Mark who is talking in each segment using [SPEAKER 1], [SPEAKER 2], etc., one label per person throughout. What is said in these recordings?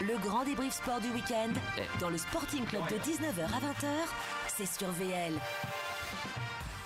[SPEAKER 1] Le grand débrief sport du week-end, dans le Sporting Club de 19h à 20h, c'est sur VL.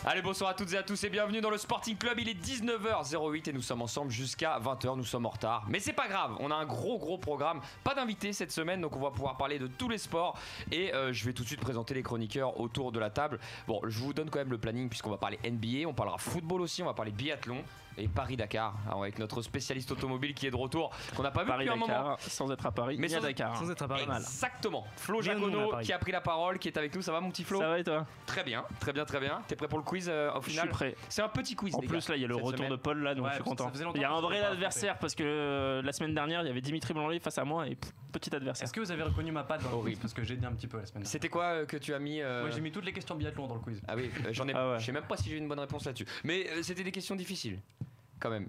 [SPEAKER 2] Allez, bonsoir à toutes et à tous et bienvenue dans le Sporting Club. Il est 19h08 et nous sommes ensemble jusqu'à 20h. Nous sommes en retard, mais c'est pas grave. On a un gros gros programme. Pas d'invité cette semaine, donc on va pouvoir parler de tous les sports. Et euh, je vais tout de suite présenter les chroniqueurs autour de la table. Bon, je vous donne quand même le planning puisqu'on va parler NBA, on parlera football aussi, on va parler biathlon et Paris Dakar avec notre spécialiste automobile qui est de retour qu'on n'a pas vu
[SPEAKER 3] Paris
[SPEAKER 2] depuis un moment.
[SPEAKER 3] Dakar, sans être à Paris, mais à
[SPEAKER 2] sans-
[SPEAKER 3] Dakar.
[SPEAKER 4] sans être à Paris.
[SPEAKER 2] Exactement. Flo
[SPEAKER 3] Bien nous, on est à
[SPEAKER 2] Jagono
[SPEAKER 3] Paris.
[SPEAKER 2] qui a pris la parole, qui est avec nous. Ça va mon petit Flo
[SPEAKER 3] Ça va et toi
[SPEAKER 2] Très bien, très bien, très bien. T'es prêt pour le quiz euh, au
[SPEAKER 3] Je
[SPEAKER 2] final
[SPEAKER 3] suis prêt.
[SPEAKER 2] C'est un petit quiz.
[SPEAKER 3] En
[SPEAKER 2] les
[SPEAKER 3] plus
[SPEAKER 2] gars,
[SPEAKER 3] là il y a le
[SPEAKER 2] cette
[SPEAKER 3] retour
[SPEAKER 2] semaine.
[SPEAKER 3] de Paul là donc
[SPEAKER 4] Ouais,
[SPEAKER 3] je suis
[SPEAKER 4] ça
[SPEAKER 3] content.
[SPEAKER 4] faisait longtemps
[SPEAKER 3] Il y a
[SPEAKER 4] qu'on
[SPEAKER 3] un
[SPEAKER 4] s'était
[SPEAKER 3] vrai
[SPEAKER 4] pas
[SPEAKER 3] adversaire parce que euh, la semaine dernière il y avait Dimitri Blanlet face à moi et pff, petit adversaire.
[SPEAKER 4] Est-ce que vous avez reconnu ma patte dans le
[SPEAKER 2] Horrible.
[SPEAKER 4] quiz Parce que j'ai dit un petit peu la semaine dernière.
[SPEAKER 2] C'était quoi euh, que tu as mis euh,
[SPEAKER 4] Moi j'ai mis toutes les questions biathlon dans le quiz.
[SPEAKER 2] Ah oui, euh, j'en ai.
[SPEAKER 3] Ah ouais.
[SPEAKER 2] Je sais même pas si j'ai une bonne réponse là-dessus. Mais euh, c'était des questions difficiles, quand même.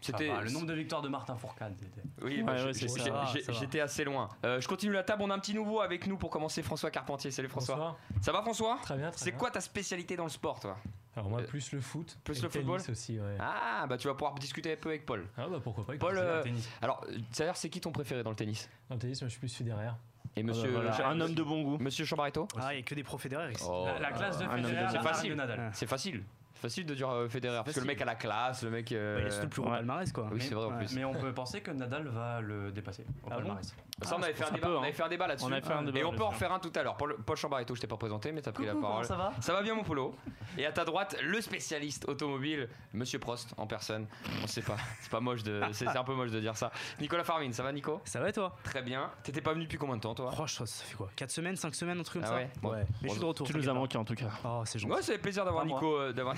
[SPEAKER 2] C'était
[SPEAKER 5] Ah
[SPEAKER 4] C'était
[SPEAKER 5] bah,
[SPEAKER 4] le nombre de victoires de Martin Fourcade. c'était-
[SPEAKER 2] Oui,
[SPEAKER 3] Ouais,
[SPEAKER 2] bah, j'ai-
[SPEAKER 3] ouais, c'est
[SPEAKER 2] j'ai-
[SPEAKER 4] ça. Ça va,
[SPEAKER 2] j'ai-
[SPEAKER 4] ça va.
[SPEAKER 2] j'étais assez loin. Euh, je continue la table. On a un petit nouveau avec nous pour commencer. François Carpentier. Salut François.
[SPEAKER 5] Bonsoir.
[SPEAKER 2] Ça va François
[SPEAKER 5] Très bien. très
[SPEAKER 2] C'est
[SPEAKER 5] bien.
[SPEAKER 2] quoi ta spécialité dans le sport, toi
[SPEAKER 5] Alors moi,
[SPEAKER 2] Euh,
[SPEAKER 5] plus le foot.
[SPEAKER 2] plus
[SPEAKER 5] et
[SPEAKER 2] le football
[SPEAKER 5] tennis aussi, ouais. Ah,
[SPEAKER 2] Ah, bah tu vas pouvoir discuter un peu avec Paul.
[SPEAKER 5] bah pourquoi pas.
[SPEAKER 2] Paul,
[SPEAKER 5] écoute,
[SPEAKER 2] euh,
[SPEAKER 4] Le tennis.
[SPEAKER 2] alors euh, d'ailleurs, c'est qui ton préféré dans le tennis
[SPEAKER 5] Dans le tennis, moi, je suis plus Federer.
[SPEAKER 2] Et
[SPEAKER 3] Ah,
[SPEAKER 2] Monsieur,
[SPEAKER 3] bah, voilà,
[SPEAKER 2] Cha-
[SPEAKER 3] un homme de bon goût.
[SPEAKER 2] Monsieur Chambaretto
[SPEAKER 6] Ah, il y a que des pros fédéraires ici.
[SPEAKER 2] Oh.
[SPEAKER 4] La, la classe de
[SPEAKER 3] ah, non,
[SPEAKER 4] Federer,
[SPEAKER 3] mais
[SPEAKER 2] c'est
[SPEAKER 4] la
[SPEAKER 2] facile. Ah.
[SPEAKER 4] Rafael Nadal.
[SPEAKER 2] C'est facile. C'est facile de dire euh, Federer parce que le
[SPEAKER 6] facile.
[SPEAKER 2] mec a la classe, le mec. euh,
[SPEAKER 6] Bah, il a surtout le plus gros
[SPEAKER 3] ouais.
[SPEAKER 6] palmarès, quoi.
[SPEAKER 2] Oui, c'est vrai en plus.
[SPEAKER 4] Mais on peut penser que Nadal va le dépasser au
[SPEAKER 6] Ah bon
[SPEAKER 4] palmarès.
[SPEAKER 2] Ça, on avait fait un
[SPEAKER 3] ça
[SPEAKER 2] débat,
[SPEAKER 3] peut,
[SPEAKER 2] on avait
[SPEAKER 3] hein.
[SPEAKER 2] fait un débat là-dessus.
[SPEAKER 3] On avait fait un débat
[SPEAKER 2] Et on peut en
[SPEAKER 3] là-dessus.
[SPEAKER 2] refaire un tout à l'heure. Paul, Paul Chambaretto, je t'ai pas présenté, mais t'as pris la parole.
[SPEAKER 4] ça va
[SPEAKER 2] Ça va bien, mon polo. Et à ta droite, le spécialiste automobile, Monsieur Prost, en personne. On sait pas, c'est pas moche de, c'est c'est un peu moche de dire ça. Nicolas Farmin, ça va, Nico
[SPEAKER 6] Ça va et toi
[SPEAKER 2] Très bien. T'étais pas venu depuis combien de temps, toi
[SPEAKER 6] Oh, je- ça fait quoi 4 semaines, 5 semaines, un truc
[SPEAKER 2] Ah
[SPEAKER 6] comme ça
[SPEAKER 2] ouais Bon.
[SPEAKER 6] Mais je suis de retour.
[SPEAKER 3] Tu nous as manqué en tout cas.
[SPEAKER 6] Oh, c'est gentil.
[SPEAKER 2] Ouais, c'est plaisir d'avoir
[SPEAKER 6] Pas moi.
[SPEAKER 2] Nico, euh, d'avoir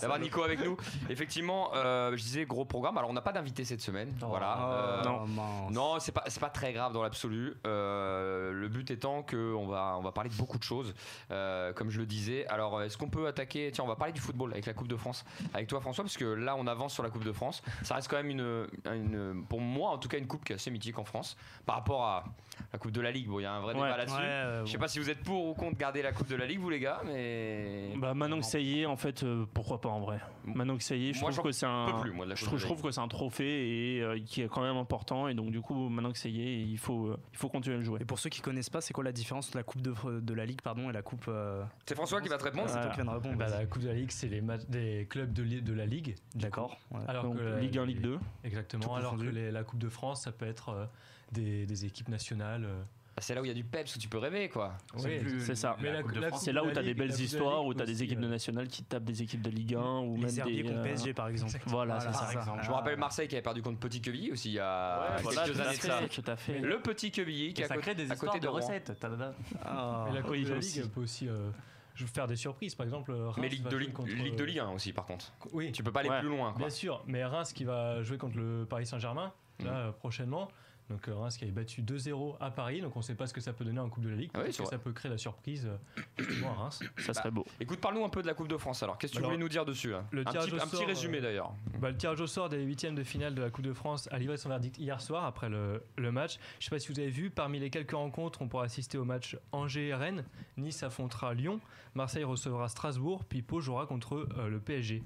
[SPEAKER 2] d'avoir Nico avec nous. Effectivement, euh, je disais gros programme. Alors, on n'a pas d'invité cette semaine.
[SPEAKER 4] Oh.
[SPEAKER 2] Voilà. Euh,
[SPEAKER 3] non.
[SPEAKER 6] mince.
[SPEAKER 2] Non, c'est pas, c'est pas très grave dans l'absolu. Euh, le but étant qu'on va, on va parler de beaucoup de choses, euh, comme je le disais. Alors, est-ce qu'on peut attaquer Tiens, on va parler du football avec la Coupe de France, avec toi François, parce que là, on avance sur la Coupe de France. Ça reste quand même une, une- pour moi en tout cas, une coupe qui est assez mythique en France par rapport à la Coupe de la Ligue. Bon, il y a un vrai
[SPEAKER 3] Ouais.
[SPEAKER 2] débat là-dessus.
[SPEAKER 6] Ouais, euh,
[SPEAKER 2] Je sais pas si vous êtes pour ou contre garder la Coupe de la Ligue, vous les gars, mais
[SPEAKER 3] Bah maintenant que ça y est en fait euh, pourquoi pas en vrai. Maintenant que ça y est je
[SPEAKER 2] Moi, j'en
[SPEAKER 3] trouve que c'est un.
[SPEAKER 2] peux plus, moi, de la
[SPEAKER 3] je
[SPEAKER 2] Coupe de
[SPEAKER 3] trouve, je
[SPEAKER 2] la
[SPEAKER 3] trouve que c'est un trophée et euh, qui est quand même important et donc du coup maintenant que ça y est il faut euh, il faut continuer à le jouer.
[SPEAKER 6] Et pour ceux qui connaissent pas, c'est quoi la différence entre la coupe de, de la ligue pardon, et la coupe. euh,
[SPEAKER 2] c'est François qui va te répondre.
[SPEAKER 6] C'est toi
[SPEAKER 3] Voilà.
[SPEAKER 6] qui viens de répondre.
[SPEAKER 5] Bah,
[SPEAKER 6] vas-y.
[SPEAKER 5] la Coupe de la Ligue, c'est les matchs des clubs de, li- de la Ligue.
[SPEAKER 6] D'accord. ouais.
[SPEAKER 5] Alors
[SPEAKER 3] Donc,
[SPEAKER 5] que la-
[SPEAKER 3] Ligue 1, Ligue 2.
[SPEAKER 5] Exactement.
[SPEAKER 6] Tout
[SPEAKER 5] Alors que
[SPEAKER 6] confondu.
[SPEAKER 5] les- la Coupe de France, ça peut être euh, des, des équipes nationales. euh.
[SPEAKER 2] Ah, C'est là où il y a du peps où tu peux rêver, quoi.
[SPEAKER 5] Oui,
[SPEAKER 4] plus
[SPEAKER 3] c'est ça.
[SPEAKER 4] la
[SPEAKER 5] Mais la-
[SPEAKER 4] Coupe de
[SPEAKER 5] la
[SPEAKER 4] France.
[SPEAKER 3] C'est là où
[SPEAKER 5] la
[SPEAKER 3] t'as des
[SPEAKER 5] Ligue, la
[SPEAKER 3] belles
[SPEAKER 5] Coupe de la
[SPEAKER 3] histoires,
[SPEAKER 5] Ligue
[SPEAKER 3] où t'as des
[SPEAKER 5] aussi,
[SPEAKER 3] équipes de
[SPEAKER 5] euh.
[SPEAKER 3] nationales qui tapent des équipes de Ligue 1 ou
[SPEAKER 6] Les
[SPEAKER 3] même des.
[SPEAKER 6] Herbiers contre
[SPEAKER 3] euh,
[SPEAKER 6] PSG, par exemple.
[SPEAKER 3] Voilà,
[SPEAKER 6] Voilà,
[SPEAKER 3] c'est ça.
[SPEAKER 6] par
[SPEAKER 5] Ah.
[SPEAKER 6] exemple.
[SPEAKER 2] Je me rappelle Marseille qui avait perdu contre Petit Quevilly aussi il y a
[SPEAKER 3] Ouais,
[SPEAKER 2] quelques
[SPEAKER 3] voilà, tout à
[SPEAKER 2] années de ça.
[SPEAKER 3] fait, tout à fait.
[SPEAKER 2] Le petit Quevilly qui
[SPEAKER 4] Et
[SPEAKER 2] est à
[SPEAKER 4] ça
[SPEAKER 2] côté,
[SPEAKER 4] crée des
[SPEAKER 2] à côté
[SPEAKER 4] histoires de
[SPEAKER 2] Rouen.
[SPEAKER 4] recettes. tadada.
[SPEAKER 6] Ah.
[SPEAKER 5] Mais la Coupe
[SPEAKER 3] oui,
[SPEAKER 5] de la
[SPEAKER 3] aussi.
[SPEAKER 5] Ligue peut aussi euh, je- faire des surprises. Par exemple, Reims
[SPEAKER 2] Mais Ligue
[SPEAKER 5] va
[SPEAKER 2] de,
[SPEAKER 5] jouer
[SPEAKER 2] Ligue,
[SPEAKER 5] contre,
[SPEAKER 2] Ligue de
[SPEAKER 5] euh,
[SPEAKER 2] Ligue 1 aussi, par contre.
[SPEAKER 5] Oui,
[SPEAKER 2] Tu peux pas aller
[SPEAKER 3] Ouais.
[SPEAKER 2] plus loin. Quoi.
[SPEAKER 5] bien sûr. Mais Reims qui va jouer contre le Paris Saint-Germain, là,
[SPEAKER 2] Mhm.
[SPEAKER 5] euh, prochainement. Donc euh, Reims qui avait battu 2-0 à Paris. Donc on ne sait pas ce que ça peut donner en Coupe de la Ligue.
[SPEAKER 2] Ah oui,
[SPEAKER 5] Peut-être
[SPEAKER 2] c'est
[SPEAKER 5] que
[SPEAKER 2] vrai.
[SPEAKER 5] ça peut créer la surprise euh, justement à Reims.
[SPEAKER 3] Ça serait beau.
[SPEAKER 2] Écoute, parle-nous un peu de la Coupe de France. Alors, qu'est-ce que tu
[SPEAKER 5] Alors,
[SPEAKER 2] voulais nous dire dessus hein
[SPEAKER 5] le
[SPEAKER 2] un,
[SPEAKER 5] tirage
[SPEAKER 2] petit,
[SPEAKER 5] au
[SPEAKER 2] un petit
[SPEAKER 5] sort,
[SPEAKER 2] résumé
[SPEAKER 5] euh,
[SPEAKER 2] d'ailleurs.
[SPEAKER 5] Bah, le tirage au sort des huitièmes de finale de la Coupe de France a livré son verdict hier soir après le, le match. Je sais pas si vous avez vu, parmi les quelques rencontres, on pourra assister au match Angers-Rennes, Nice affrontera Lyon, Marseille recevra Strasbourg, puis Pau jouera contre euh, le PSG.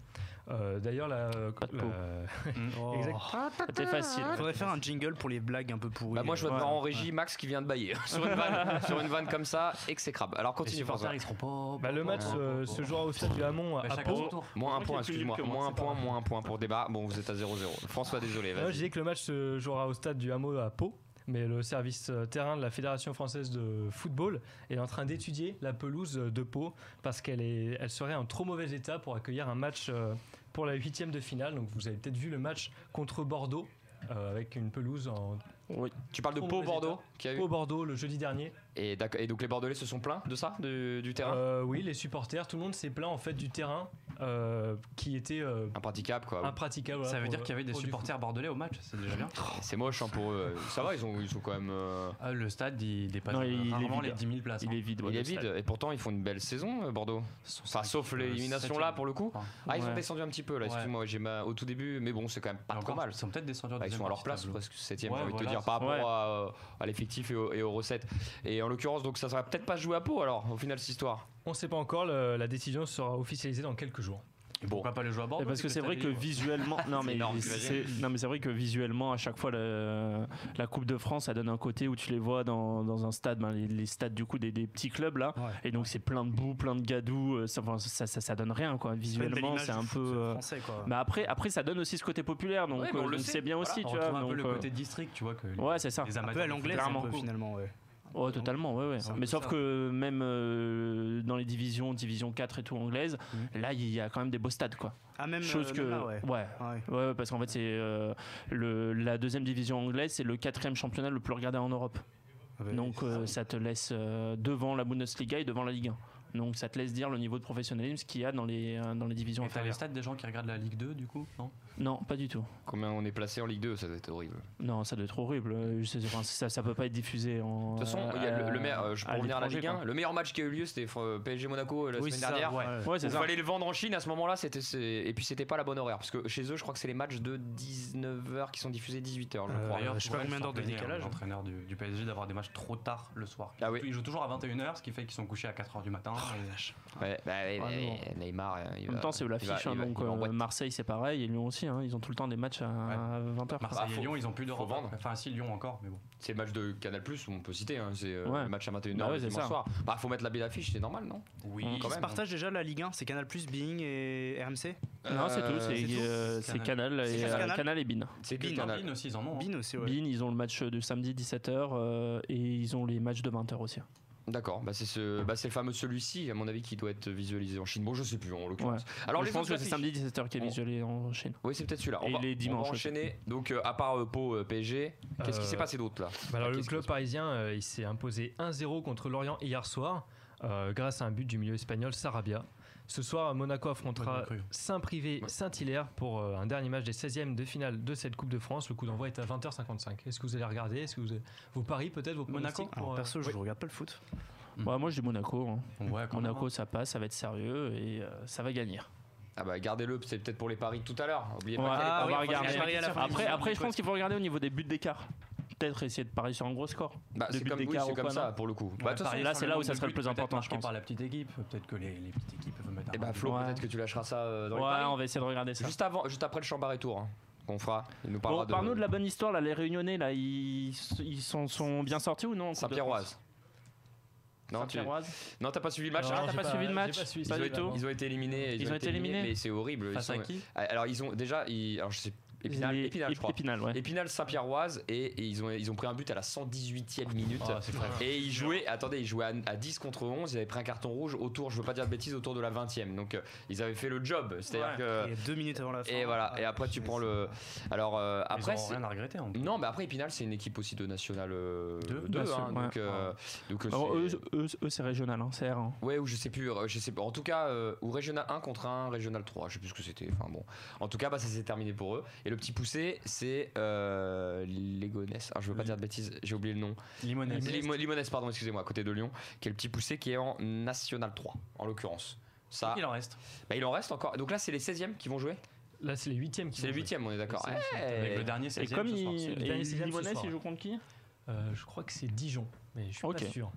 [SPEAKER 5] Euh, D'ailleurs, la,
[SPEAKER 3] Pas de
[SPEAKER 5] la-
[SPEAKER 3] Pau.
[SPEAKER 6] Oh.
[SPEAKER 5] Exact.
[SPEAKER 3] C'était facile.
[SPEAKER 6] Faudrait faire un jingle pour les blagues un peu pourries.
[SPEAKER 2] Bah, moi, je vois
[SPEAKER 3] ouais,
[SPEAKER 2] voir en régie Max qui vient de bailler hein, sur une vanne, sur une vanne comme ça, exécrable. Alors,
[SPEAKER 4] Les
[SPEAKER 2] continue, François.
[SPEAKER 4] supporters ils seront pas.
[SPEAKER 5] Bah, le match euh, se jouera au stade du Hamon à,
[SPEAKER 4] Bah,
[SPEAKER 5] à
[SPEAKER 4] chacun
[SPEAKER 5] Pau.
[SPEAKER 4] son tour.
[SPEAKER 2] Moins un point,
[SPEAKER 3] qu'il est plus
[SPEAKER 2] excuse-moi.
[SPEAKER 3] nul que moi,
[SPEAKER 2] Moins un
[SPEAKER 3] c'est pas
[SPEAKER 2] point,
[SPEAKER 3] grave.
[SPEAKER 2] moins un point pour débat. Bon, vous êtes à 0-0. François, désolé.
[SPEAKER 5] Ouais, je
[SPEAKER 2] vas-y.
[SPEAKER 5] disais que le match se jouera au stade du Hameau à Pau, mais le service euh, terrain de la Fédération française de football est en train d'étudier la pelouse euh, de Pau parce qu'elle est, elle serait en trop mauvais état pour accueillir un match euh, pour la huitième de finale. Donc vous avez peut-être vu le match contre Bordeaux. euh, avec une pelouse en
[SPEAKER 2] Tu parles de
[SPEAKER 5] Trop
[SPEAKER 2] Pau
[SPEAKER 5] mauvais
[SPEAKER 2] Bordeaux qui a eu.
[SPEAKER 5] Pau Bordeaux le jeudi dernier.
[SPEAKER 2] Et, d'accord- et donc, les Bordelais se sont plaints de ça, du, du terrain
[SPEAKER 5] Euh, oui, les supporters, tout le monde s'est plaint en fait du terrain euh, qui était euh,
[SPEAKER 2] Impraticable, quoi.
[SPEAKER 5] impraticable. voilà,
[SPEAKER 4] Ça veut
[SPEAKER 5] pour euh,
[SPEAKER 4] dire
[SPEAKER 5] le-
[SPEAKER 4] qu'il y avait des
[SPEAKER 5] pour du
[SPEAKER 4] supporters bordelais au match, c'est déjà bien.
[SPEAKER 2] C'est moche hein, pour eux. Ça va, ils, ont, ils sont quand même. euh,
[SPEAKER 4] Ah, le stade il dépasse
[SPEAKER 3] Non,
[SPEAKER 4] euh,
[SPEAKER 3] il est
[SPEAKER 4] rarement
[SPEAKER 3] vide.
[SPEAKER 4] les 10 000 places.
[SPEAKER 3] Il
[SPEAKER 4] hein.
[SPEAKER 3] est vide. ouais,
[SPEAKER 2] Il
[SPEAKER 3] le
[SPEAKER 2] est vide
[SPEAKER 3] stade.
[SPEAKER 2] et pourtant ils font une belle saison euh, Bordeaux. Enfin, sauf l'élimination là pour le coup.
[SPEAKER 4] Enfin,
[SPEAKER 2] Ah ils sont
[SPEAKER 3] Ouais.
[SPEAKER 2] descendus un petit peu là.
[SPEAKER 4] Ouais.
[SPEAKER 2] Excuse-moi, j'ai ma... au tout début, mais bon c'est quand même pas
[SPEAKER 4] et
[SPEAKER 2] trop
[SPEAKER 4] encore,
[SPEAKER 2] mal.
[SPEAKER 4] Ils sont peut-être descendus en
[SPEAKER 2] Bah, ils
[SPEAKER 4] deuxième
[SPEAKER 2] sont à leur
[SPEAKER 4] partie
[SPEAKER 2] place
[SPEAKER 4] tableau.
[SPEAKER 2] parce que septième,
[SPEAKER 4] Ouais,
[SPEAKER 2] j'ai envie de te
[SPEAKER 4] voilà,
[SPEAKER 2] dire
[SPEAKER 4] c'est
[SPEAKER 2] par rapport
[SPEAKER 3] ça.
[SPEAKER 2] à, euh, à l'effectif et, aux- et aux recettes. Et en l'occurrence donc ça sera peut-être pas joué à peau alors au final cette histoire.
[SPEAKER 5] On ne sait pas encore, le- la décision sera officialisée dans quelques jours.
[SPEAKER 2] Bon.
[SPEAKER 4] Pourquoi pas le jouer à Bordeaux
[SPEAKER 3] Et parce que c'est vrai que
[SPEAKER 4] t'avais eu, ouais.
[SPEAKER 3] visuellement, non
[SPEAKER 2] C'est
[SPEAKER 3] mais
[SPEAKER 2] énorme,
[SPEAKER 3] c'est non mais c'est vrai que visuellement à chaque fois le- la Coupe de France, ça donne un côté où tu les vois dans, dans un stade, ben, les, les stades du coup des, des petits clubs là, et donc c'est plein de boue, plein de gadou, euh, ça, enfin, ça, ça, ça donne rien quoi. Visuellement c'est un peu. euh,
[SPEAKER 6] français quoi.
[SPEAKER 3] Mais après après ça donne aussi ce côté populaire, donc
[SPEAKER 2] Ouais, mais on
[SPEAKER 3] euh,
[SPEAKER 2] le
[SPEAKER 3] donc
[SPEAKER 2] sait.
[SPEAKER 3] c'est bien aussi,
[SPEAKER 4] On
[SPEAKER 3] tu
[SPEAKER 4] retrouve
[SPEAKER 3] vois.
[SPEAKER 4] un peu
[SPEAKER 3] donc,
[SPEAKER 4] le
[SPEAKER 3] euh,
[SPEAKER 4] côté district, tu vois, que les-
[SPEAKER 3] Ouais c'est ça.
[SPEAKER 4] les
[SPEAKER 6] un
[SPEAKER 4] amateurs
[SPEAKER 6] peu à
[SPEAKER 4] de
[SPEAKER 6] l'anglais,
[SPEAKER 4] foot,
[SPEAKER 6] c'est un
[SPEAKER 4] clairement.
[SPEAKER 6] peu finalement. Ouais.
[SPEAKER 3] Ouais, totalement, ouais, ouais.
[SPEAKER 4] C'est un
[SPEAKER 3] Mais
[SPEAKER 4] peu
[SPEAKER 3] sauf
[SPEAKER 4] ça.
[SPEAKER 3] que même euh, dans les divisions, division 4 et tout anglaise, là, il y a quand même des beaux stades, quoi.
[SPEAKER 6] Ah Mhm. même
[SPEAKER 3] Chose
[SPEAKER 6] euh,
[SPEAKER 3] que.
[SPEAKER 6] même là, ouais.
[SPEAKER 3] ouais.
[SPEAKER 6] Ouais.
[SPEAKER 3] Ouais, ouais, parce qu'en fait, c'est euh, le- la deuxième division anglaise, c'est le quatrième championnat le plus regardé en Europe.
[SPEAKER 6] Ah bah,
[SPEAKER 3] Donc, euh, ça te laisse euh, devant la Bundesliga et devant la Ligue 1. Donc, ça te laisse dire le niveau de professionnalisme qu'il y a dans les, euh, dans les divisions
[SPEAKER 4] Et t'as les
[SPEAKER 3] inférieures.
[SPEAKER 4] stats des gens qui regardent la Ligue 2, du coup Non
[SPEAKER 3] Non, pas du tout.
[SPEAKER 2] Combien on est placé en Ligue 2, ça doit être horrible.
[SPEAKER 3] Non, ça doit être horrible. Euh, c'est- enfin, ça, ça peut pas être diffusé en.
[SPEAKER 2] De toute façon,
[SPEAKER 3] euh,
[SPEAKER 2] il y a le, le
[SPEAKER 3] à-
[SPEAKER 2] meilleur, euh, je pour revenir à la
[SPEAKER 3] l'étranger,
[SPEAKER 2] Ligue 1, le meilleur match qui a eu lieu, c'était euh, PSG Monaco euh, la
[SPEAKER 6] oui,
[SPEAKER 2] semaine
[SPEAKER 6] c'est ça,
[SPEAKER 2] dernière.
[SPEAKER 6] ouais.
[SPEAKER 3] quoi. Ouais, c'est
[SPEAKER 2] Il
[SPEAKER 3] ça.
[SPEAKER 2] fallait le vendre en Chine à ce moment-là, c'était c'est- et puis c'était pas la bonne horaire parce que chez eux, je crois que c'est les matchs de 19h qui sont diffusés 18h, je
[SPEAKER 6] Euh,
[SPEAKER 2] crois.
[SPEAKER 6] je sais pas
[SPEAKER 4] pourrait
[SPEAKER 6] combien
[SPEAKER 4] s'en
[SPEAKER 6] d'heures de
[SPEAKER 4] plaindre,
[SPEAKER 6] décalage.
[SPEAKER 4] L'entraîneur du, du PSG d'avoir des matchs trop tard le soir.
[SPEAKER 2] Ah oui. Oh,
[SPEAKER 4] Ils jouent toujours à 21h, ce qui fait qu'ils sont couchés à 4h du matin. et-
[SPEAKER 2] Ouais, bah ouais,
[SPEAKER 3] Ah,
[SPEAKER 2] ouais,
[SPEAKER 3] non.
[SPEAKER 2] Neymar, euh, il
[SPEAKER 3] En
[SPEAKER 2] va-
[SPEAKER 3] même temps, c'est où
[SPEAKER 2] il va-
[SPEAKER 3] l'affiche.
[SPEAKER 2] il
[SPEAKER 3] Hein,
[SPEAKER 2] va-
[SPEAKER 3] donc,
[SPEAKER 2] il va en
[SPEAKER 3] euh,
[SPEAKER 2] boîte.
[SPEAKER 3] Marseille, c'est pareil. Et Lyon aussi. hein, ils ont tout le temps des matchs à, 20h.
[SPEAKER 4] Marseille
[SPEAKER 2] Bah, faut-
[SPEAKER 4] et Lyon, ils ont plus de
[SPEAKER 2] faut vendre.
[SPEAKER 4] Enfin, si, Lyon encore, mais bon.
[SPEAKER 2] C'est le match de Canal Plus, on peut citer, hein, c'est euh,
[SPEAKER 3] Ouais.
[SPEAKER 2] le match à 21h
[SPEAKER 3] Bah ouais,
[SPEAKER 2] le
[SPEAKER 3] c'est
[SPEAKER 2] dimanche
[SPEAKER 3] ça.
[SPEAKER 2] soir. Bah faut mettre la belle affiche, c'est normal, non
[SPEAKER 4] Oui,
[SPEAKER 3] Hum,
[SPEAKER 2] quand
[SPEAKER 6] Ils se
[SPEAKER 2] même.
[SPEAKER 6] partagent déjà la Ligue 1, c'est Canal+, Bing et RMC.
[SPEAKER 3] Non, c'est tout.
[SPEAKER 2] Euh,
[SPEAKER 3] C'est
[SPEAKER 4] c'est tout.
[SPEAKER 3] euh, c'est Canal
[SPEAKER 6] C'est
[SPEAKER 3] et
[SPEAKER 6] Canal.
[SPEAKER 3] euh, Canal et Bein.
[SPEAKER 2] C'est que
[SPEAKER 4] Puis
[SPEAKER 2] Canal.
[SPEAKER 4] Tarbine aussi, ils en ont. hein.
[SPEAKER 6] Bein aussi, ouais.
[SPEAKER 3] Bein, ils ont le match de samedi 17h euh, et ils ont les matchs de 20h aussi.
[SPEAKER 2] D'accord, bah c'est ce bah c'est le fameux celui-ci à mon avis qui doit être visualisé en Chine. Bon, je sais plus en l'occurrence. Alors
[SPEAKER 3] Mais
[SPEAKER 2] les
[SPEAKER 3] je pense
[SPEAKER 2] autres
[SPEAKER 3] que c'est
[SPEAKER 2] affiches.
[SPEAKER 3] samedi 17h qui est
[SPEAKER 2] On-
[SPEAKER 3] visualisé en Chine.
[SPEAKER 2] Oui, c'est peut-être celui-là.
[SPEAKER 3] Et
[SPEAKER 2] On va,
[SPEAKER 3] les
[SPEAKER 2] on va
[SPEAKER 3] dimanches aussi.
[SPEAKER 2] enchaîner. Donc euh, à part euh, Pau euh, PSG, qu'est-ce qui
[SPEAKER 5] Euh,
[SPEAKER 2] s'est passé d'autre là
[SPEAKER 5] Bah alors,
[SPEAKER 2] Ah,
[SPEAKER 5] le
[SPEAKER 2] qu'est-ce
[SPEAKER 5] club
[SPEAKER 2] que-
[SPEAKER 5] parisien, euh, il s'est imposé 1-0 contre Lorient hier soir, euh, grâce à un but du milieu espagnol Sarabia. Ce soir, Monaco affrontera
[SPEAKER 4] Monaco.
[SPEAKER 5] Saint-Privé
[SPEAKER 2] Ouais.
[SPEAKER 5] Saint-Hilaire pour euh, un dernier match des 16e de finale de cette Coupe de France. Le coup d'envoi est à 20h55. Est-ce que vous allez regarder Est-ce que vous avez- vos paris peut-être vos
[SPEAKER 4] Monaco
[SPEAKER 5] pronostics pour,
[SPEAKER 6] Alors
[SPEAKER 5] euh,
[SPEAKER 6] perso, je
[SPEAKER 5] oui.
[SPEAKER 6] regarde pas le foot.
[SPEAKER 2] Hmm.
[SPEAKER 4] Mm.
[SPEAKER 3] Ouais, moi, je dis Monaco. hein.
[SPEAKER 4] Ouais, quand même,
[SPEAKER 3] Monaco,
[SPEAKER 4] hein.
[SPEAKER 3] ça passe, ça va être sérieux et euh, ça va gagner.
[SPEAKER 2] Ah bah gardez-le, c'est peut-être pour les paris de tout à l'heure. Oubliez
[SPEAKER 3] Ouais,
[SPEAKER 2] pas qu'il y a les paris en fin
[SPEAKER 3] on va
[SPEAKER 2] de
[SPEAKER 3] regarder.
[SPEAKER 2] semaine.
[SPEAKER 6] Paris à la fin du
[SPEAKER 3] Après,
[SPEAKER 6] match,
[SPEAKER 3] après je
[SPEAKER 6] ouais.
[SPEAKER 3] pense qu'il faut regarder au niveau des buts d'écart. Peut-être essayer de parier sur un gros score.
[SPEAKER 2] Bah,
[SPEAKER 3] de
[SPEAKER 2] c'est
[SPEAKER 3] but
[SPEAKER 2] comme, oui,
[SPEAKER 3] d'écart
[SPEAKER 2] c'est
[SPEAKER 3] ou
[SPEAKER 2] comme
[SPEAKER 3] quoi,
[SPEAKER 2] ça
[SPEAKER 3] non
[SPEAKER 2] pour le coup.
[SPEAKER 4] Ouais,
[SPEAKER 2] Bah,
[SPEAKER 3] toute façon,
[SPEAKER 4] parier
[SPEAKER 3] là,
[SPEAKER 4] sur
[SPEAKER 3] c'est là où
[SPEAKER 4] nombre
[SPEAKER 3] ça
[SPEAKER 4] de
[SPEAKER 3] sera le
[SPEAKER 4] buts
[SPEAKER 3] plus
[SPEAKER 4] peut-être
[SPEAKER 3] important, je
[SPEAKER 4] marqués
[SPEAKER 3] pense.
[SPEAKER 4] par la petite équipe, peut-être que les, les petites équipes peuvent mettre un
[SPEAKER 2] et bah
[SPEAKER 4] but.
[SPEAKER 2] Flo,
[SPEAKER 3] Ouais.
[SPEAKER 2] peut-être que tu lâcheras ça euh, dans
[SPEAKER 3] Ouais,
[SPEAKER 2] les paris.
[SPEAKER 3] on va essayer de regarder ça.
[SPEAKER 2] Juste avant, juste après le champ et tour hein, qu'on fera. Il nous parlera
[SPEAKER 3] Bon, parle-nous
[SPEAKER 2] de
[SPEAKER 3] de la bonne histoire, là, les Réunionnais, là, ils, ils sont, sont bien sortis ou non en Coupe de
[SPEAKER 2] Saint-Pierroise.
[SPEAKER 3] France
[SPEAKER 2] Non, tu-
[SPEAKER 3] Saint-Pierroise.
[SPEAKER 2] non, t'as pas suivi le match
[SPEAKER 5] Non,
[SPEAKER 2] hein
[SPEAKER 3] t'as
[SPEAKER 5] j'ai
[SPEAKER 3] pas suivi le
[SPEAKER 5] j'ai
[SPEAKER 3] match
[SPEAKER 5] pas suivi
[SPEAKER 3] Ils
[SPEAKER 2] ils
[SPEAKER 5] ça,
[SPEAKER 2] ont,
[SPEAKER 3] pas du
[SPEAKER 2] été,
[SPEAKER 5] évidemment.
[SPEAKER 2] ils ont été éliminés.
[SPEAKER 3] Ils ont été éliminés.
[SPEAKER 2] Mais c'est horrible. ils
[SPEAKER 4] Face à
[SPEAKER 2] sont- Ah,
[SPEAKER 4] qui
[SPEAKER 2] Alors ils ont déjà, ils- alors je sais, Épinal,
[SPEAKER 3] Les-
[SPEAKER 2] Épinal, je crois.
[SPEAKER 3] Épinal, ouais.
[SPEAKER 2] Épinal Saint-Pierroise et, et ils ont ils ont pris un but à la 118e minute.
[SPEAKER 4] Ah, c'est vrai.
[SPEAKER 2] Et ils jouaient, attendez, ils jouaient à, à 10 contre 11, ils avaient pris un carton rouge autour, je veux pas dire de bêtises, autour de la 20e. Donc euh, ils avaient fait le job, c'est-à-dire
[SPEAKER 6] Il y a deux minutes avant la
[SPEAKER 2] que
[SPEAKER 6] fin.
[SPEAKER 2] et voilà, et après tu prends le alors euh, après
[SPEAKER 4] Ils ont
[SPEAKER 2] c'est-
[SPEAKER 4] rien à regretter. en plus.
[SPEAKER 2] non, mais après Épinal c'est une équipe aussi de nationale 2
[SPEAKER 4] Deux
[SPEAKER 3] National,
[SPEAKER 2] donc
[SPEAKER 3] ouais.
[SPEAKER 2] euh, donc euh,
[SPEAKER 3] Alors, eux,
[SPEAKER 2] c'est-
[SPEAKER 3] eux- eux, c'est régional, hein, c'est R1.
[SPEAKER 2] Ouais, ou je sais plus, euh, je sais pas. En tout cas, euh, ou régional 1 contre 1, régional 3, je sais plus ce que c'était. Enfin bon. En tout cas, bah, ça s'est terminé pour eux. Et le petit poussé, c'est euh, Légonesse. Ah, je veux pas dire de bêtises, j'ai oublié le nom.
[SPEAKER 4] Limonade.
[SPEAKER 2] Limo- Limonesse, pardon, excusez-moi, à côté de Lyon, qui est le petit poussé qui est en National 3, en l'occurrence. Ça,
[SPEAKER 4] Il en reste.
[SPEAKER 2] bah, il en reste encore. Donc là, c'est les 16e qui vont jouer
[SPEAKER 5] Là, c'est les 8e qui
[SPEAKER 2] C'est les
[SPEAKER 5] vont jouer.
[SPEAKER 2] 8e, on est d'accord.
[SPEAKER 5] Les 16e,
[SPEAKER 2] Eh,
[SPEAKER 4] Avec le dernier, c'est
[SPEAKER 3] Et
[SPEAKER 4] le
[SPEAKER 3] comme
[SPEAKER 4] deuxième ce soir,
[SPEAKER 3] ils.
[SPEAKER 4] c'est-
[SPEAKER 5] le
[SPEAKER 3] et
[SPEAKER 5] dernier sixième ce
[SPEAKER 3] Limonès,
[SPEAKER 5] soir.
[SPEAKER 3] ils jouent contre qui
[SPEAKER 5] Euh, je crois que c'est Dijon, mais je suis
[SPEAKER 3] Ok.
[SPEAKER 5] pas sûr.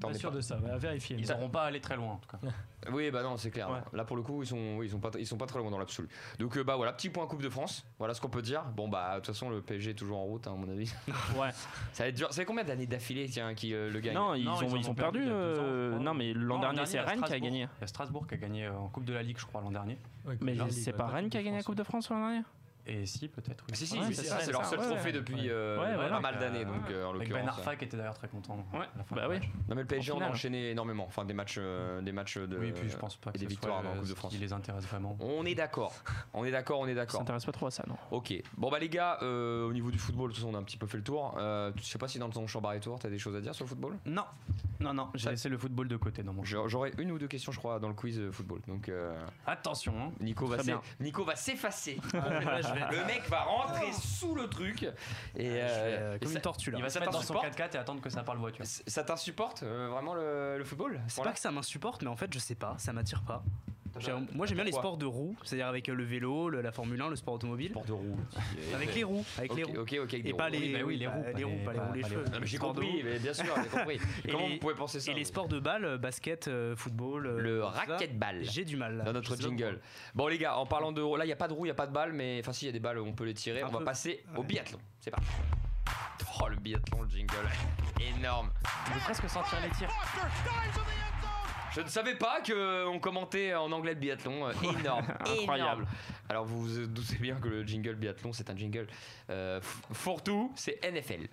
[SPEAKER 2] t'en
[SPEAKER 5] Pas
[SPEAKER 2] es
[SPEAKER 5] sûr de ça, mais à vérifier.
[SPEAKER 4] Ils
[SPEAKER 5] mais-
[SPEAKER 4] n'auront pas à aller très loin en tout cas.
[SPEAKER 2] pas. Oui, bah non, c'est clair.
[SPEAKER 3] Ouais.
[SPEAKER 2] non. Là, pour le coup, ils sont, oui, ils sont, pas, ils sont pas très loin dans l'absolu. Donc euh, bah voilà, petit point Coupe de France. Voilà ce qu'on peut dire. Bon, bah de toute façon, le PSG est toujours en route, hein, à mon avis.
[SPEAKER 3] Ouais.
[SPEAKER 2] Ça va être dur. C'est combien d'années d'affilée tiens, qui euh, le gagne
[SPEAKER 3] Non, ils ont,
[SPEAKER 4] Non, ils en
[SPEAKER 3] ils
[SPEAKER 4] ont
[SPEAKER 3] ont perdu.
[SPEAKER 4] perdu il y a deux ans,
[SPEAKER 3] euh,
[SPEAKER 4] je crois.
[SPEAKER 3] non, mais l'an
[SPEAKER 4] Non,
[SPEAKER 3] dernier, c'est
[SPEAKER 4] il y a
[SPEAKER 3] Rennes qui a
[SPEAKER 4] Strasbourg.
[SPEAKER 3] gagné.
[SPEAKER 4] Il y a Strasbourg qui a gagné euh, en Coupe de la Ligue, je crois, l'an dernier.
[SPEAKER 5] Ouais, bah,
[SPEAKER 3] Mais
[SPEAKER 5] Coupe de
[SPEAKER 3] c'est
[SPEAKER 5] Ligue,
[SPEAKER 3] pas
[SPEAKER 5] ouais,
[SPEAKER 3] Rennes qui a gagné la Coupe de France l'an dernier
[SPEAKER 4] Et si, peut-être. oui.
[SPEAKER 2] Si, si,
[SPEAKER 3] Ouais,
[SPEAKER 2] mais
[SPEAKER 3] c'est
[SPEAKER 2] c'est
[SPEAKER 3] ça,
[SPEAKER 2] ça, c'est
[SPEAKER 3] c'est
[SPEAKER 2] leur
[SPEAKER 3] ça,
[SPEAKER 2] seul
[SPEAKER 3] ouais.
[SPEAKER 2] trophée depuis euh,
[SPEAKER 3] Ouais, voilà.
[SPEAKER 2] pas mal
[SPEAKER 4] Avec,
[SPEAKER 2] d'années.
[SPEAKER 4] euh,
[SPEAKER 2] Donc, euh, en
[SPEAKER 4] Avec Ben
[SPEAKER 2] l'occurrence.
[SPEAKER 4] Arfa qui était d'ailleurs très content.
[SPEAKER 3] Ouais.
[SPEAKER 4] à la fin
[SPEAKER 3] Bah
[SPEAKER 4] du
[SPEAKER 3] oui.
[SPEAKER 4] match.
[SPEAKER 2] Non, mais le PSG
[SPEAKER 3] En
[SPEAKER 2] en a
[SPEAKER 3] finale.
[SPEAKER 2] enchaîné énormément. Enfin, des matchs, euh, des matchs de.
[SPEAKER 4] Oui, puis je pense pas
[SPEAKER 2] et
[SPEAKER 4] que
[SPEAKER 2] des
[SPEAKER 4] ce
[SPEAKER 2] victoires
[SPEAKER 4] soit
[SPEAKER 2] dans la
[SPEAKER 4] euh,
[SPEAKER 2] Coupe de
[SPEAKER 4] ce
[SPEAKER 2] France.
[SPEAKER 4] qui les intéresse vraiment.
[SPEAKER 2] On est d'accord. On est d'accord, on est
[SPEAKER 3] Ça
[SPEAKER 2] d'accord.
[SPEAKER 3] s'intéresse pas trop à ça, non
[SPEAKER 2] Ok. Bon, bah, les gars, euh, au niveau du football, de toute façon, on a un petit peu fait le tour. Euh, je sais pas si dans ton champ et tour, t'as des choses à dire sur le football
[SPEAKER 4] Non,
[SPEAKER 6] Non, non.
[SPEAKER 4] j'ai laissé le football de côté dans mon jeu.
[SPEAKER 2] J'a- J'aurais une ou deux questions, je crois, dans le quiz euh, football. Donc, euh,
[SPEAKER 4] Attention, hein.
[SPEAKER 2] Nico, va
[SPEAKER 3] Très
[SPEAKER 2] s'e-
[SPEAKER 3] bien.
[SPEAKER 2] Nico va s'effacer.
[SPEAKER 6] Ah, je vais- Ah.
[SPEAKER 2] le mec va rentrer sous le truc. Et, euh, et
[SPEAKER 6] comme
[SPEAKER 2] ça-
[SPEAKER 6] une tortue là.
[SPEAKER 4] il va se
[SPEAKER 2] ça
[SPEAKER 4] mettre dans son
[SPEAKER 2] t'insupporte
[SPEAKER 4] 4x4 et attendre que ça parle voiture.
[SPEAKER 2] ça t'insupporte euh, vraiment le, le football
[SPEAKER 6] C'est
[SPEAKER 2] Voilà.
[SPEAKER 6] pas que ça m'insupporte, mais en fait, je sais pas, ça m'attire pas. J'aime- Moi, j'aime bien les
[SPEAKER 2] Pourquoi
[SPEAKER 6] sports de roues, c'est-à-dire avec euh, le vélo, le- la Formule 1, le sport automobile.
[SPEAKER 2] Sport de roue.
[SPEAKER 6] Avec les roues, avec
[SPEAKER 2] Ok,
[SPEAKER 6] les
[SPEAKER 2] ok,
[SPEAKER 6] roues.
[SPEAKER 2] ok. avec des
[SPEAKER 6] Et pas
[SPEAKER 2] roues.
[SPEAKER 6] les,
[SPEAKER 4] bah oui, les
[SPEAKER 6] pas-
[SPEAKER 4] roues, pas
[SPEAKER 6] les roues,
[SPEAKER 4] les-
[SPEAKER 6] pas les roues,
[SPEAKER 4] pas-
[SPEAKER 6] les
[SPEAKER 4] pas les
[SPEAKER 6] cheveux.
[SPEAKER 4] roues.
[SPEAKER 2] Non, mais j'ai
[SPEAKER 6] Sport de
[SPEAKER 2] compris,
[SPEAKER 6] roues.
[SPEAKER 2] mais bien sûr, j'ai compris.
[SPEAKER 6] Et
[SPEAKER 2] Comment
[SPEAKER 6] les-
[SPEAKER 2] vous pouvez penser ça
[SPEAKER 6] Et les
[SPEAKER 2] vous
[SPEAKER 6] sports de balle, euh, basket, euh, football. euh,
[SPEAKER 2] Le
[SPEAKER 6] tout ça,
[SPEAKER 2] racquetball.
[SPEAKER 6] J'ai du mal. là.
[SPEAKER 2] dans
[SPEAKER 6] Je
[SPEAKER 2] notre
[SPEAKER 6] sais pas
[SPEAKER 2] jingle. Bon les gars, en parlant de roue, là il n'y a pas de roue, il n'y a pas de balle, mais enfin si il y a des balles, on peut les tirer.
[SPEAKER 6] Un
[SPEAKER 2] on va
[SPEAKER 6] peu.
[SPEAKER 2] passer au biathlon. C'est parti. Oh le biathlon, le jingle, énorme.
[SPEAKER 3] Je vais presque sortir les tirs.
[SPEAKER 2] Je ne savais pas que euh, on commentait en anglais le biathlon. euh, Énorme,
[SPEAKER 3] Incroyable.
[SPEAKER 2] énorme. Alors vous vous doutez bien que le jingle biathlon, c'est un jingle euh, f- fourre-tout, c'est NFL.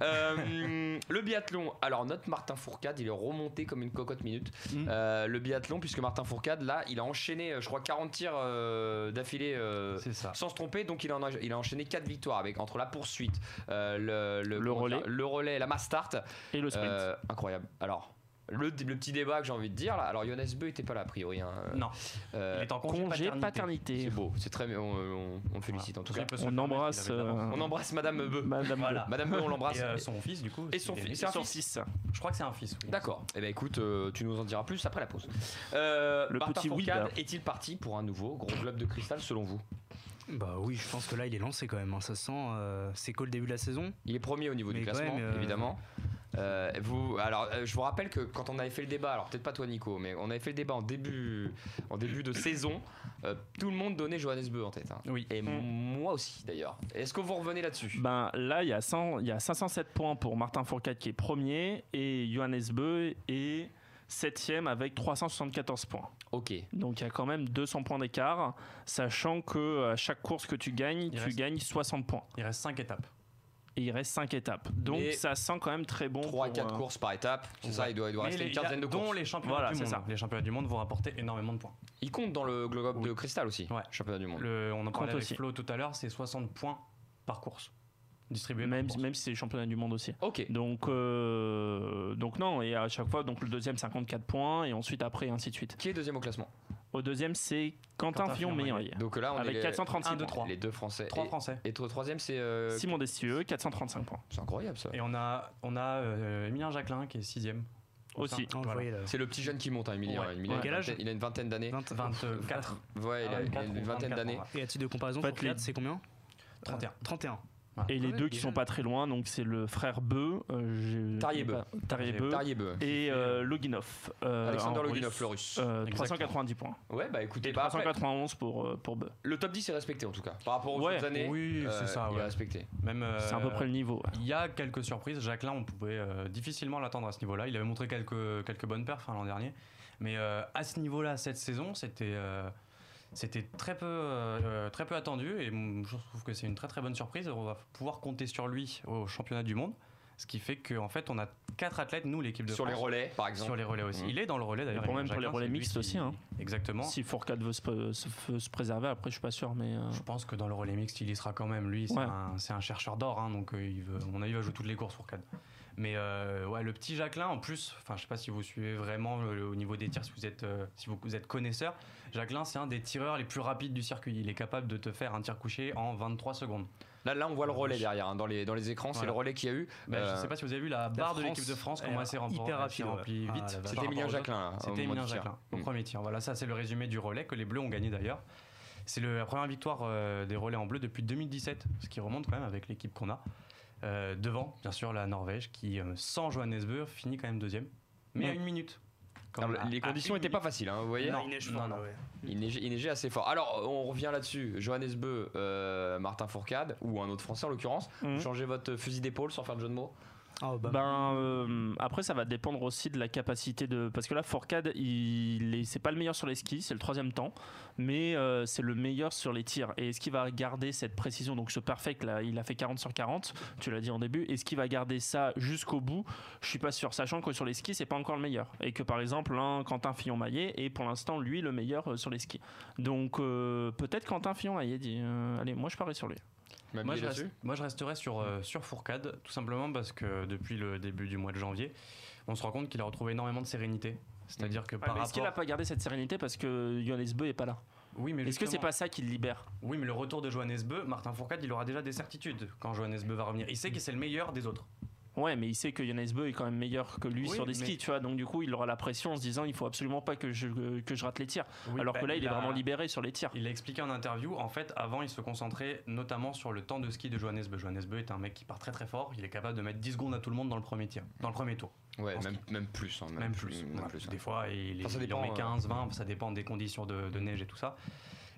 [SPEAKER 2] Euh, le biathlon. Alors notre Martin Fourcade, il est remonté comme une cocotte minute.
[SPEAKER 4] Mm.
[SPEAKER 2] Euh, le biathlon, puisque Martin Fourcade, là, il a enchaîné, euh, je crois, 40 tirs euh, d'affilée. euh,
[SPEAKER 4] C'est ça.
[SPEAKER 2] sans se tromper, donc il en a, il a enchaîné 4 victoires avec entre la poursuite, euh, le,
[SPEAKER 3] Le
[SPEAKER 2] comment
[SPEAKER 3] relais.
[SPEAKER 2] dire, le relais, la mass start.
[SPEAKER 3] Et le sprint.
[SPEAKER 2] Euh, incroyable. Alors. Le, le petit débat que j'ai envie de dire là, alors Jonas Beu était pas là a priori. hein. Euh,
[SPEAKER 4] Non.
[SPEAKER 2] euh,
[SPEAKER 4] Il est en congé,
[SPEAKER 3] Congé
[SPEAKER 4] paternité.
[SPEAKER 2] c'est
[SPEAKER 3] paternité.
[SPEAKER 2] beau, c'est très on, on- on le félicite en tout cas.
[SPEAKER 4] Parce qu'il peut se
[SPEAKER 3] On
[SPEAKER 4] permettre,
[SPEAKER 3] embrasse
[SPEAKER 4] il avait de l'avance.
[SPEAKER 3] euh,
[SPEAKER 2] On embrasse Madame Beu.
[SPEAKER 3] Madame
[SPEAKER 4] Voilà.
[SPEAKER 6] Bah,
[SPEAKER 2] Madame Beu, on l'embrasse.
[SPEAKER 4] Et, euh, son fils, du coup.
[SPEAKER 2] Et son
[SPEAKER 4] c'est-
[SPEAKER 2] fils.
[SPEAKER 3] Bleu.
[SPEAKER 2] c'est un
[SPEAKER 3] Sur
[SPEAKER 2] fils.
[SPEAKER 3] 6.
[SPEAKER 4] Je crois que c'est un fils. oui.
[SPEAKER 2] D'accord. Eh ben écoute, euh, tu nous en diras plus après la pause. Euh,
[SPEAKER 3] Le
[SPEAKER 2] Martin
[SPEAKER 3] petit oui,
[SPEAKER 2] Fourcade est-il parti pour un nouveau gros globe de cristal selon vous
[SPEAKER 6] Bah oui, je pense que là, il est lancé quand même. hein. Ça sent. euh, c'est quoi le début de la saison
[SPEAKER 2] Il est premier au niveau du
[SPEAKER 6] Mais quand
[SPEAKER 2] classement,
[SPEAKER 6] même, euh,
[SPEAKER 2] évidemment. Euh, vous, alors, euh, je vous rappelle que quand on avait fait le débat, alors peut-être pas toi Nico, mais on avait fait le débat en début, en début de saison, euh, tout le monde donnait Johannes Beu en tête. hein.
[SPEAKER 4] Oui.
[SPEAKER 2] Et
[SPEAKER 3] Mm.
[SPEAKER 2] moi aussi d'ailleurs. Est-ce que vous revenez là-dessus
[SPEAKER 3] Ben là, il y, a 100 il y a 507 points pour Martin Fourcade qui est premier et Johannes Beu est septième avec 374 points.
[SPEAKER 2] Ok.
[SPEAKER 3] Donc il y a quand même 200 points d'écart, sachant que à chaque course que tu gagnes, tu
[SPEAKER 4] reste-
[SPEAKER 3] gagnes 60 points.
[SPEAKER 4] Il reste 5 étapes.
[SPEAKER 3] Et il reste 5 étapes. Donc
[SPEAKER 2] Mais-
[SPEAKER 3] ça sent quand même très bon.
[SPEAKER 2] 3 à
[SPEAKER 3] pour,
[SPEAKER 2] 4
[SPEAKER 3] euh,
[SPEAKER 2] courses par étape, c'est ça, il doit, il doit
[SPEAKER 4] hein. Mais
[SPEAKER 2] rester
[SPEAKER 4] les-
[SPEAKER 2] une
[SPEAKER 4] il y a-
[SPEAKER 2] quinzaine de
[SPEAKER 4] Dont
[SPEAKER 2] courses.
[SPEAKER 4] les championnats
[SPEAKER 3] Voilà,
[SPEAKER 4] du
[SPEAKER 3] c'est
[SPEAKER 4] monde.
[SPEAKER 3] ça.
[SPEAKER 4] Les championnats du monde vont rapporter énormément de points.
[SPEAKER 2] Il compte dans le globe de cristal aussi,
[SPEAKER 4] Ouais.
[SPEAKER 2] championnat du monde.
[SPEAKER 4] Le- on en
[SPEAKER 3] Compte
[SPEAKER 4] parlait avec
[SPEAKER 3] aussi.
[SPEAKER 4] Flo tout à l'heure, c'est 60 points par course. Distribué par
[SPEAKER 3] Même,
[SPEAKER 4] course.
[SPEAKER 3] même si c'est les championnats du monde aussi.
[SPEAKER 2] Ok.
[SPEAKER 3] Donc, euh, donc non, et à chaque fois, donc le deuxième 54 points, et ensuite après, et ainsi de suite.
[SPEAKER 2] Qui est deuxième au classement
[SPEAKER 3] Au deuxième, c'est Quentin,
[SPEAKER 4] Quentin
[SPEAKER 3] fillon
[SPEAKER 4] Fillon-Maillet.
[SPEAKER 3] meillet
[SPEAKER 2] Donc là, on est
[SPEAKER 3] avec
[SPEAKER 2] les,
[SPEAKER 3] 436
[SPEAKER 4] un, deux,
[SPEAKER 3] points.
[SPEAKER 4] trois.
[SPEAKER 2] les deux Français.
[SPEAKER 4] Trois
[SPEAKER 2] et,
[SPEAKER 4] Français.
[SPEAKER 2] et au troisième, c'est euh,
[SPEAKER 3] Simon Destieux, 435 points.
[SPEAKER 2] c'est incroyable ça.
[SPEAKER 4] Et on a, on a euh, Emilien Jacquelin qui est 6
[SPEAKER 3] Aussi.
[SPEAKER 6] Oh, vous
[SPEAKER 4] Voilà.
[SPEAKER 6] voyez, là.
[SPEAKER 2] C'est le petit jeune qui monte, hein, Emilien.
[SPEAKER 4] euh, Ouais.
[SPEAKER 2] Emilien, il, a
[SPEAKER 6] Ouais. Quel
[SPEAKER 2] une
[SPEAKER 6] âge
[SPEAKER 2] vingtaine- il a une vingtaine d'années.
[SPEAKER 4] 24,
[SPEAKER 2] Ouais, il a, il a
[SPEAKER 4] 24,
[SPEAKER 2] une vingtaine
[SPEAKER 4] 24,
[SPEAKER 2] d'années.
[SPEAKER 4] ouais.
[SPEAKER 6] Et à titre de comparaison,
[SPEAKER 3] En fait,
[SPEAKER 6] pour Fiat,
[SPEAKER 3] les-
[SPEAKER 6] c'est combien
[SPEAKER 4] 31.
[SPEAKER 6] 31.
[SPEAKER 3] Et les
[SPEAKER 6] Ouais,
[SPEAKER 3] deux qui
[SPEAKER 6] déjà.
[SPEAKER 3] sont pas très loin, donc c'est le frère Beu, euh, j'ai-
[SPEAKER 2] Tarier Beu.
[SPEAKER 3] Tarier Beu
[SPEAKER 2] Tarier Beu.
[SPEAKER 3] et euh, Loginov. euh,
[SPEAKER 2] Alexander
[SPEAKER 3] en
[SPEAKER 2] Loginov,
[SPEAKER 3] russe.
[SPEAKER 2] le russe.
[SPEAKER 3] Euh, 390 points.
[SPEAKER 2] Ouais, bah écoutez,
[SPEAKER 3] Et
[SPEAKER 2] bah, après,
[SPEAKER 3] 391 pour, euh, pour Beu.
[SPEAKER 2] le top 10 est respecté en tout cas. Par rapport aux
[SPEAKER 3] Ouais.
[SPEAKER 2] autres années,
[SPEAKER 4] Oui,
[SPEAKER 2] euh,
[SPEAKER 4] c'est ça.
[SPEAKER 2] il est
[SPEAKER 4] ouais.
[SPEAKER 2] respecté.
[SPEAKER 4] Même, euh,
[SPEAKER 3] C'est à peu près le niveau. ouais.
[SPEAKER 4] Il y a quelques surprises. Jacquelin, on pouvait euh, difficilement l'attendre à ce niveau-là. Il avait montré quelques, quelques bonnes perfs hein, l'an dernier. Mais euh, à ce niveau-là, cette saison, c'était. euh, c'était très peu, euh, très peu attendu et mm, je trouve que c'est une très très bonne surprise. On va pouvoir compter sur lui au championnat du monde, ce qui fait qu'en fait on a quatre athlètes nous l'équipe de
[SPEAKER 2] Sur les
[SPEAKER 4] France
[SPEAKER 2] relais, par exemple.
[SPEAKER 4] sur les relais aussi.
[SPEAKER 2] Mhm.
[SPEAKER 4] Il est dans le relais d'ailleurs.
[SPEAKER 3] Et pour même
[SPEAKER 4] Emilien
[SPEAKER 3] pour les relais
[SPEAKER 4] Jacquelin, c'est lui
[SPEAKER 3] mixtes
[SPEAKER 4] qui-
[SPEAKER 3] aussi, hein.
[SPEAKER 4] Exactement.
[SPEAKER 3] Si Fourcade veut se, pe- se- veut se préserver, après je suis pas sûr, mais euh,
[SPEAKER 4] Je pense que dans le relais mixte, il y sera quand même. Lui, c'est
[SPEAKER 3] Ouais.
[SPEAKER 4] un, c'est un chercheur d'or, hein, donc euh, il veut, à mon avis, il va jouer toutes les courses pour Cad. Mais euh, ouais, le petit Jacquelin, en plus, enfin, je sais pas si vous suivez vraiment le- le- au niveau des tirs, si vous êtes, euh, si vous, vous êtes connaisseur, Jacquelin, c'est un des tireurs les plus rapides du circuit. Il est capable de te faire un tir couché en 23 secondes.
[SPEAKER 2] Là, là, on voit le relais derrière, hein, dans, les, dans les écrans, c'est
[SPEAKER 4] Voilà.
[SPEAKER 2] le relais qu'il y a eu.
[SPEAKER 4] Bah,
[SPEAKER 2] Euh,
[SPEAKER 4] Je sais pas si vous avez vu la barre de
[SPEAKER 6] France,
[SPEAKER 4] l'équipe de France, comment
[SPEAKER 6] elle
[SPEAKER 4] elle s'est
[SPEAKER 6] est
[SPEAKER 4] remplie.
[SPEAKER 6] hyper
[SPEAKER 4] elle s'est
[SPEAKER 6] rapide, ouais.
[SPEAKER 4] remplie
[SPEAKER 6] Ah,
[SPEAKER 4] vite.
[SPEAKER 6] la vache.
[SPEAKER 4] par
[SPEAKER 2] C'était
[SPEAKER 4] rapport
[SPEAKER 2] Emilien
[SPEAKER 4] aux autres.
[SPEAKER 2] Jacquelin, là. Ah, au
[SPEAKER 4] C'était
[SPEAKER 2] moment
[SPEAKER 4] Emilien
[SPEAKER 2] du tir.
[SPEAKER 4] Jacquelin, au
[SPEAKER 2] Mm.
[SPEAKER 4] premier tir. Voilà, ça c'est le résumé du relais que les Bleus ont gagné d'ailleurs. C'est le- la première victoire euh, des relais en bleu depuis 2017, ce qui remonte quand même avec l'équipe qu'on a. Euh, devant, bien sûr, la Norvège qui, euh, sans Johannes Beur, finit quand même deuxième, mais à
[SPEAKER 3] Mm.
[SPEAKER 4] une minute. Quand
[SPEAKER 2] Alors,
[SPEAKER 4] même, à-
[SPEAKER 2] les
[SPEAKER 4] à
[SPEAKER 2] conditions
[SPEAKER 4] une
[SPEAKER 2] n'étaient pas
[SPEAKER 4] minute.
[SPEAKER 2] faciles, hein, vous voyez.
[SPEAKER 4] Ah, Non,
[SPEAKER 6] il neige
[SPEAKER 4] non,
[SPEAKER 6] fort,
[SPEAKER 4] non.
[SPEAKER 6] là, ouais.
[SPEAKER 2] Il neigeait, il neigeait assez fort. Alors, on revient là-dessus. Johannes Beu, euh, Martin Fourcade, ou un autre Français en l'occurrence.
[SPEAKER 3] Mhm.
[SPEAKER 2] Vous changez votre fusil d'épaule sans faire de jeu de mots.
[SPEAKER 6] Ah, bah,
[SPEAKER 3] Ben euh, après ça va dépendre aussi de la capacité de parce que là Fourcade il est c'est pas le meilleur sur les skis c'est le troisième temps mais euh, c'est le meilleur sur les tirs et est-ce qu'il va garder cette précision donc ce perfect là il a fait 40 sur 40 tu l'as dit en début est-ce qu'il va garder ça jusqu'au bout je suis pas sûr sachant que sur les skis c'est pas encore le meilleur et que par exemple un Quentin Fillon Maillet est pour l'instant lui le meilleur euh, sur les skis donc euh, peut-être Quentin Fillon Maillet dit euh, allez moi je parie sur lui
[SPEAKER 2] Même
[SPEAKER 4] Moi
[SPEAKER 2] il est
[SPEAKER 4] je, reste-
[SPEAKER 2] là-dessus.
[SPEAKER 4] moi, je resterai sur, euh, sur Fourcade, tout simplement parce que depuis le début du mois de janvier, on se rend compte qu'il a retrouvé énormément de sérénité. C'est-à-dire que par
[SPEAKER 3] Mais est-ce qu'il a
[SPEAKER 4] rapport.
[SPEAKER 3] pas gardé cette sérénité parce que Johannes Beu est pas là
[SPEAKER 4] Oui, mais
[SPEAKER 3] est-ce que c'est
[SPEAKER 4] justement-
[SPEAKER 3] pas ça qui le libère
[SPEAKER 4] Oui, mais le retour de Johannes Beu, Martin Fourcade, il aura déjà des certitudes quand Johannes Beu va revenir. Il sait que c'est le meilleur des autres.
[SPEAKER 3] Ouais, mais il sait que Yannis Beu est quand même meilleur que lui
[SPEAKER 4] Oui,
[SPEAKER 3] sur des
[SPEAKER 4] mais-
[SPEAKER 3] skis, tu vois. Donc du coup, il aura la pression en se disant, il faut absolument pas que je, que je rate les tirs.
[SPEAKER 4] Oui,
[SPEAKER 3] Alors
[SPEAKER 4] bah,
[SPEAKER 3] que là, il, est
[SPEAKER 4] a-
[SPEAKER 3] vraiment libéré sur les tirs.
[SPEAKER 4] Il l'a expliqué en interview. En fait, avant, il se concentrait notamment sur le temps de ski de Johannes Beu. Johannes Beu est un mec qui part très très fort. Il est capable de mettre 10 secondes à tout le monde dans le premier tir, dans le premier tour.
[SPEAKER 2] Ouais,
[SPEAKER 4] pense
[SPEAKER 2] même, même plus. hein, même,
[SPEAKER 4] Même plus.
[SPEAKER 2] même
[SPEAKER 4] voilà.
[SPEAKER 2] plus, hein.
[SPEAKER 4] Des fois, il, est-
[SPEAKER 2] Enfin, ça
[SPEAKER 4] il en
[SPEAKER 2] dépend,
[SPEAKER 4] met
[SPEAKER 2] euh,
[SPEAKER 4] 15, 20. Ça dépend des conditions de, de neige et tout ça.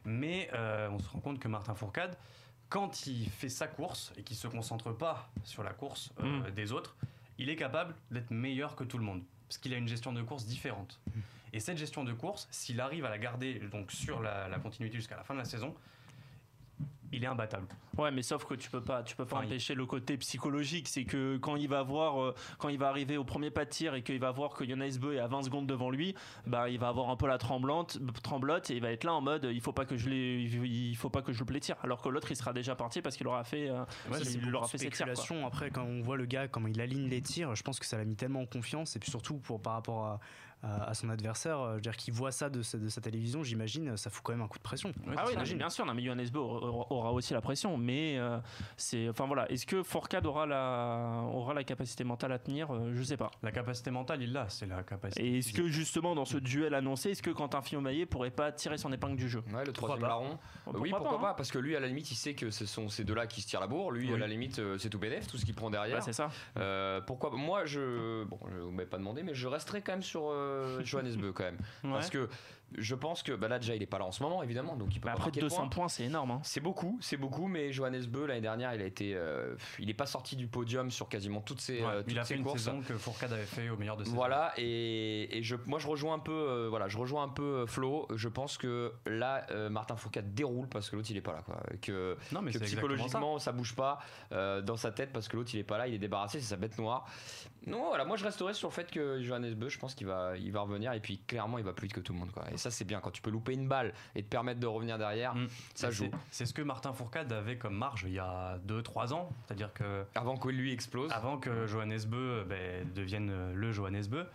[SPEAKER 4] Mais euh, on se rend compte que Martin Fourcade, quand il fait sa course et qu'il se concentre pas sur la course euh,
[SPEAKER 2] Mm.
[SPEAKER 4] des autres, il est capable d'être meilleur que tout le monde. Parce qu'il a une gestion de course différente.
[SPEAKER 6] Hmm.
[SPEAKER 4] Et cette gestion de course, s'il arrive à la garder donc sur la, la continuité jusqu'à la fin de la saison, il est imbattable.
[SPEAKER 3] Ouais, mais sauf que tu peux pas, tu peux pas
[SPEAKER 4] Enfin, il-
[SPEAKER 3] empêcher le côté psychologique. C'est que quand il va voir, euh, quand il va arriver au premier pas de tir et qu'il va voir que Yannis Beu est à 20 secondes devant lui, bah il va avoir un peu la tremblante, tremblote et il va être là en mode, il faut pas que je les, il faut pas que je le plaie tir. Alors que l'autre, il sera déjà parti parce qu'il aura fait, euh,
[SPEAKER 4] Ouais,
[SPEAKER 3] il
[SPEAKER 4] c'est
[SPEAKER 3] aura
[SPEAKER 6] de
[SPEAKER 3] fait ses tirs. quoi.
[SPEAKER 6] spéculation. Après, quand on voit le gars, comment il aligne les tirs, je pense que ça l'a mis tellement en confiance. Et puis surtout, pour, par rapport à, à- à son adversaire, euh, je veux dire qu'il voit ça de sa, de sa télévision, j'imagine, ça fout quand même un coup de pression.
[SPEAKER 3] Ah oui, non, mais
[SPEAKER 6] j'imagine.
[SPEAKER 3] bien sûr, non, mais Johannes Beu aura aura aussi la pression, mais euh, c'est, enfin voilà, est-ce que Fourcade aura la, aura la capacité mentale à tenir Euh, Je sais pas.
[SPEAKER 4] La capacité mentale, il l'a. C'est la capacité.
[SPEAKER 3] Et est-ce que justement dans ce duel annoncé, est-ce que Quentin Fillon-Maillet pourrait pas tirer son épingle du jeu
[SPEAKER 2] Ouais, le troisième
[SPEAKER 6] pas
[SPEAKER 2] larron.
[SPEAKER 3] Oh,
[SPEAKER 2] oui, pourquoi
[SPEAKER 3] hein
[SPEAKER 2] pas, Parce que lui, à la limite, il sait que ce sont ces deux-là qui se tirent la bourre. Lui, à
[SPEAKER 4] Oui.
[SPEAKER 2] la limite, euh, c'est tout bénéf, tout ce qu'il prend derrière.
[SPEAKER 3] Bah, c'est ça.
[SPEAKER 2] Euh, pourquoi Moi, je. Bon, je vous m'avez pas demandé, mais je resterai quand même sur euh, Johannes Beu quand même. Parce que je pense que. Bah, là, déjà, il est pas là en ce moment, évidemment, donc il peut
[SPEAKER 3] Bah,
[SPEAKER 2] pas
[SPEAKER 3] après
[SPEAKER 2] marquer de
[SPEAKER 3] 200
[SPEAKER 2] points.
[SPEAKER 3] points, c'est énorme. hein.
[SPEAKER 2] C'est beaucoup, c'est beaucoup, mais Johannes Beu l'année dernière, il a été, euh, il n'est pas sorti du podium sur quasiment toutes ses,
[SPEAKER 4] Ouais,
[SPEAKER 2] euh, toutes
[SPEAKER 4] il a
[SPEAKER 2] ses
[SPEAKER 4] fait une
[SPEAKER 2] courses.
[SPEAKER 4] saison que Fourcade avait fait au meilleur de ses
[SPEAKER 2] Voilà et, et je, moi je rejoins un peu euh, voilà je rejoins un peu euh, Flo je pense que là euh, Martin Fourcade déroule parce que l'autre il est pas là quoi que,
[SPEAKER 4] Non, mais
[SPEAKER 2] que
[SPEAKER 4] c'est exactement ça.
[SPEAKER 2] psychologiquement ça. bouge pas euh, dans sa tête parce que l'autre il est pas là il est débarrassé c'est sa bête noire non voilà moi je resterai sur le fait que Johannes Beu je pense qu'il va il va revenir et puis clairement il va plus vite que tout le monde quoi et ça c'est bien quand tu peux louper une balle et te permettre de revenir derrière
[SPEAKER 4] Mm.
[SPEAKER 2] ça
[SPEAKER 4] Et
[SPEAKER 2] joue
[SPEAKER 4] c'est- C'est ce que Martin Fourcade avait comme marge il y a 2-3 ans. C'est-à-dire que
[SPEAKER 2] avant que lui explose
[SPEAKER 4] avant que Johannes Beu euh, ben, devienne euh, le Johannes Beu,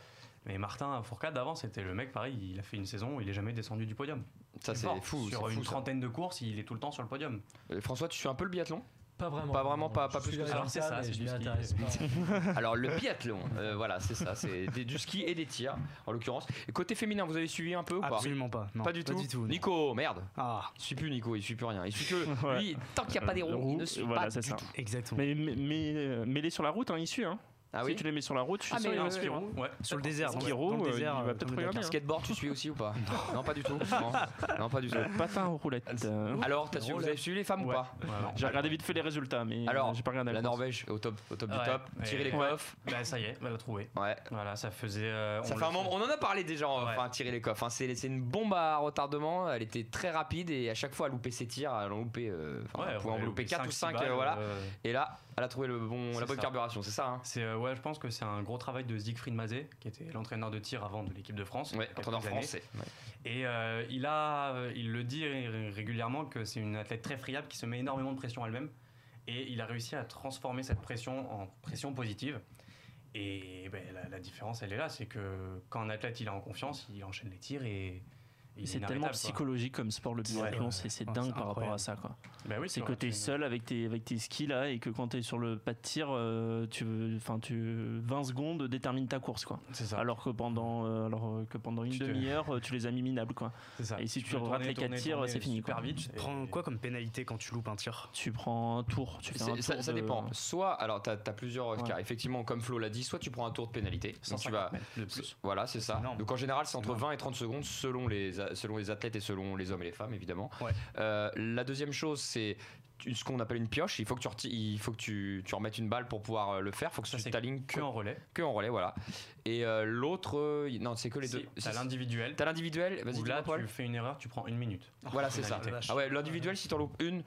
[SPEAKER 4] mais Martin Fourcade avant c'était le mec pareil, il a fait une saison où il est jamais descendu du podium.
[SPEAKER 2] ça
[SPEAKER 4] Il est
[SPEAKER 2] Ah, c'est
[SPEAKER 4] fort.
[SPEAKER 2] fou
[SPEAKER 4] Sur
[SPEAKER 2] c'est
[SPEAKER 4] une
[SPEAKER 2] fou, ça.
[SPEAKER 4] trentaine de courses, il est tout le temps sur le podium.
[SPEAKER 2] Euh, François tu suis un peu le biathlon
[SPEAKER 5] Pas vraiment.
[SPEAKER 2] Pas vraiment, pas- pas
[SPEAKER 5] Je suis
[SPEAKER 2] plus que
[SPEAKER 5] derrière
[SPEAKER 4] ça. C'est ça,
[SPEAKER 5] Ah, mais
[SPEAKER 4] c'est
[SPEAKER 5] je
[SPEAKER 4] du
[SPEAKER 5] m'y
[SPEAKER 4] ski.
[SPEAKER 5] intéresse pas.
[SPEAKER 2] Alors le biathlon, euh, voilà, c'est ça, c'est des- du ski et des tirs en l'occurrence. Et côté féminin, vous avez suivi un peu ou pas
[SPEAKER 6] Absolument pas. Non,
[SPEAKER 2] Pas du tout.
[SPEAKER 6] non.
[SPEAKER 2] Nico, merde.
[SPEAKER 6] Ah,
[SPEAKER 2] Il suit plus Nico, il suit plus rien. Il suit que
[SPEAKER 3] Ouais.
[SPEAKER 2] lui, tant qu'il n'y a pas des
[SPEAKER 3] Euh,
[SPEAKER 2] roues, il ne suit
[SPEAKER 3] voilà,
[SPEAKER 2] pas
[SPEAKER 3] c'est
[SPEAKER 2] du
[SPEAKER 3] ça.
[SPEAKER 2] tout.
[SPEAKER 6] exactement.
[SPEAKER 3] Mais, mais, mais, euh, mets-les sur la route, hein, il suit. Hein.
[SPEAKER 2] Ah
[SPEAKER 3] si
[SPEAKER 2] oui.
[SPEAKER 3] tu les mets sur la route, je suis
[SPEAKER 2] Ah,
[SPEAKER 3] sûr
[SPEAKER 2] mais,
[SPEAKER 3] qu'il
[SPEAKER 2] euh,
[SPEAKER 3] en suivre, hein.
[SPEAKER 4] Ouais.
[SPEAKER 6] Sur le désert, dans,
[SPEAKER 3] Skiro,
[SPEAKER 6] dans le
[SPEAKER 3] euh,
[SPEAKER 6] désert,
[SPEAKER 3] il va
[SPEAKER 6] euh,
[SPEAKER 3] peut-être
[SPEAKER 6] comme le
[SPEAKER 3] regarder,
[SPEAKER 6] Dakar.
[SPEAKER 2] Skateboard, tu suis aussi ou pas Non, pas du tout. Non, Non, pas du tout.
[SPEAKER 3] Le patin aux
[SPEAKER 2] Ah,
[SPEAKER 3] roulettes. euh.
[SPEAKER 2] Alors, t'as su- vous avez suivi les femmes ou
[SPEAKER 3] Ouais.
[SPEAKER 2] pas
[SPEAKER 4] Voilà.
[SPEAKER 3] J'ai regardé vite fait les résultats, mais
[SPEAKER 2] Alors,
[SPEAKER 3] euh, j'ai pas regardé
[SPEAKER 2] La
[SPEAKER 3] course.
[SPEAKER 2] Norvège est au top, au top du
[SPEAKER 4] Ouais.
[SPEAKER 2] top.
[SPEAKER 4] Et-
[SPEAKER 2] Tirer les
[SPEAKER 4] Ouais.
[SPEAKER 2] coffres.
[SPEAKER 4] Bah ça y est, on l'a trouvé.
[SPEAKER 2] Ouais.
[SPEAKER 4] Voilà, ça faisait. euh,
[SPEAKER 2] Ça
[SPEAKER 4] on
[SPEAKER 2] fait un
[SPEAKER 4] le-
[SPEAKER 2] moment, on en a parlé déjà,
[SPEAKER 4] Ouais.
[SPEAKER 2] enfin, tirer les coffres. hein. C'est c'est une bombe à retardement, elle était très rapide et à chaque fois elle loupait ses tirs, elle en loupait, euh, enfin,
[SPEAKER 4] Ouais,
[SPEAKER 2] elle pouvait
[SPEAKER 4] on
[SPEAKER 2] en
[SPEAKER 4] a
[SPEAKER 2] louper
[SPEAKER 4] loupé
[SPEAKER 2] 4 ou
[SPEAKER 4] six
[SPEAKER 2] 5,
[SPEAKER 4] balles,
[SPEAKER 2] voilà.
[SPEAKER 4] euh,
[SPEAKER 2] Et là, elle a trouvé le bon, la
[SPEAKER 4] C'est
[SPEAKER 2] bonne
[SPEAKER 4] ça.
[SPEAKER 2] carburation, c'est ça hein
[SPEAKER 4] C'est euh, ouais, je pense que c'est un gros travail de Siegfried Mazet, qui était l'entraîneur de tir avant de l'équipe de France. il y a
[SPEAKER 2] Ouais,
[SPEAKER 4] quelques
[SPEAKER 2] entraîneur
[SPEAKER 4] années.
[SPEAKER 2] français.
[SPEAKER 4] Et euh, il a, euh, il le dit ré- régulièrement que c'est une athlète très friable qui se met énormément de pression elle-même. Et il a réussi à transformer cette pression en pression positive. Et ben, la, la différence, elle est là, c'est que quand un athlète il est en confiance, il enchaîne les tirs et, et il est
[SPEAKER 3] C'est tellement
[SPEAKER 4] inarrêtable, quoi.
[SPEAKER 3] psychologique comme sport le biathlon,
[SPEAKER 6] Ouais.
[SPEAKER 3] c'est c'est
[SPEAKER 6] Ouais,
[SPEAKER 3] dingue
[SPEAKER 6] c'est
[SPEAKER 3] par rapport à
[SPEAKER 6] incroyable.
[SPEAKER 3] ça. quoi.
[SPEAKER 4] Ben oui,
[SPEAKER 3] C'est
[SPEAKER 4] tu
[SPEAKER 3] que
[SPEAKER 4] vois,
[SPEAKER 3] t'es
[SPEAKER 4] tu-
[SPEAKER 3] seul avec tes, avec tes skis là et que quand t'es sur le pas de tir, euh, tu, veux- enfin, tu, 20 secondes déterminent ta course. quoi.
[SPEAKER 4] C'est ça.
[SPEAKER 3] Alors que pendant, euh, alors euh, que pendant une
[SPEAKER 4] Tu te-
[SPEAKER 3] demi-heure, euh, tu les as mis minables. Quoi.
[SPEAKER 4] c'est ça.
[SPEAKER 3] et si tu
[SPEAKER 4] peux
[SPEAKER 3] rates
[SPEAKER 4] tourner,
[SPEAKER 3] les quatre
[SPEAKER 4] tourner,
[SPEAKER 3] tirs,
[SPEAKER 4] tourner
[SPEAKER 3] c'est fini,
[SPEAKER 4] super
[SPEAKER 3] quoi.
[SPEAKER 4] vite.
[SPEAKER 6] Tu
[SPEAKER 4] Et-
[SPEAKER 6] prends quoi comme pénalité quand tu loupes un tir
[SPEAKER 3] Tu prends un tour. Tu fais un
[SPEAKER 2] C'est-
[SPEAKER 3] tour
[SPEAKER 2] Ça, ça
[SPEAKER 3] de-
[SPEAKER 2] dépend. Soit, alors, t'as as plusieurs
[SPEAKER 3] Ouais.
[SPEAKER 2] cas. Effectivement, comme Flo l'a dit, soit tu prends un tour de pénalité. Donc tu
[SPEAKER 4] 150
[SPEAKER 2] vas.
[SPEAKER 4] mètres
[SPEAKER 3] Euh,
[SPEAKER 4] de plus.
[SPEAKER 2] Voilà, c'est ça.
[SPEAKER 6] énorme.
[SPEAKER 2] Donc en général, c'est entre
[SPEAKER 6] Énorme.
[SPEAKER 2] 20 et 30 secondes selon les, a- selon les athlètes et selon les hommes et les femmes, évidemment.
[SPEAKER 6] Ouais.
[SPEAKER 2] Euh, la deuxième chose, c'est tu- ce qu'on appelle une pioche. Il faut que tu, reti- il faut que tu, tu remettes une balle pour pouvoir euh, le faire. Il faut que
[SPEAKER 4] Ça,
[SPEAKER 2] tu
[SPEAKER 4] c'est
[SPEAKER 2] t'alignes que,
[SPEAKER 4] Que en relais.
[SPEAKER 2] que en relais, voilà. Et euh, l'autre, euh, non, c'est que les
[SPEAKER 4] Si,
[SPEAKER 2] deux.
[SPEAKER 4] T'as
[SPEAKER 2] C'est-
[SPEAKER 4] l'individuel.
[SPEAKER 2] T'as l'individuel, vas-y,
[SPEAKER 4] Où
[SPEAKER 2] dis-moi,
[SPEAKER 4] là,
[SPEAKER 2] Paul.
[SPEAKER 4] tu fais une erreur, tu prends une minute.
[SPEAKER 2] Voilà, c'est ça.
[SPEAKER 4] Pénalité.
[SPEAKER 6] vache.
[SPEAKER 2] Ah ouais, l'individuel, si t'en loupes une,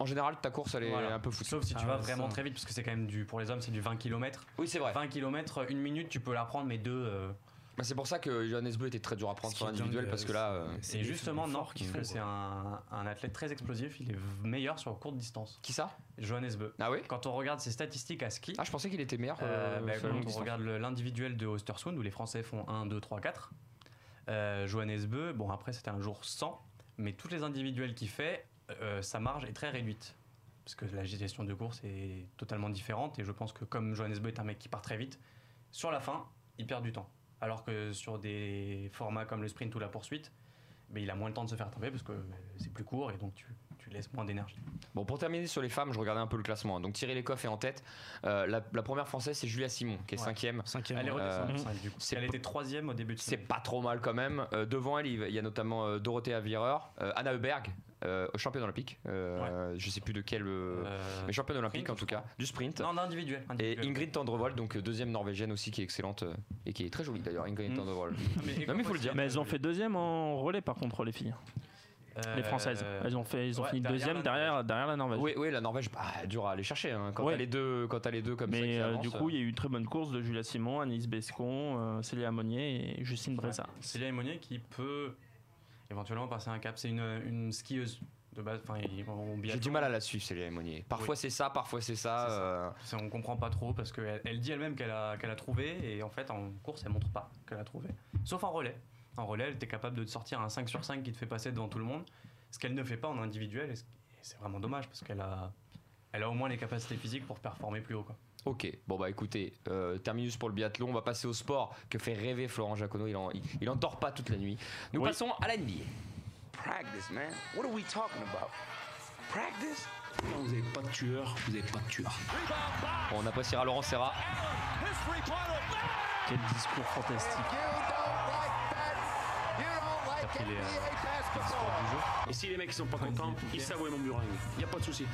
[SPEAKER 2] en général, ta course, elle est
[SPEAKER 4] Voilà.
[SPEAKER 2] un peu foutue.
[SPEAKER 4] Sauf si tu
[SPEAKER 6] Ah
[SPEAKER 4] vas
[SPEAKER 6] ouais,
[SPEAKER 4] vraiment
[SPEAKER 6] ça.
[SPEAKER 4] très vite, parce que c'est quand même du. Pour les hommes, c'est du 20 km.
[SPEAKER 2] Oui, c'est vrai.
[SPEAKER 4] 20 km, une minute, tu peux la prendre, mais deux. euh,
[SPEAKER 2] Bah, c'est pour ça que Johannes Bleu était très dur à prendre
[SPEAKER 6] Ce
[SPEAKER 2] sur
[SPEAKER 6] qui est
[SPEAKER 2] l'individuel
[SPEAKER 6] dingue,
[SPEAKER 2] parce que
[SPEAKER 6] euh,
[SPEAKER 2] là, euh,
[SPEAKER 6] C'est
[SPEAKER 4] Et
[SPEAKER 6] des
[SPEAKER 4] justement,
[SPEAKER 6] souvenirs
[SPEAKER 4] non,
[SPEAKER 6] forts qui
[SPEAKER 4] parce
[SPEAKER 6] font,
[SPEAKER 4] que c'est un, un athlète très explosif, il est v- meilleur sur courte distance.
[SPEAKER 2] qui ça
[SPEAKER 4] Johannes Beu.
[SPEAKER 2] Ah oui
[SPEAKER 4] Quand on regarde ses statistiques à ski,
[SPEAKER 2] Ah, je pensais qu'il était meilleur.
[SPEAKER 4] euh,
[SPEAKER 2] euh,
[SPEAKER 4] bah,
[SPEAKER 2] sur
[SPEAKER 4] quand
[SPEAKER 2] longue
[SPEAKER 4] on
[SPEAKER 2] distance.
[SPEAKER 4] regarde le- l'individuel de Ostersund, où les Français font 1, 2, 3, 4, euh, Johannes Beu, bon après c'était un jour 100, mais tous les individuels qu'il fait, euh, sa marge est très réduite. parce que la gestion de course est totalement différente. Et je pense que comme Johannesburg est un mec qui part très vite, sur la fin, il perd du temps. Alors que sur des formats comme le sprint ou la poursuite, mais il a moins le temps de se faire attraper parce que euh, c'est plus court et donc tu, tu laisses moins d'énergie.
[SPEAKER 2] Bon, pour terminer sur les femmes, je regardais un peu le classement. hein. Donc Thierry Lecoff est en tête. Euh, la, la première française, c'est Julia Simon, qui est
[SPEAKER 4] Ouais.
[SPEAKER 2] cinquième.
[SPEAKER 6] Cinquième.
[SPEAKER 4] Elle est
[SPEAKER 2] Euh,
[SPEAKER 4] redescendue. cinq, du coup.
[SPEAKER 2] c'est
[SPEAKER 4] Elle
[SPEAKER 2] pas-
[SPEAKER 4] était troisième au début de
[SPEAKER 2] C'est
[SPEAKER 4] semaine.
[SPEAKER 2] pas trop mal quand même. Euh, devant elle, il y a notamment euh, Dorothea Wierer, euh, Anna Heuberg, euh, championne olympique. Euh, Je sais plus de quelle. euh,
[SPEAKER 4] Euh,
[SPEAKER 2] mais championne olympique en
[SPEAKER 4] sprint,
[SPEAKER 2] tout cas, du sprint.
[SPEAKER 4] Non, non, individuel.
[SPEAKER 2] Et
[SPEAKER 4] individuel.
[SPEAKER 2] Ingrid Tendrevold, donc euh, deuxième norvégienne aussi, qui est excellente euh, et qui est très jolie d'ailleurs. Ingrid
[SPEAKER 4] Mm.
[SPEAKER 2] Tendrevold.
[SPEAKER 4] Ah, mais,
[SPEAKER 2] Non, mais faut le dire.
[SPEAKER 3] Mais elles ont fait deuxième en relais par contre les filles, les françaises. Elles ont fait, ils ont
[SPEAKER 4] Euh, ouais,
[SPEAKER 3] fini
[SPEAKER 4] derrière
[SPEAKER 3] deuxième
[SPEAKER 4] la
[SPEAKER 3] derrière derrière la Norvège.
[SPEAKER 2] Oui, oui, la Norvège, bah, dure à aller chercher. hein. Quand
[SPEAKER 3] Ouais.
[SPEAKER 2] t'as les deux, quand t'as les deux comme ça. qui
[SPEAKER 3] Mais euh,
[SPEAKER 2] avancent,
[SPEAKER 3] du coup, il y a eu une très bonne course de Julia Simon, Anis Bescon, euh, Célia Monnier et Justine Bressa.
[SPEAKER 4] Célia Monnier qui peut éventuellement passer un cap. C'est une, une skieuse de base. Enfin, ils vont au
[SPEAKER 2] J'ai
[SPEAKER 4] biathlon.
[SPEAKER 2] du mal à la suivre, Célia Monnier. Parfois c'est ça, parfois c'est ça.
[SPEAKER 4] C'est ça.
[SPEAKER 2] euh,
[SPEAKER 4] Ça, On comprend pas trop parce qu'elle elle dit elle-même qu'elle a, qu'elle a trouvé et en fait en course elle montre pas qu'elle a trouvé. Sauf en relais. En relais, elle était capable de te sortir un 5 sur 5 qui te fait passer devant tout le monde. Ce qu'elle ne fait pas en individuel et ce- et c'est vraiment dommage parce qu'elle a, elle a au moins les capacités physiques pour performer plus haut. Quoi.
[SPEAKER 2] Ok, bon bah écoutez, euh, terminus pour le biathlon, on va passer au sport que fait rêver Florent Jacono, il en, il, il en dort pas toute la nuit. Nous
[SPEAKER 3] Oui.
[SPEAKER 2] passons à la NBA.
[SPEAKER 7] Practice, man. What are we talking about? Practice?
[SPEAKER 8] Non, vous n'avez pas de tueur, vous n'avez pas de tueur.
[SPEAKER 2] On appréciera Laurent Serra.
[SPEAKER 3] Quel discours fantastique.
[SPEAKER 4] Après, il est, euh,
[SPEAKER 8] Et si les mecs sont pas contents, ils savent où est mon bureau. Il n'y a pas de souci.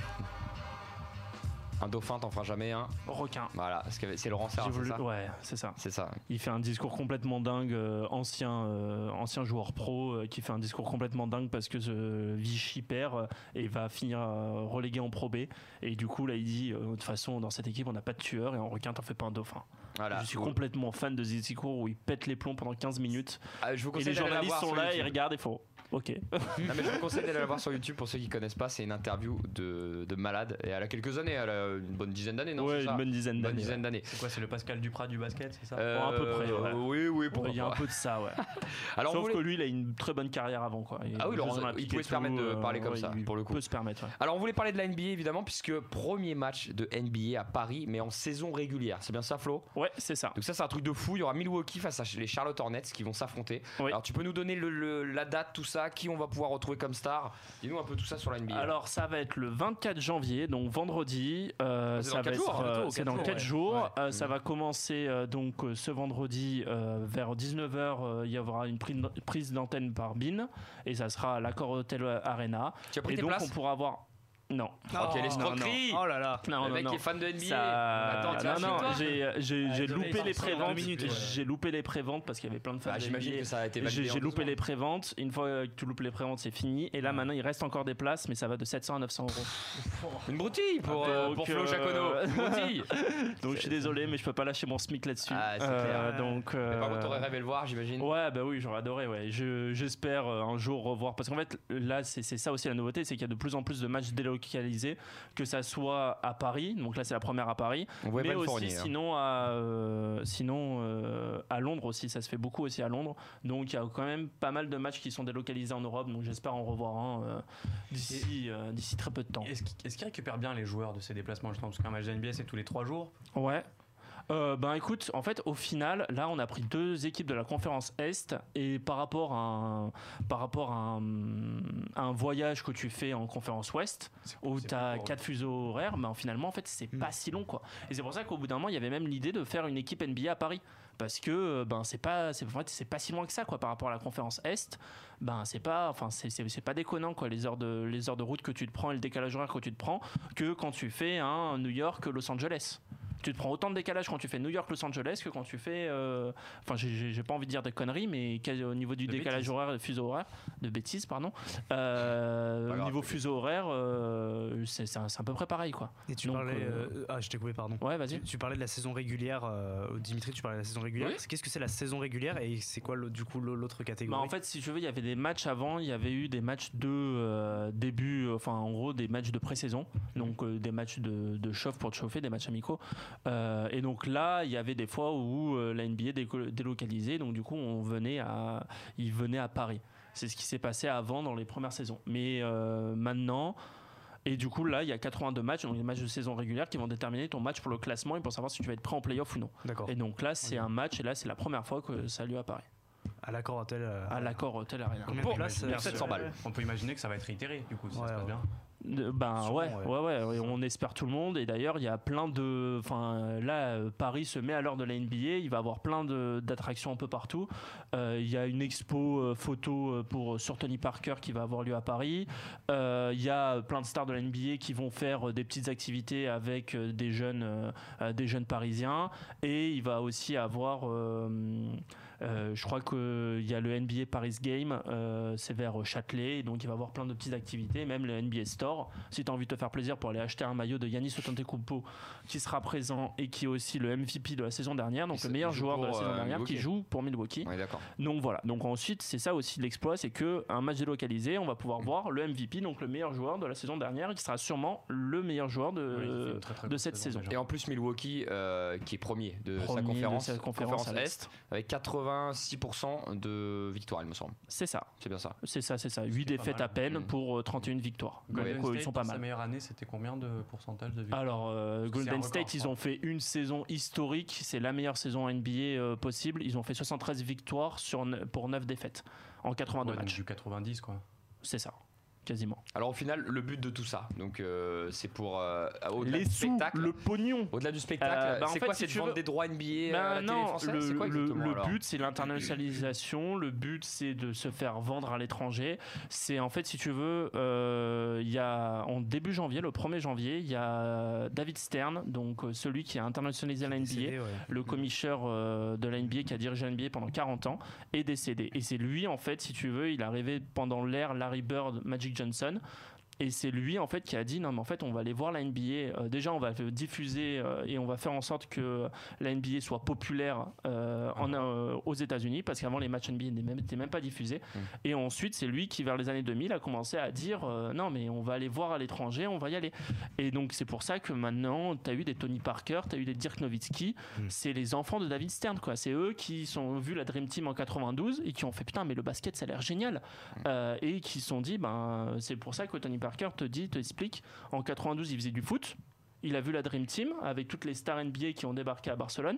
[SPEAKER 2] Un dauphin, t'en feras jamais un.
[SPEAKER 3] Requin.
[SPEAKER 2] Voilà, ce qu'avait- c'est Laurent
[SPEAKER 3] J'ai
[SPEAKER 2] Serra, c'est
[SPEAKER 3] voulu-
[SPEAKER 2] ça
[SPEAKER 3] Ouais, c'est ça.
[SPEAKER 2] C'est ça.
[SPEAKER 3] Il fait un discours complètement dingue, euh, ancien, euh, ancien joueur pro, euh, qui fait un discours complètement dingue parce que ce Vichy perd euh, et va finir euh, relégué en Pro B. Et du coup, là, il dit euh, de toute façon, dans cette équipe, on n'a pas de tueur et en requin, t'en fais pas un dauphin.
[SPEAKER 2] Voilà.
[SPEAKER 3] Je suis complètement fan de ce discours où il pète les plombs pendant 15 minutes
[SPEAKER 2] Ah, je vous
[SPEAKER 3] et
[SPEAKER 2] conseille
[SPEAKER 3] les
[SPEAKER 2] d'aller la
[SPEAKER 3] journalistes
[SPEAKER 2] voir
[SPEAKER 3] sont
[SPEAKER 2] sur
[SPEAKER 3] là,
[SPEAKER 2] YouTube.
[SPEAKER 3] ils regardent et font Ok.
[SPEAKER 2] Non, mais je vous conseille d'aller la voir sur YouTube pour ceux qui connaissent pas. C'est une interview de, de malade. Et elle a quelques années, elle a une bonne dizaine d'années, non
[SPEAKER 3] ouais,
[SPEAKER 2] c'est ça
[SPEAKER 3] une bonne dizaine
[SPEAKER 2] Une bonne
[SPEAKER 3] d'années.
[SPEAKER 2] dizaine d'années.
[SPEAKER 4] C'est quoi C'est le Pascal Duprat du basket, c'est ça
[SPEAKER 2] Euh,
[SPEAKER 3] à peu près, ouais.
[SPEAKER 2] Oui, oui,
[SPEAKER 3] Ouais,
[SPEAKER 2] pourquoi
[SPEAKER 3] Il y a un
[SPEAKER 2] pas.
[SPEAKER 3] peu de ça, ouais.
[SPEAKER 2] Alors,
[SPEAKER 3] Sauf
[SPEAKER 2] vous voulez-
[SPEAKER 3] que lui, il a une très bonne carrière avant, quoi. euh, Il
[SPEAKER 2] Ah oui,
[SPEAKER 3] est
[SPEAKER 2] Laurent,
[SPEAKER 3] aux Jeux
[SPEAKER 2] il
[SPEAKER 3] Olympiques
[SPEAKER 2] pouvait
[SPEAKER 3] et
[SPEAKER 2] se permettre de
[SPEAKER 3] tout,
[SPEAKER 2] parler comme
[SPEAKER 3] ouais,
[SPEAKER 2] ça,
[SPEAKER 3] il
[SPEAKER 2] pour le coup.
[SPEAKER 3] peut se permettre, ouais.
[SPEAKER 2] Alors on voulait parler de la NBA évidemment puisque premier match de NBA à Paris mais en saison régulière. C'est bien ça Flo
[SPEAKER 3] Ouais, c'est ça.
[SPEAKER 2] Donc ça c'est un truc de fou. Il y aura Milwaukee face à les Charlotte Hornets qui vont s'affronter.
[SPEAKER 3] Oui.
[SPEAKER 2] Alors tu peux nous donner le- le- la date, tout ça, qui on va pouvoir retrouver comme star Dis-nous un peu tout ça sur la NBA.
[SPEAKER 3] Alors ça va être le 24 janvier, donc vendredi. euh,
[SPEAKER 2] Ah, c'est dans
[SPEAKER 3] ça va
[SPEAKER 2] quatre
[SPEAKER 3] être,
[SPEAKER 2] jours,
[SPEAKER 3] euh,
[SPEAKER 2] bientôt,
[SPEAKER 3] c'est
[SPEAKER 2] quatre
[SPEAKER 3] dans
[SPEAKER 2] jours,
[SPEAKER 3] 4
[SPEAKER 2] ouais.
[SPEAKER 3] jours.
[SPEAKER 2] Ouais.
[SPEAKER 3] Euh, ça va commencer euh, donc euh, ce vendredi euh, vers 19h. euh, il y aura une prise- prise d'antenne par BIN et ça sera à l'accord Hotel euh, Arena.
[SPEAKER 2] tu as pris
[SPEAKER 3] Et
[SPEAKER 2] tes
[SPEAKER 3] donc
[SPEAKER 2] places
[SPEAKER 3] on pourra voir. Non.
[SPEAKER 2] Oh, quelle
[SPEAKER 3] non, non.
[SPEAKER 2] escroquerie
[SPEAKER 6] Oh là là.
[SPEAKER 3] Non,
[SPEAKER 2] Le
[SPEAKER 3] non,
[SPEAKER 2] mec
[SPEAKER 3] non.
[SPEAKER 2] qui est fan de NBA.
[SPEAKER 3] Ça-
[SPEAKER 2] Attends, tiens,
[SPEAKER 3] non,
[SPEAKER 2] chez
[SPEAKER 3] non,
[SPEAKER 2] toi.
[SPEAKER 3] j'ai, euh, j'ai- j'ai
[SPEAKER 4] désolé,
[SPEAKER 3] loupé
[SPEAKER 4] ils
[SPEAKER 3] les
[SPEAKER 4] sont dans
[SPEAKER 3] préventes.
[SPEAKER 4] deux minutes, ouais.
[SPEAKER 3] J'ai loupé les préventes parce qu'il y avait plein de fans.
[SPEAKER 2] Bah,
[SPEAKER 3] de
[SPEAKER 2] J'imagine
[SPEAKER 3] NBA.
[SPEAKER 2] que ça a été validé.
[SPEAKER 3] J'ai
[SPEAKER 2] en
[SPEAKER 3] j'ai
[SPEAKER 2] deux
[SPEAKER 3] loupé
[SPEAKER 2] secondes.
[SPEAKER 3] les préventes. Une fois euh, que tu loupes les préventes, c'est fini. Et là, maintenant, il reste encore des places, mais ça va de 700 à 900 euros.
[SPEAKER 2] Une broutille pour, euh,
[SPEAKER 3] Donc,
[SPEAKER 2] pour Flo
[SPEAKER 3] euh,
[SPEAKER 2] Jacono. Une broutille.
[SPEAKER 3] Donc je suis désolé, mais je peux pas lâcher mon SMIC là-dessus.
[SPEAKER 2] Ah, c'est clair.
[SPEAKER 3] Donc,
[SPEAKER 2] Mais
[SPEAKER 3] euh,
[SPEAKER 2] Par contre t'aurais rêvé le voir j'imagine.
[SPEAKER 3] Ouais, bah oui, j'aurais adoré. Ouais, Je- j'espère euh, un jour revoir. Parce qu'en fait, là, c'est c'est ça aussi la nouveauté, c'est qu'il y a de plus en plus de matchs délocalisés, que ça soit à Paris. Donc là, c'est la première à Paris,
[SPEAKER 2] On voyait
[SPEAKER 3] mais
[SPEAKER 2] pas le
[SPEAKER 3] aussi
[SPEAKER 2] fournier. hein.
[SPEAKER 3] sinon à euh, sinon euh, à Londres aussi. Ça se fait beaucoup aussi à Londres. Donc il y a quand même pas mal de matchs qui sont délocalisés en Europe. Donc j'espère en revoir un euh, d'ici euh, d'ici très peu de temps.
[SPEAKER 4] Est-ce qu'il est-ce qu'il récupère bien les joueurs de ces déplacements justement Parce qu'un match de NBA c'est tous les 3 jours.
[SPEAKER 3] Ouais. Euh, ben écoute, en fait, au final, là, on a pris deux équipes de la conférence Est et par rapport à un, par rapport à un, à un voyage que tu fais en conférence Ouest
[SPEAKER 4] C'est-
[SPEAKER 3] où
[SPEAKER 4] c'est Hmm.
[SPEAKER 3] tu as
[SPEAKER 4] pas pour-
[SPEAKER 3] quatre fuseaux horaires, ben finalement, en fait, c'est pas si long quoi. Et c'est pour ça qu'au bout d'un moment, il y avait même l'idée de faire une équipe NBA à Paris parce que ben c'est pas c'est en fait, c'est pas si loin que ça quoi par rapport à la conférence Est. Ben c'est pas enfin c'est c'est- c'est pas déconnant quoi les heures de les heures de route que tu te prends et le décalage horaire que tu te prends que quand tu fais un New York Los Angeles. Tu te prends autant de décalage quand tu fais New York Los Angeles que quand tu fais euh, enfin j'ai- j'ai j'ai pas envie de dire des conneries mais quasi- au niveau du
[SPEAKER 4] De
[SPEAKER 3] décalage
[SPEAKER 4] bêtises.
[SPEAKER 3] horaire, fuseau horaire, de bêtises pardon. Euh,
[SPEAKER 2] Pas
[SPEAKER 3] au
[SPEAKER 2] grave,
[SPEAKER 3] niveau
[SPEAKER 2] c'est
[SPEAKER 3] fuseau horaire euh, c'est c'est un- c'est à peu près pareil quoi.
[SPEAKER 6] Et tu
[SPEAKER 3] Donc,
[SPEAKER 6] parlais.
[SPEAKER 3] euh,
[SPEAKER 6] euh, Ah, je t'ai coupé, pardon.
[SPEAKER 3] Ouais, vas-y.
[SPEAKER 6] Tu, tu parlais de la saison régulière, euh, Dimitri. Tu parlais de la saison régulière.
[SPEAKER 2] Oui.
[SPEAKER 6] Qu'est-ce que c'est la saison régulière et c'est quoi le- du coup le- l'autre
[SPEAKER 3] Bah,
[SPEAKER 6] catégorie
[SPEAKER 3] en fait, si tu veux, il y avait des matchs avant, il y avait eu des matchs de euh, début, euh, enfin en gros des matchs de pré-saison, donc euh, des matchs de, de chauffe pour te chauffer, des matchs amicaux. Euh, et donc là, il y avait des fois où euh, la NBA déco- délocalisait, donc du coup, on venait à, ils venaient à Paris. C'est ce qui s'est passé avant dans les premières saisons. Mais euh, maintenant, Et du coup, là, il y a 82 matchs, donc les matchs de saison régulière qui vont déterminer ton match pour le classement et pour savoir si tu vas être prêt en playoff ou non.
[SPEAKER 6] D'accord.
[SPEAKER 3] Et donc là, c'est un match, et là, c'est la première fois que ça a lieu à Paris,
[SPEAKER 6] À l'accord hôtel. euh,
[SPEAKER 3] à l'accord Hotel Arena.
[SPEAKER 6] combien de
[SPEAKER 2] Bon,
[SPEAKER 6] places, euh,
[SPEAKER 2] merci,
[SPEAKER 6] sur-
[SPEAKER 2] 700 balles.
[SPEAKER 4] On peut imaginer que ça va être réitéré, du coup, si
[SPEAKER 6] Ouais,
[SPEAKER 4] ça se passe
[SPEAKER 6] ouais.
[SPEAKER 4] bien.
[SPEAKER 3] Euh, Ben
[SPEAKER 6] Souvent,
[SPEAKER 3] ouais,
[SPEAKER 6] ouais.
[SPEAKER 3] ouais, ouais, ouais, on espère tout le monde. Et d'ailleurs, il y a plein de. Enfin, euh, là, euh, Paris se met à l'heure de la NBA. Il va avoir plein de- d'attractions un peu partout. Euh, Il y a une expo euh, photo euh, pour, sur Tony Parker qui va avoir lieu à Paris. Euh, Il y a plein de stars de la NBA qui vont faire euh, des petites activités avec euh, des jeunes, euh, euh, des jeunes parisiens. Et il va aussi avoir. euh, euh, je crois qu'il y a le NBA Paris Game, euh, c'est vers Châtelet, donc il va y avoir plein de petites activités, même le NBA Store. Si tu as envie de te faire plaisir pour aller acheter un maillot de Yanis Otantekumpo, qui sera présent et qui est aussi le MVP de la saison dernière, donc
[SPEAKER 2] Qui
[SPEAKER 3] le
[SPEAKER 2] se-
[SPEAKER 3] meilleur
[SPEAKER 2] joue
[SPEAKER 3] joueur de la
[SPEAKER 2] pour,
[SPEAKER 3] saison
[SPEAKER 2] euh,
[SPEAKER 3] dernière qui
[SPEAKER 2] Milwaukee.
[SPEAKER 3] joue pour Milwaukee.
[SPEAKER 2] On est d'accord.
[SPEAKER 3] Donc voilà. Donc ensuite, c'est ça aussi l'exploit, c'est que un match délocalisé, on va pouvoir voir le MVP, donc le meilleur joueur de la saison dernière, et qui sera sûrement le meilleur joueur de.
[SPEAKER 4] Ouais, il fait une très, très
[SPEAKER 3] de
[SPEAKER 4] bonne
[SPEAKER 3] cette saison.
[SPEAKER 4] déjà.
[SPEAKER 2] Et en plus, Milwaukee, euh, qui est premier de
[SPEAKER 3] Premier
[SPEAKER 2] sa
[SPEAKER 3] de
[SPEAKER 2] conférence,
[SPEAKER 3] sa conférence à l'Est.
[SPEAKER 2] avec 86% de victoire, il me semble.
[SPEAKER 3] C'est ça,
[SPEAKER 2] C'est bien ça.
[SPEAKER 3] c'est ça, c'est ça. 8
[SPEAKER 4] pas
[SPEAKER 3] défaites
[SPEAKER 4] mal.
[SPEAKER 3] à peine
[SPEAKER 2] Mm.
[SPEAKER 3] pour euh, 31 victoires. Donc
[SPEAKER 4] Golden
[SPEAKER 3] euh, ils
[SPEAKER 4] State,
[SPEAKER 3] sont pas
[SPEAKER 4] dans Sa
[SPEAKER 3] mal.
[SPEAKER 4] meilleure année, c'était combien de pourcentage de victoires
[SPEAKER 3] Alors, euh,
[SPEAKER 4] Parce que c'est un
[SPEAKER 3] Golden
[SPEAKER 4] record,
[SPEAKER 3] State,
[SPEAKER 4] je
[SPEAKER 3] ils
[SPEAKER 4] crois.
[SPEAKER 3] ont fait une saison historique. C'est la meilleure saison NBA euh, possible. Ils ont fait 73 victoires sur ne- pour 9 défaites en 82
[SPEAKER 4] Ouais, donc
[SPEAKER 3] matchs.
[SPEAKER 4] Du 90, quoi.
[SPEAKER 3] C'est ça, quasiment.
[SPEAKER 2] Alors au final, le but de tout ça, donc euh, c'est pour euh, au-delà
[SPEAKER 3] Les
[SPEAKER 2] du
[SPEAKER 3] sous,
[SPEAKER 2] spectacle.
[SPEAKER 3] le pognon.
[SPEAKER 2] Au-delà du spectacle,
[SPEAKER 3] Euh, bah, en
[SPEAKER 2] c'est
[SPEAKER 3] fait,
[SPEAKER 2] quoi
[SPEAKER 3] si
[SPEAKER 2] C'est de
[SPEAKER 3] tu
[SPEAKER 2] vendre
[SPEAKER 3] veux-
[SPEAKER 2] des droits NBA
[SPEAKER 3] Ben
[SPEAKER 2] à euh, la télé
[SPEAKER 3] non,
[SPEAKER 2] française
[SPEAKER 3] le,
[SPEAKER 2] C'est quoi
[SPEAKER 3] le-
[SPEAKER 2] exactement
[SPEAKER 3] le
[SPEAKER 2] alors
[SPEAKER 3] but c'est l'internationalisation, le but c'est de se faire vendre à l'étranger. C'est en fait, si tu veux, euh, il y a en début janvier, le 1er janvier, il y a David Stern, donc euh, celui qui a internationalisé la NBA,
[SPEAKER 6] CD, ouais.
[SPEAKER 3] le commissaire euh, de la NBA qui a dirigé la NBA pendant 40 ans, est décédé. Et c'est lui, en fait, si tu veux, il est arrivé pendant l'ère Larry Bird, Magic Johnson. Et c'est lui, en fait, qui a dit non, mais en fait, on va aller voir la NBA. Euh, déjà, on va diffuser euh, et on va faire en sorte que la NBA soit populaire euh, en, euh, aux États-Unis, parce qu'avant, les matchs NBA n'étaient même, n'étaient même pas diffusés.
[SPEAKER 2] Mm.
[SPEAKER 3] Et ensuite, c'est lui qui, vers les années 2000, a commencé à dire euh, non, mais on va aller voir à l'étranger, on va y aller. Et donc, c'est pour ça que maintenant, tu as eu des Tony Parker, tu as eu des Dirk Nowitzki,
[SPEAKER 2] Hmm.
[SPEAKER 3] c'est les enfants de David Stern, quoi. C'est eux qui sont vu la Dream Team en 92 et qui ont fait putain, mais le basket, ça a l'air génial.
[SPEAKER 2] Hmm.
[SPEAKER 3] Euh, et qui se sont dit, ben, c'est pour ça que Tony Parker te dit, te explique, en 92, il faisait du foot. Il a vu la Dream Team avec toutes les stars NBA qui ont débarqué à Barcelone.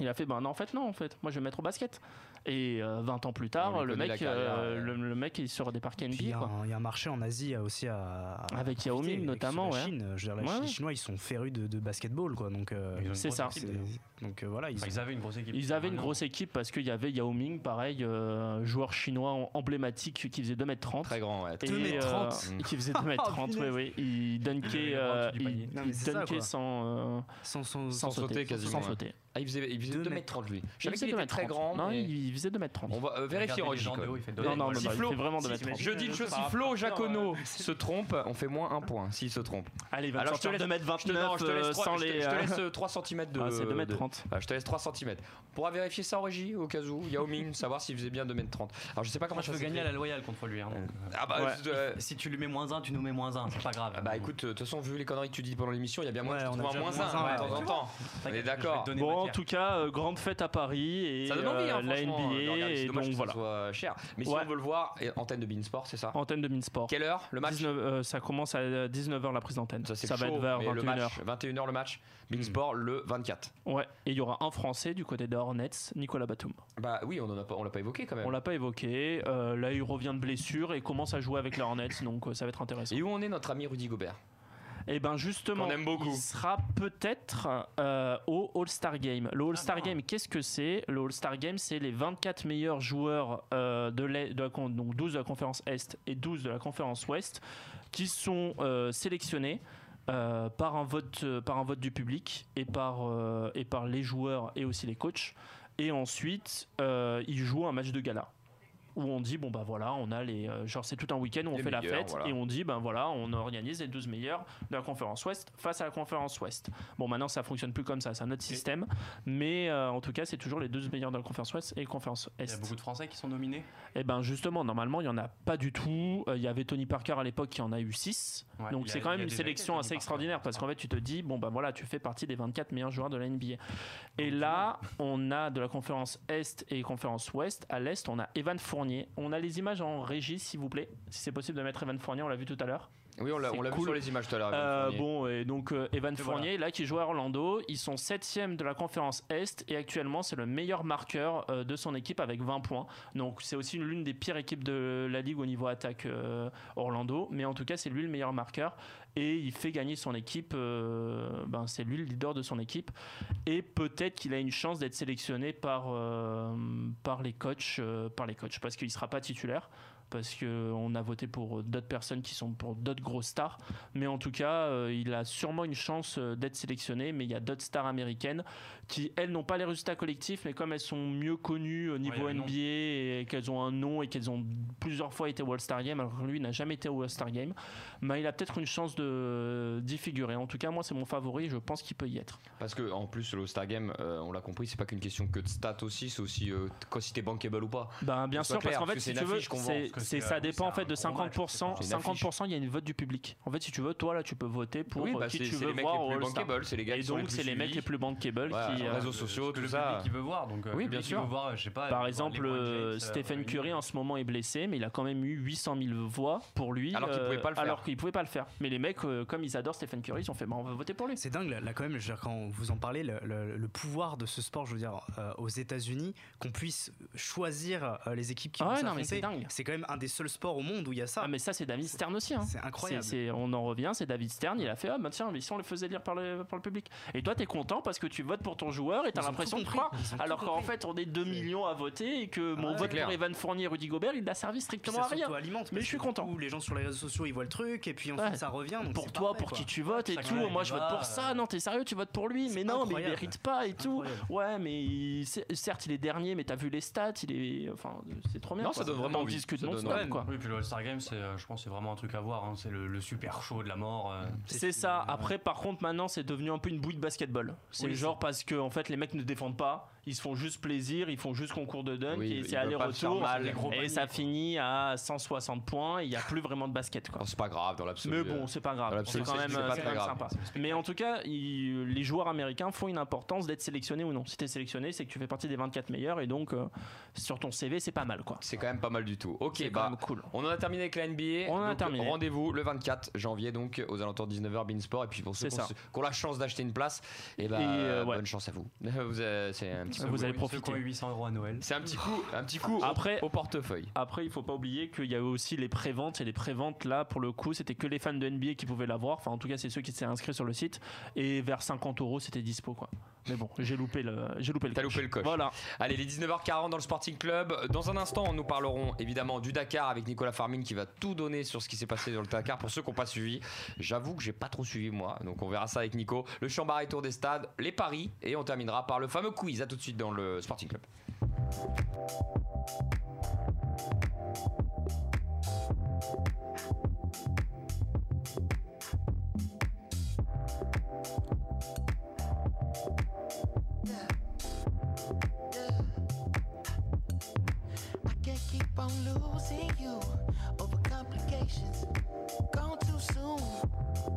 [SPEAKER 3] Il a fait, ben non, en fait, non, en fait, moi je vais me mettre au basket. Et euh, 20 ans plus
[SPEAKER 2] On
[SPEAKER 3] tard,
[SPEAKER 2] lui
[SPEAKER 3] le
[SPEAKER 2] connaît
[SPEAKER 3] mec,
[SPEAKER 2] la carrière,
[SPEAKER 3] euh,
[SPEAKER 2] ouais.
[SPEAKER 3] le, le mec, il sort des parquets
[SPEAKER 6] Puis il y,
[SPEAKER 3] NBA,
[SPEAKER 6] a
[SPEAKER 3] quoi.
[SPEAKER 6] un- il y a un marché en Asie euh, aussi à. à
[SPEAKER 3] Avec
[SPEAKER 6] profiter,
[SPEAKER 3] Yao Ming,
[SPEAKER 6] avec
[SPEAKER 3] notamment,
[SPEAKER 6] La
[SPEAKER 3] ouais.
[SPEAKER 6] Chine, euh, je veux dire, la
[SPEAKER 3] Ouais.
[SPEAKER 6] Chine- les Chinois, ils sont férus de, de basketball, quoi. Donc, euh,
[SPEAKER 4] Ils ont une
[SPEAKER 3] c'est
[SPEAKER 4] grosse
[SPEAKER 3] ça.
[SPEAKER 4] équipe,
[SPEAKER 6] c'est-
[SPEAKER 4] d'ailleurs.
[SPEAKER 6] donc euh, voilà, ils
[SPEAKER 4] Enfin, ils Ah avaient une grosse équipe.
[SPEAKER 3] Ils avaient une grosse équipe parce qu'il y avait Yao Ming, pareil, euh, joueur chinois en- emblématique qui faisait 2m30.
[SPEAKER 2] Très grand, ouais.
[SPEAKER 3] Et,
[SPEAKER 6] 2m30.
[SPEAKER 3] euh, qui faisait 2m30, oui,
[SPEAKER 6] punaise.
[SPEAKER 3] oui. Il dunkait,
[SPEAKER 4] Il avait
[SPEAKER 3] euh,
[SPEAKER 4] le grand-dessus du
[SPEAKER 3] il,
[SPEAKER 4] panier.
[SPEAKER 6] Non,
[SPEAKER 3] il
[SPEAKER 6] mais c'est ça,
[SPEAKER 3] dunkait
[SPEAKER 6] quoi.
[SPEAKER 3] sans, euh,
[SPEAKER 6] sans, sans,
[SPEAKER 3] sans,
[SPEAKER 2] sauter,
[SPEAKER 3] sauter.
[SPEAKER 2] quasiment,
[SPEAKER 3] sans
[SPEAKER 2] ouais.
[SPEAKER 3] sauter.
[SPEAKER 2] Ah, il faisait, il faisait
[SPEAKER 6] Deux
[SPEAKER 2] 2m30 lui. Je
[SPEAKER 3] Il
[SPEAKER 2] savais qu'il
[SPEAKER 3] faisait
[SPEAKER 2] était
[SPEAKER 3] 2m30.
[SPEAKER 2] très grand.
[SPEAKER 3] Non,
[SPEAKER 2] mais-
[SPEAKER 3] il faisait 2m30.
[SPEAKER 2] On va euh, vérifier en logique. ouais.
[SPEAKER 3] Non, non, non,
[SPEAKER 2] Si
[SPEAKER 3] bah, il
[SPEAKER 2] Flo-
[SPEAKER 3] fait vraiment 2m30.
[SPEAKER 2] Je dis une chose, si Flo Jacono se trompe, on fait moins un point s'il se trompe.
[SPEAKER 3] Allez, va
[SPEAKER 2] Alors,
[SPEAKER 3] Alors,
[SPEAKER 2] je te laisse-
[SPEAKER 3] 2m29
[SPEAKER 2] Je te, non, je te laisse,
[SPEAKER 3] euh,
[SPEAKER 2] trois-
[SPEAKER 3] sans
[SPEAKER 2] je te-
[SPEAKER 3] les...
[SPEAKER 2] je te
[SPEAKER 3] euh,
[SPEAKER 2] laisse, euh, 3 cm de.
[SPEAKER 3] ah, c'est
[SPEAKER 2] de-
[SPEAKER 3] 2m30.
[SPEAKER 2] Ah, je te laisse 3 cm. On pourra vérifier ça en régie au cas où, Yao Ming, savoir s'il faisait bien 2m30. Alors je sais pas comment
[SPEAKER 3] Ah,
[SPEAKER 4] Comment je
[SPEAKER 2] ça
[SPEAKER 4] peux
[SPEAKER 2] s'écrit.
[SPEAKER 4] gagner à la loyale contre lui hein, donc, euh,
[SPEAKER 2] Ah bah,
[SPEAKER 3] Ouais.
[SPEAKER 2] euh,
[SPEAKER 4] Si tu lui mets moins 1, tu nous mets moins 1, c'est pas grave.
[SPEAKER 2] bah écoute, euh, de toute façon, vu les conneries que tu dis pendant l'émission, il y a bien moins
[SPEAKER 6] Ouais,
[SPEAKER 2] de
[SPEAKER 6] on a
[SPEAKER 2] trouver un
[SPEAKER 6] déjà
[SPEAKER 2] moins
[SPEAKER 6] moins
[SPEAKER 2] 1
[SPEAKER 6] un,
[SPEAKER 2] de temps
[SPEAKER 6] ouais.
[SPEAKER 2] en temps.
[SPEAKER 3] euh,
[SPEAKER 2] On est d'accord.
[SPEAKER 3] Bon, en tout cas, euh, grande fête à Paris et
[SPEAKER 2] Ça donne envie, hein,
[SPEAKER 3] euh, la
[SPEAKER 2] franchement, de
[SPEAKER 3] NBA.
[SPEAKER 2] regarder. C'est
[SPEAKER 3] Et
[SPEAKER 2] dommage
[SPEAKER 3] donc
[SPEAKER 2] que ça
[SPEAKER 3] voilà,
[SPEAKER 2] soit cher. Mais si
[SPEAKER 3] Ouais.
[SPEAKER 2] on veut le voir, et- antenne de Beansport, c'est ça
[SPEAKER 3] antenne de Minsport.
[SPEAKER 2] Quelle heure le match
[SPEAKER 3] 19, euh, ça commence à 19h la prise d'antenne.
[SPEAKER 2] Ça,
[SPEAKER 3] Ça,
[SPEAKER 2] c'est
[SPEAKER 3] va
[SPEAKER 2] chaud,
[SPEAKER 3] être vers
[SPEAKER 2] mais le match,
[SPEAKER 3] 21h.
[SPEAKER 2] 21h le match. Beansport le 24.
[SPEAKER 3] Ouais. Et il y aura un Français du côté des Hornets, Nicolas Batum.
[SPEAKER 2] Bah oui, on en a pas, on l'a pas évoqué quand même.
[SPEAKER 3] On l'a pas évoqué. euh, là, il revient de blessure et commence à jouer avec les Hornets, donc euh, ça va être intéressant.
[SPEAKER 2] Et où en est notre ami Rudy Gobert
[SPEAKER 3] Et ben justement,
[SPEAKER 2] Qu'on aime beaucoup.
[SPEAKER 3] il sera peut-être euh, au All-Star Game. Le
[SPEAKER 2] Ah,
[SPEAKER 3] All-Star Game, qu'est-ce que c'est Le All-Star Game, c'est les 24 meilleurs joueurs euh, de, l'Est- de la, con- donc 12 de la conférence Est et 12 de la conférence Ouest qui sont euh, sélectionnés. euh, par, un vote, euh, par un vote du public et par, euh, et par les joueurs et aussi les coachs. Et ensuite, euh, ils jouent un match de gala où on dit bon bah voilà on a les euh, genre c'est tout un week-end où on
[SPEAKER 2] Les
[SPEAKER 3] fait la
[SPEAKER 2] meilleurs,
[SPEAKER 3] fête
[SPEAKER 2] voilà.
[SPEAKER 3] et on dit ben voilà on organise les 12 meilleurs de la conférence ouest face à la conférence ouest bon maintenant ça fonctionne plus comme ça c'est un autre système mais euh, en tout cas c'est toujours les 12 meilleurs de la conférence ouest et conférence
[SPEAKER 4] Il y a
[SPEAKER 3] est
[SPEAKER 4] beaucoup de Français qui sont nominés.
[SPEAKER 3] et ben justement normalement il y en a pas du tout Euh, il y avait Tony Parker à l'époque qui en a eu 6
[SPEAKER 4] Ouais,
[SPEAKER 3] donc
[SPEAKER 4] il
[SPEAKER 3] c'est
[SPEAKER 4] a-
[SPEAKER 3] quand
[SPEAKER 4] il
[SPEAKER 3] même
[SPEAKER 4] y a
[SPEAKER 3] une
[SPEAKER 4] des
[SPEAKER 3] sélection
[SPEAKER 4] acteurs,
[SPEAKER 3] assez
[SPEAKER 4] Tony
[SPEAKER 3] extraordinaire
[SPEAKER 4] Parker.
[SPEAKER 3] parce qu'en fait tu te dis bon ben voilà tu fais partie des 24 meilleurs joueurs de la NBA et là on a de la conférence Est et conférence Ouest à l'Est on a Evan Fournier on a les images en régie s'il vous plaît si c'est possible de mettre Evan Fournier on l'a vu tout à l'heure
[SPEAKER 2] Oui, on l'a
[SPEAKER 3] C'est
[SPEAKER 2] on l'a vu
[SPEAKER 3] cool.
[SPEAKER 2] sur les images tout à l'heure. Evan
[SPEAKER 3] Euh,
[SPEAKER 2] Fournier.
[SPEAKER 3] bon, et donc euh, Evan
[SPEAKER 4] Et
[SPEAKER 3] Fournier, là, qui joue à Orlando, ils sont septième de la conférence Est et actuellement c'est le meilleur marqueur euh, de son équipe avec 20 points. Donc c'est aussi une- l'une des pires équipes de la ligue au niveau attaque euh, Orlando, mais en tout cas c'est lui le meilleur marqueur et il fait gagner son équipe. euh, ben, c'est lui le leader de son équipe et peut-être qu'il a une chance d'être sélectionné par euh, par les coachs, euh, par les coachs, parce qu'il sera pas titulaire. Parce qu'on a voté pour euh, d'autres personnes qui sont pour d'autres grosses stars. Mais en tout cas, euh, il a sûrement une chance euh, d'être sélectionné. Mais il y a d'autres stars américaines qui, elles, n'ont pas les résultats collectifs, mais comme elles sont mieux connues au niveau
[SPEAKER 4] il y a le nom.
[SPEAKER 3] NBA et qu'elles ont un nom et qu'elles ont plusieurs fois été au All-Star Game, alors que lui il n'a jamais été au All-Star Game, bah, il a peut-être une chance de d'y figurer. En tout cas, moi, c'est mon favori et je pense qu'il peut y être.
[SPEAKER 2] Parce que en plus, le Star Game, euh, on l'a compris, c'est pas qu'une question que de stats aussi, c'est aussi euh, quand si t'es bankable ou pas.
[SPEAKER 3] Ben, bien
[SPEAKER 2] Qu'on soit
[SPEAKER 3] sûr, parce
[SPEAKER 2] clair,
[SPEAKER 3] qu'en fait,
[SPEAKER 2] parce que
[SPEAKER 3] si
[SPEAKER 2] c'est euh,
[SPEAKER 3] tu
[SPEAKER 2] une
[SPEAKER 3] veux,
[SPEAKER 2] affiche qu'on vend,
[SPEAKER 3] c'est-
[SPEAKER 4] parce que
[SPEAKER 3] c'est-
[SPEAKER 4] c'est
[SPEAKER 3] ça
[SPEAKER 4] un-
[SPEAKER 3] dépend en
[SPEAKER 4] c'est
[SPEAKER 3] fait
[SPEAKER 4] un
[SPEAKER 3] de
[SPEAKER 4] gros match,
[SPEAKER 3] 50%.
[SPEAKER 2] c'est une affiche.
[SPEAKER 3] 50%, il y a une vote du public. En fait, si tu veux, toi, là, tu peux voter pour
[SPEAKER 2] oui,
[SPEAKER 3] euh,
[SPEAKER 2] bah,
[SPEAKER 3] qui
[SPEAKER 2] c'est
[SPEAKER 3] tu
[SPEAKER 2] c'est
[SPEAKER 3] veux
[SPEAKER 2] les mecs
[SPEAKER 3] voir
[SPEAKER 2] les
[SPEAKER 3] au
[SPEAKER 2] plus
[SPEAKER 3] All-Star.
[SPEAKER 2] bankables, c'est les gars
[SPEAKER 3] Et
[SPEAKER 2] qui sont
[SPEAKER 3] donc, c'est les mecs les
[SPEAKER 2] suivis.
[SPEAKER 3] plus bankable
[SPEAKER 2] Voilà,
[SPEAKER 3] qui.
[SPEAKER 2] sur les
[SPEAKER 3] euh,
[SPEAKER 2] réseaux
[SPEAKER 4] Ce
[SPEAKER 2] sociaux,
[SPEAKER 4] que
[SPEAKER 2] tout
[SPEAKER 4] le
[SPEAKER 2] ça.
[SPEAKER 4] public qui veut voir. Donc, euh,
[SPEAKER 2] Oui,
[SPEAKER 4] le
[SPEAKER 2] bien
[SPEAKER 4] public
[SPEAKER 2] sûr.
[SPEAKER 4] veut voir, je sais pas,
[SPEAKER 3] Par
[SPEAKER 4] euh,
[SPEAKER 3] exemple,
[SPEAKER 4] LeBron James,
[SPEAKER 3] euh,
[SPEAKER 4] euh,
[SPEAKER 3] Stephen
[SPEAKER 4] Wayne.
[SPEAKER 3] Curry en ce moment est blessé, mais il a quand même eu 800 000 voix pour lui.
[SPEAKER 2] Alors qu'il
[SPEAKER 3] euh,
[SPEAKER 2] pouvait pas le faire.
[SPEAKER 3] Alors qu'il pouvait pas le faire. Mais les mecs, euh, comme ils adorent Stephen Curry, ils ont fait bah, on va voter pour lui.
[SPEAKER 6] C'est dingue, là, là, quand même, je veux dire, quand vous en parlez, le, le- le pouvoir de ce sport, je veux dire, euh, aux États-Unis, qu'on puisse choisir euh, les équipes qui
[SPEAKER 3] Ah
[SPEAKER 6] vont
[SPEAKER 3] ouais, non, mais
[SPEAKER 6] s'affronter,
[SPEAKER 3] c'est dingue.
[SPEAKER 6] c'est quand même un des seuls sports au monde où il y a ça.
[SPEAKER 3] Ah, mais ça, c'est David Stern aussi. hein.
[SPEAKER 6] C'est incroyable.
[SPEAKER 3] C'est- c'est- on en revient, c'est David Stern, il a fait Ah, bah tiens, mais si on le faisait lire par le, par le public. Et toi, t'es content parce que tu votes pour ton joueur et t'as
[SPEAKER 6] Ils ont
[SPEAKER 3] l'impression
[SPEAKER 6] tout
[SPEAKER 3] de
[SPEAKER 6] compris.
[SPEAKER 3] croire.
[SPEAKER 6] Ils ont tout
[SPEAKER 3] Alors qu'en
[SPEAKER 6] compris.
[SPEAKER 3] fait, on est 2 millions à voter et que mon
[SPEAKER 6] ouais.
[SPEAKER 3] vote
[SPEAKER 2] C'est clair.
[SPEAKER 3] pour Evan Fournier et Rudy Gobert, il n'a servi
[SPEAKER 6] Puis
[SPEAKER 3] strictement
[SPEAKER 6] ça
[SPEAKER 3] à rien.
[SPEAKER 6] s'auto-alimente,
[SPEAKER 3] Mais
[SPEAKER 6] parce
[SPEAKER 3] je suis
[SPEAKER 6] que
[SPEAKER 3] content.
[SPEAKER 6] du coup, les gens sur les réseaux sociaux, ils voient le truc, et puis ensuite
[SPEAKER 3] Ouais.
[SPEAKER 6] ça revient. donc
[SPEAKER 3] Pour
[SPEAKER 6] c'est
[SPEAKER 3] toi,
[SPEAKER 6] parfait,
[SPEAKER 3] pour
[SPEAKER 6] quoi.
[SPEAKER 3] qui tu votes et
[SPEAKER 4] Chacun
[SPEAKER 3] tout.
[SPEAKER 4] a
[SPEAKER 3] Moi,
[SPEAKER 4] les
[SPEAKER 3] je vote
[SPEAKER 4] débats,
[SPEAKER 3] pour ça.
[SPEAKER 4] euh.
[SPEAKER 3] Non, t'es sérieux, tu votes pour lui.
[SPEAKER 6] C'est
[SPEAKER 3] Mais non, mais il
[SPEAKER 6] incroyable.
[SPEAKER 3] mérite pas et tout.
[SPEAKER 6] Incroyable.
[SPEAKER 3] Ouais, mais il- c'est- certes, il est dernier, mais t'as vu les stats, il est. Enfin, c'est trop bien.
[SPEAKER 2] Non,
[SPEAKER 3] quoi.
[SPEAKER 2] ça donne vraiment
[SPEAKER 3] On
[SPEAKER 2] envie.
[SPEAKER 3] discute
[SPEAKER 2] Ça donne
[SPEAKER 3] non-stop,
[SPEAKER 2] envie.
[SPEAKER 3] quoi.
[SPEAKER 4] Oui, puis le All-Star Game, c'est, euh, je pense que c'est vraiment un truc à voir. hein. C'est le, le super show de la mort. euh.
[SPEAKER 3] C'est ça. Après, par contre, maintenant, c'est devenu un peu une bouille de basketball. C'est
[SPEAKER 4] Oui,
[SPEAKER 3] genre parce que en fait, les mecs ne défendent pas. Ils se font juste plaisir. Ils font juste concours de dunk
[SPEAKER 2] Oui,
[SPEAKER 3] et
[SPEAKER 2] ils
[SPEAKER 3] c'est
[SPEAKER 2] veulent pas se faire
[SPEAKER 3] aller-retour.
[SPEAKER 2] mal,
[SPEAKER 4] les gros
[SPEAKER 3] Et
[SPEAKER 4] paniers,
[SPEAKER 3] ça
[SPEAKER 4] quoi.
[SPEAKER 3] finit à 160 points. et Il n'y a plus vraiment de basket, quoi.
[SPEAKER 2] Oh, c'est pas grave dans l'absolu. euh,
[SPEAKER 3] Mais bon, c'est pas
[SPEAKER 2] dans
[SPEAKER 3] grave. C'est
[SPEAKER 2] l'absolu,
[SPEAKER 3] quand
[SPEAKER 2] c'est-
[SPEAKER 3] même,
[SPEAKER 2] c'est pas
[SPEAKER 3] euh,
[SPEAKER 2] très
[SPEAKER 3] c'est quand même
[SPEAKER 2] grave.
[SPEAKER 3] sympa. Mais en tout cas, il- les joueurs américains font une importance d'être sélectionnés ou non. Si t'es sélectionné, c'est que tu fais partie des 24 meilleurs et donc euh, sur ton CV, c'est pas mal, quoi.
[SPEAKER 2] C'est quand même pas mal du tout. Ok,
[SPEAKER 3] C'est quand
[SPEAKER 2] bah.
[SPEAKER 3] même cool.
[SPEAKER 2] On en a terminé avec la NBA.
[SPEAKER 3] On en a
[SPEAKER 2] Donc,
[SPEAKER 3] terminé.
[SPEAKER 2] Rendez-vous le 24 janvier, donc aux alentours de 19h, Beansport. Et puis pour ceux qui
[SPEAKER 3] C'est ça.
[SPEAKER 2] ont qui ont la chance d'acheter une place, et ben
[SPEAKER 3] Et, euh, ouais.
[SPEAKER 2] bonne chance à vous. Vous, euh, c'est un petit
[SPEAKER 3] Vous
[SPEAKER 2] coup-
[SPEAKER 3] allez
[SPEAKER 4] Ceux qui ont eu
[SPEAKER 3] profiter.
[SPEAKER 4] 800 euros à Noël.
[SPEAKER 2] C'est un petit coup, un petit coup au-
[SPEAKER 3] Après-
[SPEAKER 2] au portefeuille.
[SPEAKER 3] Après, il faut pas oublier qu'il y avait aussi les préventes et les préventes là pour le coup, c'était que les fans de NBA qui pouvaient l'avoir. Enfin, en tout cas, c'est ceux qui s'étaient inscrits sur le site et vers 50 euros, c'était dispo quoi. Mais bon, j'ai loupé le, j'ai loupé le.
[SPEAKER 2] T'as
[SPEAKER 3] coche.
[SPEAKER 2] loupé le coche.
[SPEAKER 3] Voilà.
[SPEAKER 2] Allez, les 19h40 dans le Sporting Club. Dans un instant, nous parlerons évidemment du Dakar avec Nicolas Farmine qui va tout donner sur ce qui s'est passé dans le Dakar pour ceux qui n'ont pas suivi. J'avoue que j'ai pas trop suivi moi, donc on verra ça avec Nico. Le Chambard tour des stades, les paris et on terminera par le fameux quiz. À tout de suite dans le Sporting Club.
[SPEAKER 9] I can't keep on losing you over complications. Gone too soon.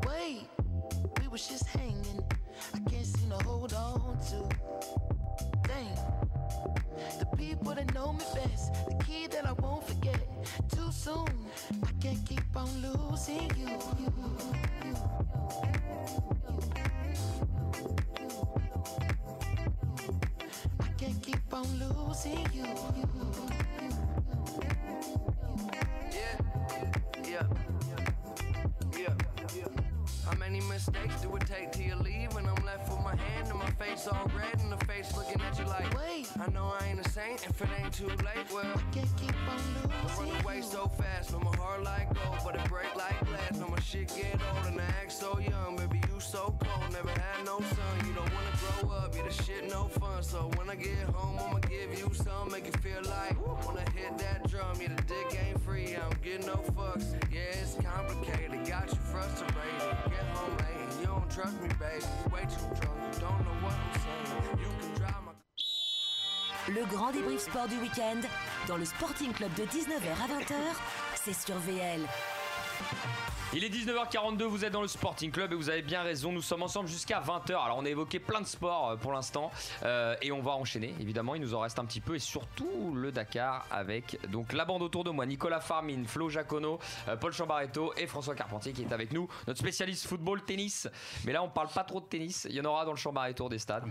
[SPEAKER 9] Wait, we was just hanging. I can't seem to hold on to. Dang, the people that know me best, the key that I won't forget. Too soon, I can't keep on losing you. you, you, you, you. I can't keep on losing you.
[SPEAKER 10] Yeah, yeah, yeah. How many mistakes do it take till you leave when I'm left with my hand and my face all red and the face looking at you like,
[SPEAKER 9] Wait,
[SPEAKER 10] I know I ain't a saint if it ain't too late. Well,
[SPEAKER 9] can't keep on
[SPEAKER 10] I
[SPEAKER 9] losing
[SPEAKER 10] run away
[SPEAKER 9] you.
[SPEAKER 10] so fast, no my heart like gold, but it break like glass. No my shit get old and I act so young, baby you so cold, never had no son. You don't wanna grow up, you the shit no fun. So when I get home, I'ma give you some, make it feel like when I hit that drum, you the dick ain't free, I don't get no fucks. Yeah, it's complicated, got you frustrated. Get home late, you don't trust me, baby. You way too drunk, you don't know what I'm saying. You can drive my.
[SPEAKER 1] Le grand débrief sport du week-end dans le Sporting Club de 19h à 20h, c'est sur VL.
[SPEAKER 2] Il est 19h42, vous êtes dans le Sporting Club et vous avez bien raison, nous sommes ensemble jusqu'à 20h. Alors on a évoqué plein de sports euh, pour l'instant euh, et on va enchaîner évidemment, il nous en reste un petit peu et surtout le Dakar avec donc la bande autour de moi, Nicolas Farmine, Flo Jacono, euh, Paul Chambaretto et François Carpentier qui est avec nous, notre spécialiste football tennis. Mais là on parle pas trop de tennis, il y en aura dans le Chambaretto des stades.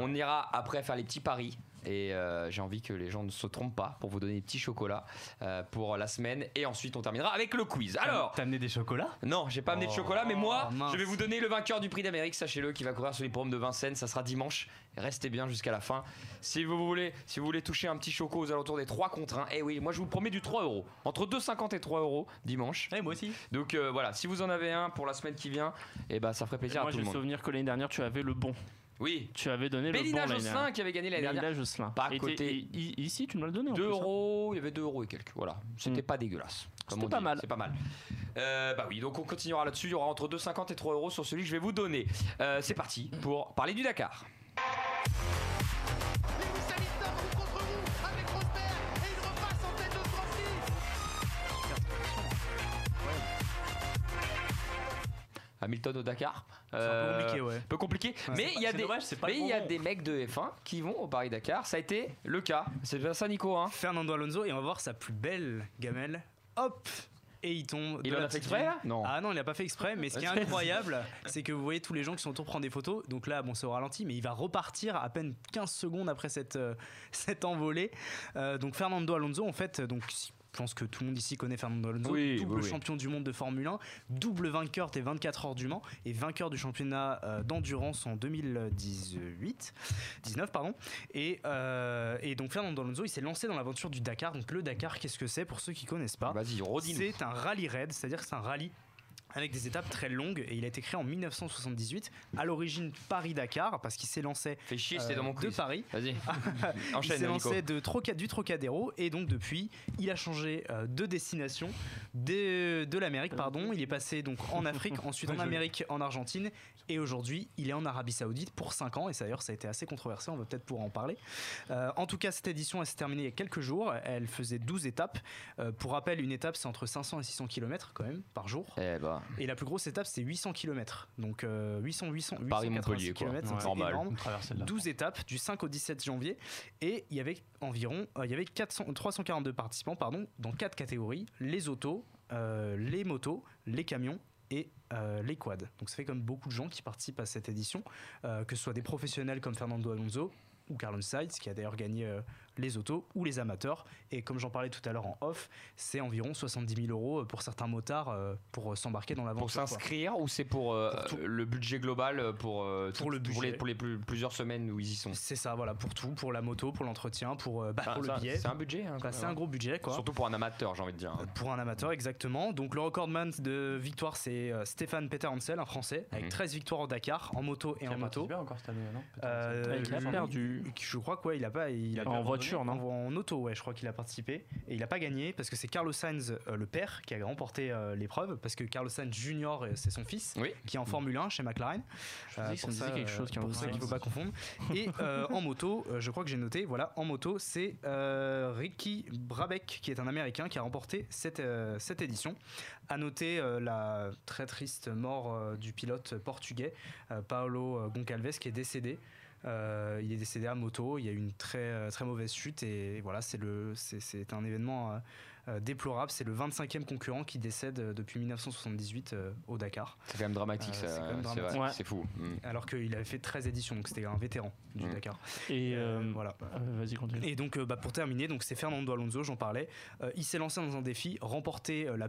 [SPEAKER 2] On ira après faire les petits paris et euh, j'ai envie que les gens ne se trompent pas pour vous donner des petits chocolats euh, pour la semaine et ensuite on terminera avec le quiz. Alors,
[SPEAKER 4] T'as amené des chocolats
[SPEAKER 2] non, j'ai pas amené de
[SPEAKER 4] Oh,
[SPEAKER 2] chocolat, mais moi,
[SPEAKER 4] mince.
[SPEAKER 2] je vais vous donner le vainqueur du prix d'Amérique, sachez-le, qui va courir sur les pommes de Vincennes. Ça sera dimanche. Restez bien jusqu'à la fin. Si vous voulez, si vous voulez toucher un petit choco aux alentours des 3 contre 1, eh oui, moi je vous promets du 3 euros. Entre 2,50 et 3 euros dimanche.
[SPEAKER 3] Eh,
[SPEAKER 4] Et moi aussi.
[SPEAKER 2] Donc euh, voilà, si vous en avez un pour la semaine qui vient, eh ben ça ferait plaisir
[SPEAKER 3] Moi,
[SPEAKER 2] à tout
[SPEAKER 3] j'ai
[SPEAKER 2] le
[SPEAKER 3] le
[SPEAKER 2] monde.
[SPEAKER 3] souvenir que l'année dernière, tu avais le bon.
[SPEAKER 2] Oui.
[SPEAKER 3] Tu avais donné
[SPEAKER 2] Mélina
[SPEAKER 3] le bon.
[SPEAKER 2] Jocelyn qui avait gagné l'année dernière.
[SPEAKER 3] Mélina Jocelyn.
[SPEAKER 2] Pas à
[SPEAKER 3] Et
[SPEAKER 2] côté.
[SPEAKER 3] t'es- i- Ici, tu me l'as donné. en
[SPEAKER 2] 2
[SPEAKER 3] plus, hein.
[SPEAKER 2] euros, il y avait 2 euros et quelques. Voilà, c'était pas dégueulasse. comme
[SPEAKER 3] Hmm. C'était
[SPEAKER 2] on
[SPEAKER 3] pas
[SPEAKER 2] dit.
[SPEAKER 3] mal.
[SPEAKER 2] C'est pas mal. Euh, bah oui, donc on continuera là-dessus. Il y aura entre 2,50 et 3 euros sur celui que je vais vous donner. Euh, c'est parti pour parler du Dakar. Hamilton au Dakar. Euh,
[SPEAKER 6] compliqué, ouais.
[SPEAKER 2] peu compliqué. mais
[SPEAKER 6] c'est
[SPEAKER 2] il
[SPEAKER 6] pas-
[SPEAKER 2] y a
[SPEAKER 6] c'est
[SPEAKER 2] des,
[SPEAKER 6] dommage, c'est pas
[SPEAKER 2] mais
[SPEAKER 6] le
[SPEAKER 2] il y a
[SPEAKER 6] bon.
[SPEAKER 2] des mecs de F1 qui vont au Paris Dakar. Ça a été le cas. C'est bien ça, Nico. Hein.
[SPEAKER 6] Fernando Alonso, et on va voir sa plus belle gamelle. Hop et il tombe. de
[SPEAKER 2] Il en
[SPEAKER 6] la
[SPEAKER 2] a fait
[SPEAKER 6] petite
[SPEAKER 2] exprès,
[SPEAKER 6] dune.
[SPEAKER 2] là Non.
[SPEAKER 6] Ah non, il a pas fait exprès. Mais ce qui est incroyable, c'est que vous voyez tous les gens qui sont autour prendre des photos. Donc là, bon, c'est au ralenti, mais il va repartir à peine 15 secondes après cette, euh, cette envolée. Euh, donc Fernando Alonso, en fait, donc si- je pense que tout le monde ici connaît Fernando Alonso,
[SPEAKER 2] Oui,
[SPEAKER 6] double
[SPEAKER 2] oui, oui.
[SPEAKER 6] champion du monde de Formule 1, double vainqueur des 24 heures du Mans et vainqueur du championnat euh, d'endurance en 2018, 19 pardon. Et, euh, et donc Fernando Alonso, il s'est lancé dans l'aventure du Dakar. Donc le Dakar, qu'est-ce que c'est pour ceux qui connaissent pas
[SPEAKER 2] Vas-y, redis-nous.
[SPEAKER 6] bah, C'est un rallye raid, c'est-à-dire que c'est un rallye avec des étapes très longues et il a été créé en 1978 à l'origine Paris-Dakar parce qu'il s'est lancé
[SPEAKER 2] Fais chier, c'était dans mon
[SPEAKER 6] euh, de
[SPEAKER 2] quiz.
[SPEAKER 6] Paris
[SPEAKER 2] Vas-y. Enchaîne,
[SPEAKER 6] il s'est
[SPEAKER 2] Nico.
[SPEAKER 6] lancé de Troca- du Trocadéro et donc depuis, il a changé euh, de destination de, de l'Amérique, pardon. Il est passé donc en Afrique, ensuite en
[SPEAKER 4] Joli.
[SPEAKER 6] Amérique, en Argentine et aujourd'hui, il est en Arabie Saoudite pour 5 ans. Et ça, d'ailleurs, ça a été assez controversé. On va peut-être pouvoir en parler. Euh, en tout cas, cette édition, elle s'est terminée il y a quelques jours. Elle faisait 12 étapes. Euh, pour rappel, une étape, c'est entre 500 et 600 km quand même par jour.
[SPEAKER 2] Eh ben,
[SPEAKER 6] Et la plus grosse étape, c'est 800 km. Donc euh, 800, 800, 800
[SPEAKER 2] Paris-Montpellier, quoi.
[SPEAKER 6] km,
[SPEAKER 2] Ouais. Normal.
[SPEAKER 4] Traverser de la
[SPEAKER 6] 12 étapes du 5 au 17 janvier et il y avait environ euh, il y avait 400 342 participants pardon dans quatre catégories les autos euh, les motos les camions et euh, les quads donc ça fait comme beaucoup de gens qui participent à cette édition euh, que ce soit des professionnels comme Fernando Alonso ou Carlos Sainz qui a d'ailleurs gagné euh, les autos ou les amateurs et comme j'en parlais tout à l'heure en off c'est environ 70 000 euros pour certains motards euh, pour euh, s'embarquer dans l'aventure
[SPEAKER 2] pour
[SPEAKER 6] quoi.
[SPEAKER 2] s'inscrire ou c'est pour, euh,
[SPEAKER 6] tout.
[SPEAKER 2] le budget global euh, pour, euh,
[SPEAKER 6] Pour le
[SPEAKER 2] les,
[SPEAKER 6] budget.
[SPEAKER 2] pour les plus- plusieurs semaines où ils y sont
[SPEAKER 6] c'est ça voilà pour tout pour la moto pour l'entretien pour, euh, bah,
[SPEAKER 2] Ah,
[SPEAKER 6] pour
[SPEAKER 2] ça,
[SPEAKER 6] le billet
[SPEAKER 2] C'est un budget. hein,
[SPEAKER 6] Bah,
[SPEAKER 2] quand
[SPEAKER 6] c'est
[SPEAKER 2] même.
[SPEAKER 6] un gros budget quoi
[SPEAKER 2] Surtout pour un amateur, j'ai envie de dire. hein.
[SPEAKER 6] Pour un amateur, exactement. Donc le recordman de victoire, c'est euh, Stéphane Peter Hansel, un Français, avec
[SPEAKER 2] Mhm.
[SPEAKER 6] 13 victoires au Dakar, en moto et
[SPEAKER 4] Qui a
[SPEAKER 6] en moto.
[SPEAKER 4] participé encore cette année, non
[SPEAKER 6] Euh,
[SPEAKER 3] Ouais, qui Ah, a
[SPEAKER 6] lui-
[SPEAKER 3] perdu.
[SPEAKER 6] Je crois quoi, il a pas. Il a
[SPEAKER 3] En
[SPEAKER 6] pas
[SPEAKER 3] voiture,
[SPEAKER 6] abandonné.
[SPEAKER 3] non
[SPEAKER 6] en, en auto, ouais, je crois qu'il a participé. Et il a pas gagné parce que c'est Carlos Sainz, euh, le père, qui a remporté euh, l'épreuve. Parce que Carlos Sainz Junior, euh, c'est son fils,
[SPEAKER 2] Oui.
[SPEAKER 6] qui est en Formule 1 chez McLaren. Euh,
[SPEAKER 3] Je me disais que ça me disait quelque chose, Carlos
[SPEAKER 6] pour ça qu'il faut
[SPEAKER 3] Sainz.
[SPEAKER 6] pas confondre. Et euh, en moto, euh, je crois que j'ai noté, voilà, en moto, c'est euh, Ricky Brabec, qui est un Américain, qui a remporté cette, euh, cette édition. À noter euh, la très triste mort euh, du pilote portugais, euh, Paolo euh, Goncalves, qui est décédé. Euh, il est décédé à moto, il y a eu une très, euh, très mauvaise chute et voilà, c'est le- c'est- c'est un événement euh, euh, déplorable. C'est le 25e concurrent qui décède euh, depuis 1978 euh, au Dakar,
[SPEAKER 2] C'est quand même dramatique, ça,
[SPEAKER 6] Euh, c'est quand même
[SPEAKER 2] c'est
[SPEAKER 6] dramatique.
[SPEAKER 2] vrai,
[SPEAKER 3] Ouais.
[SPEAKER 2] c'est fou. Mm.
[SPEAKER 6] alors qu'il avait fait 13 éditions, donc c'était un vétéran du
[SPEAKER 2] Mm.
[SPEAKER 6] Dakar.
[SPEAKER 3] Et euh,
[SPEAKER 6] voilà.
[SPEAKER 3] euh, vas-y, continue.
[SPEAKER 6] Et donc, euh, bah, pour terminer, donc c'est Fernando Alonso, j'en parlais. Euh, il s'est lancé dans un défi, remporter euh, la-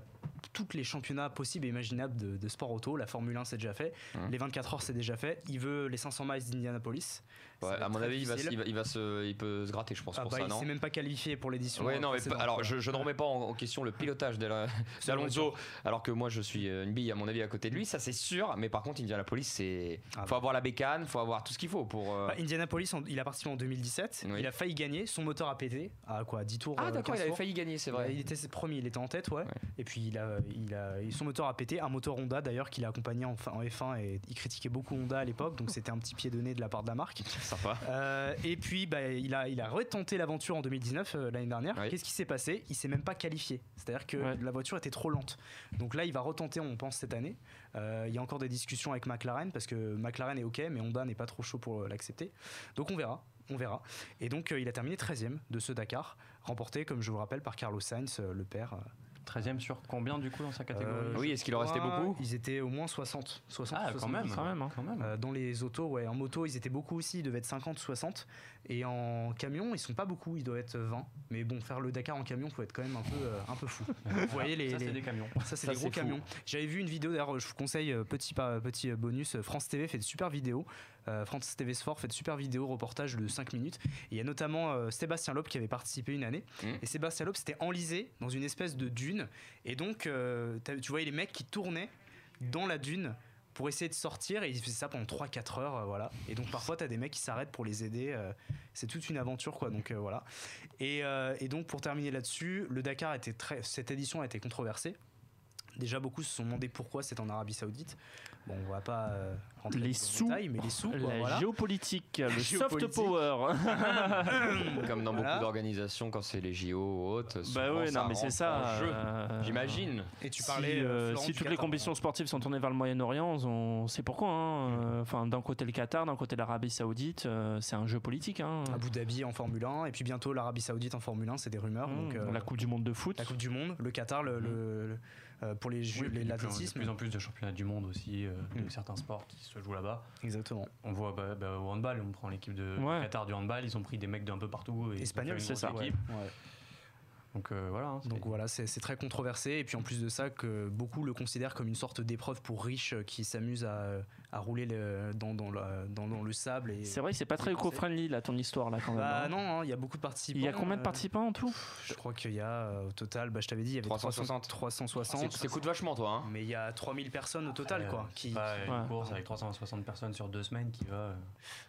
[SPEAKER 6] toutes les championnats possibles et imaginables de, de sport auto. La Formule 1, c'est déjà fait.
[SPEAKER 2] Mhm.
[SPEAKER 6] Les 24 heures, c'est déjà fait. Il veut les 500 miles d'Indianapolis. Ça
[SPEAKER 2] Ouais,
[SPEAKER 6] va être
[SPEAKER 2] à mon
[SPEAKER 6] très
[SPEAKER 2] avis, il va, se-
[SPEAKER 6] difficile.
[SPEAKER 2] il, va, il va se, il peut se gratter, je pense,
[SPEAKER 6] Ah
[SPEAKER 2] pour
[SPEAKER 6] bah,
[SPEAKER 2] ça,
[SPEAKER 6] il
[SPEAKER 2] non
[SPEAKER 6] s'est même pas qualifié pour l'édition.
[SPEAKER 2] Ouais,
[SPEAKER 6] euh,
[SPEAKER 2] non, mais
[SPEAKER 6] précédente,
[SPEAKER 2] pas- alors
[SPEAKER 6] quoi.
[SPEAKER 2] je, je ne remets pas en, en question le pilotage d'Al- d'Alonso, alors que moi je suis euh, une bille à mon avis à côté de lui, ça c'est sûr, mais par contre, il vient à la police, c'est.
[SPEAKER 6] Ah
[SPEAKER 2] faut
[SPEAKER 6] bah.
[SPEAKER 2] avoir la bécane, faut avoir tout ce qu'il faut pour. euh,
[SPEAKER 6] Bah, Indianapolis, en- il a participé en 2017.
[SPEAKER 2] Oui.
[SPEAKER 6] Il a failli gagner. Son moteur a pété à quoi 10 tours
[SPEAKER 2] Ah,
[SPEAKER 6] euh,
[SPEAKER 2] d'accord,
[SPEAKER 6] 15
[SPEAKER 2] il avait
[SPEAKER 6] tours.
[SPEAKER 2] failli gagner, c'est
[SPEAKER 6] Il
[SPEAKER 2] vrai.
[SPEAKER 6] était premier, il était en tête, ouais.
[SPEAKER 2] Ouais.
[SPEAKER 6] Et puis il a, il a, son moteur a pété, un moteur Honda d'ailleurs qu'il a accompagné en, fin- en F1 et il critiquait beaucoup Honda à l'époque, donc c'était un petit pied de nez de la part de la marque.
[SPEAKER 2] Sympa.
[SPEAKER 6] Euh, et puis, bah, il, a, il a retenté l'aventure en 2019, euh, l'année dernière. Qu'est-ce qui s'est passé Il s'est même pas qualifié. C'est-à-dire que la voiture était trop lente. Donc là, il va retenter, on pense, cette année. Euh, il y a encore des discussions avec McLaren, parce que McLaren est OK, mais Honda n'est pas trop chaud pour euh, l'accepter. Donc on verra. On verra. Et donc, euh, il a terminé 13e de ce Dakar, remporté, comme je vous rappelle, par Carlos Sainz, euh, le père.
[SPEAKER 4] 13e sur combien du coup dans sa catégorie
[SPEAKER 6] Euh,
[SPEAKER 4] je
[SPEAKER 6] je
[SPEAKER 4] crois-
[SPEAKER 6] crois Ils étaient au moins 60. 60
[SPEAKER 4] Ah, quand même,
[SPEAKER 6] 70.
[SPEAKER 4] quand même, hein.
[SPEAKER 6] Euh, dans les autos, ouais. En moto, ils étaient beaucoup aussi, ils devaient être 50, 60. Et en camion, ils sont pas beaucoup, ils doivent être 20. Mais bon, faire le Dakar en camion, faut être quand même un peu, euh, un peu fou. Vous voyez les.
[SPEAKER 4] Ça, c'est
[SPEAKER 6] les-
[SPEAKER 4] des camions.
[SPEAKER 6] Ça, c'est
[SPEAKER 4] Ça,
[SPEAKER 6] des gros
[SPEAKER 4] c'est fou.
[SPEAKER 6] camions. J'avais vu une vidéo, d'ailleurs, je vous conseille, euh, petit, pa- petit bonus, euh, France TV fait de super vidéos. Euh, France TV Sport fait de super vidéos, reportages de 5 minutes. Et il y a notamment euh, Sébastien Loeb qui avait participé une année. Et Sébastien Loeb s'était enlisé dans une espèce de dune. Et donc, euh, t'as- tu voyais les mecs qui tournaient dans la dune pour essayer de sortir et ils faisaient ça pendant 3-4 heures euh, voilà et donc parfois t'as des mecs qui s'arrêtent pour les aider euh, c'est toute une aventure quoi donc euh, voilà et, euh, et donc pour terminer là-dessus le Dakar était très cette édition a été controversée Déjà, beaucoup se sont demandé pourquoi c'est en Arabie Saoudite. Bon, on va pas euh, rentrer
[SPEAKER 3] Les
[SPEAKER 6] dans le
[SPEAKER 3] sous,
[SPEAKER 6] détail, mais les sous, quoi,
[SPEAKER 3] Oh, la
[SPEAKER 6] voilà.
[SPEAKER 3] géopolitique,
[SPEAKER 6] La
[SPEAKER 3] le soft
[SPEAKER 6] géopolitique.
[SPEAKER 3] power.
[SPEAKER 2] Comme dans
[SPEAKER 6] Voilà.
[SPEAKER 2] beaucoup d'organisations, quand c'est les JO ou autres,
[SPEAKER 3] Bah
[SPEAKER 2] souvent,
[SPEAKER 3] ouais, non, mais
[SPEAKER 2] rentre
[SPEAKER 3] c'est ça.
[SPEAKER 2] en jeu,
[SPEAKER 3] euh,
[SPEAKER 2] J'imagine.
[SPEAKER 3] Si, euh,
[SPEAKER 6] Florent,
[SPEAKER 3] si
[SPEAKER 6] du
[SPEAKER 3] toutes les
[SPEAKER 6] Qatar, hein.
[SPEAKER 3] compétitions sportives sont tournées vers le Moyen-Orient, on sait pourquoi. hein. Euh, Enfin, d'un côté le Qatar, d'un côté l'Arabie Saoudite, euh, c'est un jeu politique. hein.
[SPEAKER 6] Abu Dhabi en Formule 1, et puis bientôt l'Arabie Saoudite en Formule 1, c'est des rumeurs. donc,
[SPEAKER 3] Mmh,
[SPEAKER 6] euh,
[SPEAKER 3] la Coupe Mmh. du Monde de foot.
[SPEAKER 6] La Coupe du Monde, le Qatar, le, le- le- euh, pour les
[SPEAKER 4] Oui,
[SPEAKER 6] Jeux,
[SPEAKER 4] puis
[SPEAKER 6] les-
[SPEAKER 4] de plus en-
[SPEAKER 6] l'athlétisme.
[SPEAKER 4] De plus en plus de championnats du monde aussi, euh, de certains sports qui se jouent là-bas.
[SPEAKER 6] Exactement.
[SPEAKER 4] On voit bah, bah, au handball, on prend l'équipe de du
[SPEAKER 6] Ouais.
[SPEAKER 4] Qatar du handball, ils ont pris des mecs d'un peu partout. et ils ont
[SPEAKER 6] Espagnol,
[SPEAKER 4] fait une
[SPEAKER 6] c'est
[SPEAKER 4] grosse
[SPEAKER 6] ça.
[SPEAKER 4] équipe.
[SPEAKER 6] Ouais, ouais.
[SPEAKER 4] Donc euh, voilà.
[SPEAKER 3] Ah,
[SPEAKER 4] hein, c'est-
[SPEAKER 6] Donc voilà, c'est c'est très controversé. Et puis en plus de ça, que beaucoup le considèrent comme une sorte d'épreuve pour riches euh, qui s'amusent à, à rouler le- dans, dans la- dans- dans le sable. et-
[SPEAKER 3] C'est vrai que c'est pas très
[SPEAKER 6] et-
[SPEAKER 3] éco-friendly là, ton histoire là quand même.
[SPEAKER 6] Bah
[SPEAKER 3] hein.
[SPEAKER 6] non, hein, il y a beaucoup de participants.
[SPEAKER 3] Il y a combien de
[SPEAKER 6] euh,
[SPEAKER 3] participants en tout
[SPEAKER 6] Je crois qu'il y a euh, au total, bah, je t'avais dit, il y avait
[SPEAKER 2] 360.
[SPEAKER 6] 360.
[SPEAKER 2] C'est- ça coûte vachement, toi. hein.
[SPEAKER 6] Mais il y a 3000 personnes au total,
[SPEAKER 4] Euh,
[SPEAKER 6] quoi. Qui,
[SPEAKER 4] c'est pas
[SPEAKER 6] qui-
[SPEAKER 4] une course avec 360 personnes sur deux semaines qui va. euh,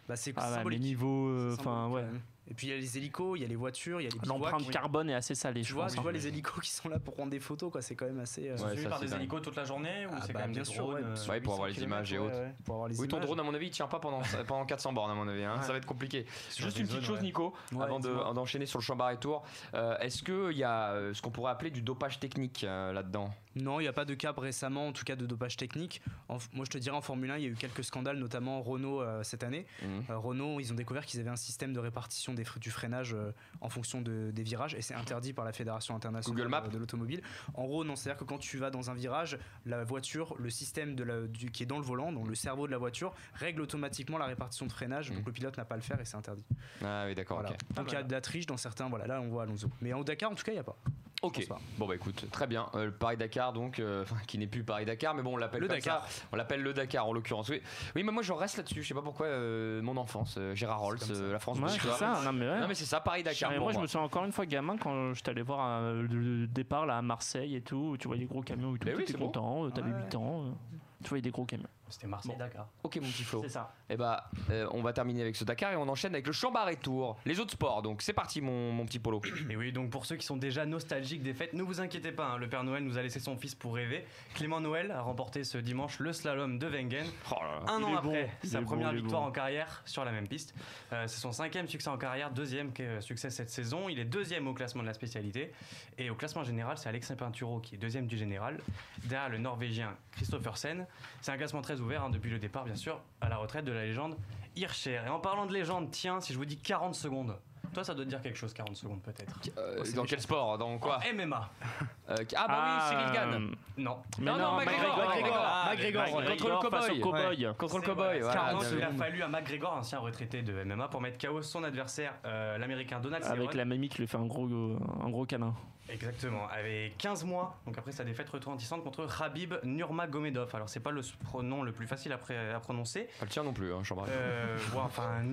[SPEAKER 6] Bah, c'est
[SPEAKER 3] Ah ouais, les
[SPEAKER 6] symbolique.
[SPEAKER 3] niveaux, euh,
[SPEAKER 6] C'est
[SPEAKER 3] enfin
[SPEAKER 6] symbolique, euh,
[SPEAKER 3] ouais.
[SPEAKER 6] quand même. Et puis il y a les hélicos, il y a les voitures, il y a les bivouacs.
[SPEAKER 3] L'empreinte carbone est assez salée.
[SPEAKER 6] Tu
[SPEAKER 3] je
[SPEAKER 6] vois,
[SPEAKER 3] pense,
[SPEAKER 6] tu
[SPEAKER 3] hein.
[SPEAKER 6] vois les hélicos qui sont là pour prendre des photos, quoi. C'est quand même assez. euh,
[SPEAKER 4] Ils sont suivis par des hélicos toute la journée ou
[SPEAKER 6] Ah
[SPEAKER 4] c'est
[SPEAKER 6] bah,
[SPEAKER 4] quand même
[SPEAKER 6] bien
[SPEAKER 4] des
[SPEAKER 6] sûr,
[SPEAKER 4] drones,
[SPEAKER 6] ouais,
[SPEAKER 4] euh,
[SPEAKER 2] Ouais, pour avoir les
[SPEAKER 6] 800
[SPEAKER 2] images et
[SPEAKER 6] kilomètres,
[SPEAKER 2] autres.
[SPEAKER 6] ouais, ouais, pour avoir les
[SPEAKER 2] oui, ton
[SPEAKER 6] images.
[SPEAKER 2] drone, à mon avis, il tient pas pendant, pendant 400 bornes, à mon avis. hein. Ça va être compliqué. Juste
[SPEAKER 4] des
[SPEAKER 2] une petite
[SPEAKER 4] zones,
[SPEAKER 2] chose,
[SPEAKER 4] ouais.
[SPEAKER 2] Nico,
[SPEAKER 4] Ouais,
[SPEAKER 2] avant de-
[SPEAKER 4] dis-moi.
[SPEAKER 2] avant d'enchaîner sur le chambard et tour. Euh, Est-ce qu'il y a euh, ce qu'on pourrait appeler du dopage technique euh, là-dedans
[SPEAKER 6] Non, il n'y a pas de cap récemment, en tout cas de dopage technique. En- moi, je te dirais, en Formule 1, il y a eu quelques scandales, notamment Renault euh, cette année.
[SPEAKER 2] Mhm.
[SPEAKER 6] Euh, Renault, ils ont découvert qu'ils avaient un système de répartition des fre- du freinage euh, en fonction de- des virages, et c'est interdit par la Fédération internationale
[SPEAKER 2] Google Maps.
[SPEAKER 6] euh, de l'automobile. En gros, non, c'est-à-dire que quand tu vas dans un virage, la voiture, le système de la- du- qui est dans le volant, donc le cerveau de la voiture, règle automatiquement la répartition de freinage, donc le pilote n'a pas à le faire et c'est interdit.
[SPEAKER 2] Ah oui, d'accord.
[SPEAKER 6] Voilà.
[SPEAKER 2] Mmh. ok.
[SPEAKER 6] Donc il y a de la triche dans certains, voilà, là on voit Alonso. Mais en Dakar, en tout cas, il n'y a pas.
[SPEAKER 2] Ok. Bon bah écoute, très bien. Euh, le Paris Dakar donc, euh, enfin, qui n'est plus Paris Dakar, mais bon on l'appelle
[SPEAKER 6] Le
[SPEAKER 2] comme
[SPEAKER 6] Dakar.
[SPEAKER 2] ça. On l'appelle le Dakar en l'occurrence. Oui. oui, mais moi je reste là-dessus. Je sais pas pourquoi. euh, mon enfance, euh, Gérard Rolls, euh, la France.
[SPEAKER 3] Ouais,
[SPEAKER 2] bouge,
[SPEAKER 3] c'est
[SPEAKER 2] quoi.
[SPEAKER 3] ça, non, mais ouais.
[SPEAKER 2] c'est ça, Paris Dakar.
[SPEAKER 3] Mais
[SPEAKER 2] pour
[SPEAKER 3] moi, je
[SPEAKER 6] bah.
[SPEAKER 2] moi.
[SPEAKER 3] me souviens encore une fois gamin quand je t'allais voir euh, le le départ là, à Marseille et tout. où Tu voyais les gros camions et tout.
[SPEAKER 6] Bah
[SPEAKER 2] Mais oui,
[SPEAKER 3] T'étais
[SPEAKER 2] c'est beau.
[SPEAKER 3] content, euh, t'avais
[SPEAKER 2] Ouais.
[SPEAKER 3] 8 ans. euh, Tu voyais des gros camions.
[SPEAKER 4] C'était Marseille-Dakar.
[SPEAKER 2] Ok mon petit Flo.
[SPEAKER 3] C'est ça.
[SPEAKER 2] Et bah on va terminer avec ce Dakar et on enchaîne avec le Chambard et Tours. Les autres sports donc. C'est parti mon, mon petit Polo.
[SPEAKER 4] Et oui, donc pour ceux qui sont déjà nostalgiques des fêtes, ne vous inquiétez pas, hein, le Père Noël nous a laissé son fils pour rêver. Clément Noël a remporté ce dimanche le slalom de Wengen.
[SPEAKER 3] Oh
[SPEAKER 4] Un
[SPEAKER 2] Ah, il
[SPEAKER 4] an
[SPEAKER 2] est
[SPEAKER 4] après
[SPEAKER 2] bon, il
[SPEAKER 4] sa
[SPEAKER 2] est
[SPEAKER 4] première
[SPEAKER 2] bon, il est
[SPEAKER 4] victoire
[SPEAKER 2] bon.
[SPEAKER 4] en carrière sur la même piste. Euh, C'est son cinquième succès en carrière, deuxième euh, succès cette saison. Il est deuxième au classement de la spécialité. Et au classement général, c'est Alexis Pinturo qui est deuxième du général, derrière le Norvégien Christopher Sen. C'est un classement très ouvert hein, depuis le départ, bien sûr, à la retraite de la légende Hirscher. Et en parlant de légende, tiens, si je vous dis 40 secondes, toi ça doit te dire quelque chose, 40 secondes peut-être.
[SPEAKER 2] Euh, dans quel sport Dans
[SPEAKER 3] Ah,
[SPEAKER 2] quoi
[SPEAKER 3] eh.
[SPEAKER 4] En MMA.
[SPEAKER 2] Euh, ah bah oui, Cyril
[SPEAKER 3] euh,
[SPEAKER 2] Gann.
[SPEAKER 4] Non.
[SPEAKER 2] Mais non, McGregor, McGregor,
[SPEAKER 4] Ah,
[SPEAKER 2] McGregor,
[SPEAKER 4] mais
[SPEAKER 2] ouais. Contre le
[SPEAKER 4] face
[SPEAKER 2] cowboy.
[SPEAKER 4] au
[SPEAKER 2] Ouais. Contre le
[SPEAKER 4] C'est-
[SPEAKER 2] cowboy,
[SPEAKER 4] voilà,
[SPEAKER 2] voilà,
[SPEAKER 4] 40
[SPEAKER 2] bien
[SPEAKER 4] il a
[SPEAKER 2] vu.
[SPEAKER 4] fallu à McGregor, ancien retraité de MMA, pour mettre KO son adversaire, euh, l'américain Donald
[SPEAKER 3] Avec
[SPEAKER 4] Cerrone.
[SPEAKER 3] la mamie qui lui fait un gros, un gros câlin.
[SPEAKER 4] Exactement, avec 15 mois, donc après sa défaite retentissante contre Khabib Nurmagomedov. Alors c'est pas le s- pronom le plus facile à, pré- à prononcer.
[SPEAKER 2] Pas le tien non plus, hein, Chambard.
[SPEAKER 4] Euh, ouais, enfin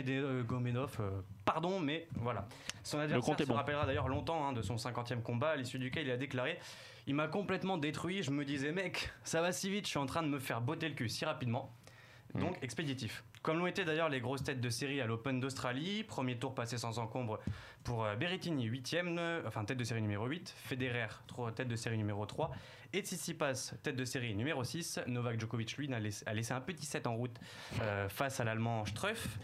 [SPEAKER 4] Nurmagomedov, euh, pardon, mais voilà. Son adversaire
[SPEAKER 3] compte est
[SPEAKER 4] se
[SPEAKER 3] bon.
[SPEAKER 4] rappellera d'ailleurs longtemps hein, de son 50e combat, à l'issue duquel il a déclaré Il m'a complètement détruit, je
[SPEAKER 3] Mmh.
[SPEAKER 4] me disais, mec, ça va si vite, je suis en train de me faire botter le cul si rapidement. Donc expéditif. Comme l'ont été d'ailleurs les grosses têtes de série à l'Open d'Australie, premier tour passé sans encombre pour euh, Berrettini 8e, euh, enfin tête de série numéro 8, Federer tro- tête de série numéro 3 et Tsitsipas tête de série numéro 6. Novak Djokovic lui n'a laiss- a laissé un petit set en route euh, face à l'allemand Struff.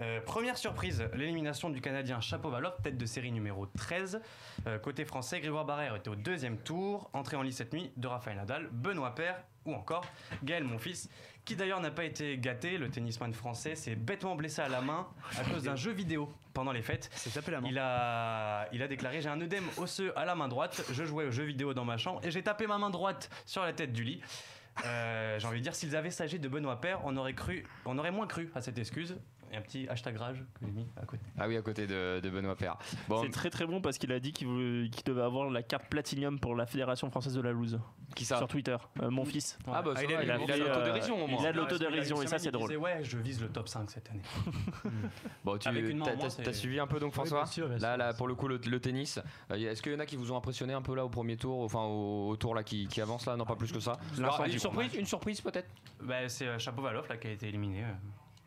[SPEAKER 4] Euh, première surprise, l'élimination du Canadien Chapovalov, tête de série numéro 13. Euh, côté français, Grégoire Barrère était au deuxième tour, entrée en lice cette nuit de Raphaël Nadal, Benoît Paire ou encore Gaël Monfils, qui d'ailleurs n'a pas été gâté, le tennisman français s'est bêtement blessé à la main à cause d'un jeu vidéo pendant les fêtes. Il a, il a déclaré J'ai un œdème osseux à la main droite, je jouais aux jeux vidéo dans ma chambre et j'ai tapé ma main droite sur la tête du lit. Euh, j'ai envie de dire, s'ils avaient s'agi de Benoît Père, on aurait cru, on aurait moins cru à cette excuse. Et un petit hashtag rage que j'ai mis à côté.
[SPEAKER 2] Ah oui, à côté de, de Benoît Père. Bon,
[SPEAKER 3] C'est très très bon parce qu'il a dit qu'il voulait- qu'il devait avoir la carte platinium pour la Fédération française de la loose.
[SPEAKER 2] Qui ça
[SPEAKER 3] Sur Twitter, Euh, mon fils.
[SPEAKER 2] Ah bah, ça
[SPEAKER 3] il,
[SPEAKER 2] va, il a
[SPEAKER 3] a
[SPEAKER 2] de
[SPEAKER 3] fait, euh,
[SPEAKER 2] l'autodérision, au moins.
[SPEAKER 3] Il a de
[SPEAKER 4] Il
[SPEAKER 3] l'autodérision
[SPEAKER 4] y a
[SPEAKER 3] et
[SPEAKER 4] une
[SPEAKER 3] ça
[SPEAKER 4] semaine,
[SPEAKER 3] c'est
[SPEAKER 4] il
[SPEAKER 3] drôle.
[SPEAKER 4] disait, ouais, je vise le top 5 cette année.
[SPEAKER 2] bon tu
[SPEAKER 4] Avec une main en
[SPEAKER 2] t'as,
[SPEAKER 4] moins,
[SPEAKER 2] t'as-
[SPEAKER 4] c'est-
[SPEAKER 2] t'as suivi un peu donc
[SPEAKER 4] Oui,
[SPEAKER 2] François
[SPEAKER 4] bien sûr, bien
[SPEAKER 2] là, là, pour le coup, le, le tennis. euh, y a- est-ce qu'il y en a qui vous ont impressionné un peu là au premier tour, enfin au, au tour là qui, qui avance là Non, pas plus que ça. Alors, une surprise
[SPEAKER 4] une
[SPEAKER 2] surprise peut-être
[SPEAKER 4] bah, C'est euh, Chapovalov là, qui a été éliminé. euh,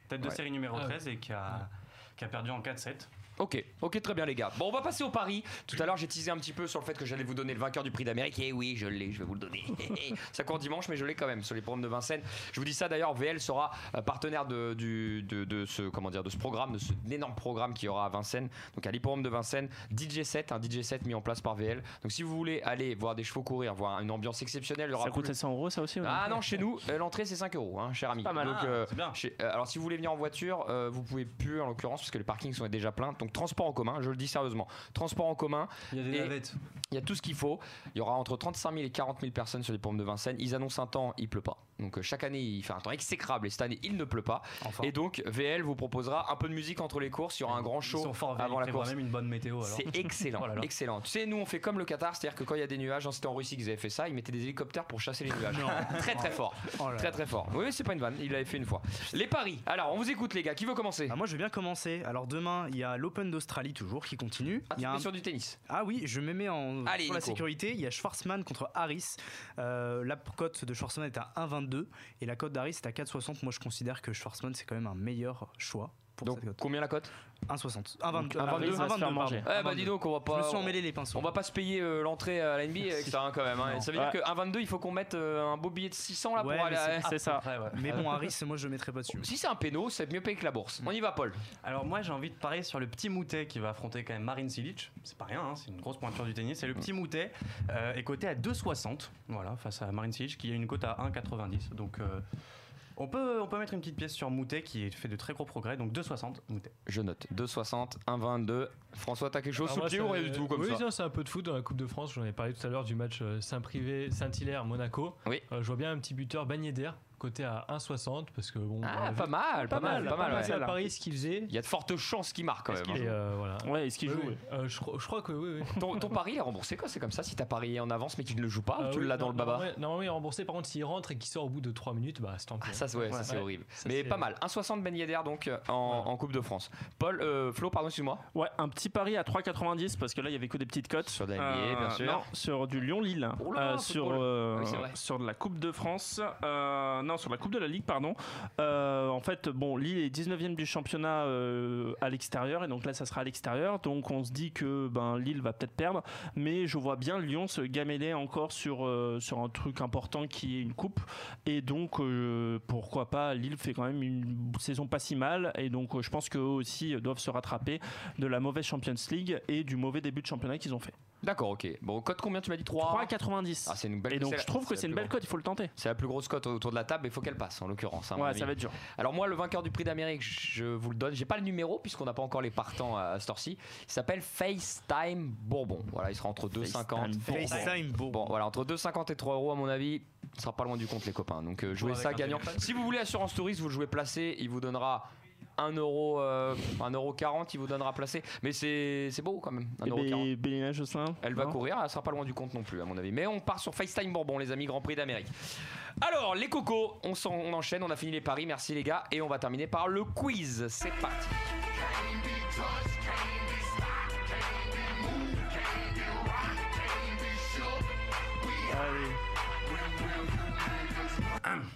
[SPEAKER 4] tête de
[SPEAKER 2] Ouais.
[SPEAKER 4] série numéro
[SPEAKER 2] Ah ouais.
[SPEAKER 4] 13 et qui a, qui a perdu en 4-7.
[SPEAKER 2] Ok, ok, très bien les gars. Bon, on va passer au pari. Tout à l'heure, j'ai teasé un petit peu sur le fait que j'allais vous donner le vainqueur du prix d'Amérique. Et oui, je l'ai, je vais vous le donner. ça court dimanche, mais je l'ai quand même sur les programmes de Vincennes. Je vous dis ça d'ailleurs, VL sera euh, partenaire de, du- de- de ce comment dire de ce programme, de cet énorme programme qu'il y aura à Vincennes. Donc à l'hipporome de Vincennes, DJ 7 un DJ 7 mis en place par VL. Donc si vous voulez aller voir des chevaux courir, voir une ambiance exceptionnelle, il y aura
[SPEAKER 3] Ça
[SPEAKER 2] plus-
[SPEAKER 3] coûtait 100 euros ça aussi ou
[SPEAKER 2] ah non, chez nous, euh, l'entrée c'est 5 euros, hein, cher ami.
[SPEAKER 3] Pas mal.
[SPEAKER 2] Donc,
[SPEAKER 3] Ah,
[SPEAKER 2] euh, chez- euh, alors si vous voulez venir en voiture, euh, vous pouvez plus en l'occurrence parce que les parkings sont déjà pleins. Donc transport en commun, je le dis sérieusement. Transport en commun.
[SPEAKER 4] Il y a des navettes.
[SPEAKER 2] Il y a tout ce qu'il faut. Il y aura entre 35 000 et 40 000 personnes sur les pommes de Vincennes. Ils annoncent un temps, il pleut pas. Donc euh, chaque année, il fait un temps exécrable et cette année, il ne pleut pas. Et donc VL vous proposera un peu de musique entre les courses. Il y aura un grand show
[SPEAKER 4] sont forts, VL,
[SPEAKER 2] avant
[SPEAKER 4] ils
[SPEAKER 2] la
[SPEAKER 4] prévoient
[SPEAKER 2] course.
[SPEAKER 4] même une bonne météo, alors.
[SPEAKER 2] C'est excellent,
[SPEAKER 4] Oh là là.
[SPEAKER 2] excellent. Tu sais, nous on fait comme le Qatar, c'est-à-dire que quand il y a des nuages, hein, c'était en Russie qu'ils avaient fait ça, ils mettaient des hélicoptères pour chasser les nuages. très très fort,
[SPEAKER 6] Oh là là.
[SPEAKER 2] très très fort. Oui, oui, c'est pas une vanne, il l'avait fait une fois. Les paris. Alors, on vous écoute les gars. Qui veut commencer
[SPEAKER 6] Ah, Moi, je vais bien commencer. Alors demain, il y a l'Open d'Australie toujours qui continue. il y a
[SPEAKER 2] t'es Ah, sur du tennis.
[SPEAKER 6] Ah oui, je me mets en
[SPEAKER 2] Allez,
[SPEAKER 6] pour
[SPEAKER 2] Nico.
[SPEAKER 6] la sécurité. Il y a Schwarzman contre Harris. Euh, la cote de Schwarzman est à 1,22 et la cote d'Harris est à 4,60. Moi, je considère que Schwarzman c'est quand même un meilleur choix. Pour
[SPEAKER 2] Donc,
[SPEAKER 6] cette cote.
[SPEAKER 2] combien la cote
[SPEAKER 6] 1,60. 1,22.
[SPEAKER 2] Un 22,
[SPEAKER 6] 1,22,
[SPEAKER 2] un 22,
[SPEAKER 6] pardon.
[SPEAKER 2] pardon. Eh bah dis donc, on va pas.
[SPEAKER 6] Ah, Je me suis emmêlé les pinceaux.
[SPEAKER 2] On va pas se payer euh, l'entrée à la NBA avec ça hein, quand même. hein.
[SPEAKER 6] Non.
[SPEAKER 2] Ça veut
[SPEAKER 6] Ouais.
[SPEAKER 2] dire qu'un 22, il faut qu'on mette euh, un beau billet de 600 là
[SPEAKER 6] Ouais,
[SPEAKER 2] pour
[SPEAKER 6] mais
[SPEAKER 2] aller. hein. à-
[SPEAKER 6] c'est- c'est ça.
[SPEAKER 4] Ah, ouais.
[SPEAKER 6] Mais bon, Harris, moi, je le mettrais pas dessus.
[SPEAKER 2] Si c'est un péno, c'est mieux payé que la bourse. On y va, Paul.
[SPEAKER 4] Alors moi j'ai envie de parier sur le petit Moutet qui va affronter quand même Marin Cilic. C'est pas rien, hein, c'est une grosse pointure du tennis. C'est le petit Moutet euh, est coté à 2,60 voilà, face à Marin Cilic qui a une cote à 1,90. Donc euh, on, peut, on peut mettre une petite pièce sur Moutet qui fait de très gros progrès. Donc 2,60 Moutet.
[SPEAKER 2] Je note 2,60, 1,22. François, t'as quelque chose sous le pied ou rien du tout comme
[SPEAKER 5] oui,
[SPEAKER 2] ça
[SPEAKER 5] non, Ah, c'est un peu de foot dans la Coupe de France. J'en ai parlé tout à l'heure du match euh, Saint-Privé, Saint-Hilaire-Monaco.
[SPEAKER 2] Oui.
[SPEAKER 5] Euh, je vois bien un petit buteur bagné d'air, côté à 1,60 parce que bon. on
[SPEAKER 2] Ah,
[SPEAKER 5] a
[SPEAKER 2] pas
[SPEAKER 5] vu-
[SPEAKER 2] mal, pas mal, pas mal.
[SPEAKER 5] C'est à
[SPEAKER 2] ouais.
[SPEAKER 5] Paris ce qu'il faisait.
[SPEAKER 2] Il y a de fortes chances qu'il marque quand même.
[SPEAKER 5] Et, euh, voilà.
[SPEAKER 3] Ouais, est-ce qu'il
[SPEAKER 5] Oui,
[SPEAKER 3] joue
[SPEAKER 5] oui.
[SPEAKER 3] ouais.
[SPEAKER 5] Euh, je, crois- je crois que oui. oui.
[SPEAKER 2] Ton, ton pari il est remboursé quoi C'est comme ça si t'as parié en avance mais qu'il ne le joue pas
[SPEAKER 5] Euh,
[SPEAKER 2] ou Ah, tu
[SPEAKER 5] oui,
[SPEAKER 2] l'as dans
[SPEAKER 5] non,
[SPEAKER 2] le baba
[SPEAKER 5] normalement, Normalement, il est remboursé. Par contre, s'il rentre et qu'il sort au bout de 3 minutes, bah, c'est tant pis.
[SPEAKER 2] Ah, ça, c'est- ouais, ça, c'est
[SPEAKER 5] Ouais.
[SPEAKER 2] horrible.
[SPEAKER 5] Ça,
[SPEAKER 2] mais
[SPEAKER 5] c'est-
[SPEAKER 2] pas mal. 1,60 Ben Yedder, donc euh, en, en Coupe de France. Paul, euh, Flo, pardon, excuse-moi.
[SPEAKER 3] Ouais, un petit pari à 3,90 parce que là il y avait que des petites cotes. Sur
[SPEAKER 2] de la NBA, bien sûr. Oh
[SPEAKER 3] Non, sur du Lyon-Lille.
[SPEAKER 2] là,
[SPEAKER 3] Euh,
[SPEAKER 2] football.
[SPEAKER 3] sur, euh,
[SPEAKER 2] Oui, c'est vrai.
[SPEAKER 3] sur de la Coupe de France. Euh, non, sur la Coupe de la Ligue, pardon. Euh, en fait, bon, Lille est 19e du championnat euh, à l'extérieur et donc là ça sera à l'extérieur. Donc on se dit que ben, Lille va peut-être perdre. Mais je vois bien Lyon se gameler encore sur, euh, sur un truc important qui est une coupe. Et donc euh, pourquoi pas, Lille fait quand même une saison pas si mal. Et donc euh, je pense qu'eux aussi euh, doivent se rattraper de la mauvaise Champions League et du mauvais début de championnat qu'ils ont fait.
[SPEAKER 2] D'accord, ok. Bon, cote combien tu m'as dit 3
[SPEAKER 3] 3,90.
[SPEAKER 2] Ah, c'est une belle
[SPEAKER 3] Et donc,
[SPEAKER 2] c'est la-
[SPEAKER 3] je trouve que
[SPEAKER 2] la
[SPEAKER 3] c'est une
[SPEAKER 2] plus
[SPEAKER 3] belle
[SPEAKER 2] grosse.
[SPEAKER 3] cote, il faut le tenter.
[SPEAKER 2] C'est la plus grosse cote autour de la table, mais il faut qu'elle passe en l'occurrence. hein, à mon
[SPEAKER 3] Ouais,
[SPEAKER 2] avis.
[SPEAKER 3] ça va être dur.
[SPEAKER 2] Alors, moi, le vainqueur du prix d'Amérique, je vous le donne. J'ai pas le numéro puisqu'on n'a pas encore les partants à, à cette heure-ci. Il s'appelle FaceTime Bourbon. Voilà, il sera entre 2,50
[SPEAKER 6] FaceTime FaceTime
[SPEAKER 2] Bon, voilà, entre 2,50 et 3 euros, à mon avis, ça sera pas loin du compte, les copains. Donc, euh, jouez
[SPEAKER 4] avec
[SPEAKER 2] ça
[SPEAKER 4] un
[SPEAKER 2] gagnant.
[SPEAKER 4] téléphone.
[SPEAKER 2] Si vous voulez Assurance Touriste, vous le jouez placé, il vous donnera. 1 euro, euh, 1 euro 40, il vous donnera placé. Mais c'est c'est beau quand même. 1
[SPEAKER 3] Et
[SPEAKER 6] Eh ben,
[SPEAKER 2] euro 40.
[SPEAKER 3] Bé- Bélina Jocelyn
[SPEAKER 2] Elle va courir, elle sera pas loin du compte non plus, à mon avis. Mais on part sur FaceTime Bourbon, les amis, Grand Prix d'Amérique. Alors, les cocos, on, s'en- on enchaîne, on a fini les paris, merci les gars. Et on va terminer par le quiz. C'est parti.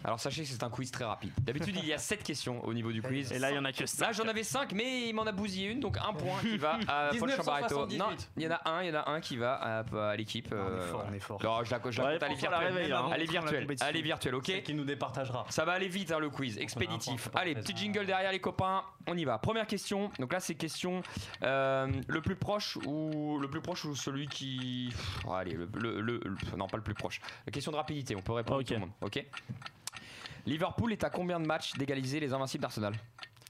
[SPEAKER 2] Alors sachez que c'est un quiz très rapide. D'habitude, il y a 7 questions au niveau du quiz.
[SPEAKER 3] Et là, il y en a que cinq.
[SPEAKER 2] Là, j'en avais 5, mais il m'en a bousillé une, donc un point qui va à Paul
[SPEAKER 3] 1978.
[SPEAKER 2] Chambaretto. Non, il y en a un, il y en a un qui va à, à l'équipe. euh,
[SPEAKER 4] fort,
[SPEAKER 2] voilà.
[SPEAKER 4] on est fort.
[SPEAKER 2] Non, je la, je la
[SPEAKER 4] Ouais,
[SPEAKER 2] compte, elle est
[SPEAKER 4] François la
[SPEAKER 2] virtuelle.
[SPEAKER 4] réveille, hein.
[SPEAKER 2] Elle est virtuelle.
[SPEAKER 4] Compétition.
[SPEAKER 2] Elle est virtuelle, ok
[SPEAKER 4] Celle qui nous départagera.
[SPEAKER 2] Ça va aller vite hein, le quiz, expéditif. Allez, petit jingle derrière les copains, on y va. Première question. Donc là, c'est question euh, le plus proche ou le plus proche ou celui qui. Pff, allez, le, le- le- le- non pas le plus proche. Question de rapidité. On peut répondre à tout le monde. Ok. Liverpool est à combien de matchs d'égaliser les invincibles d'Arsenal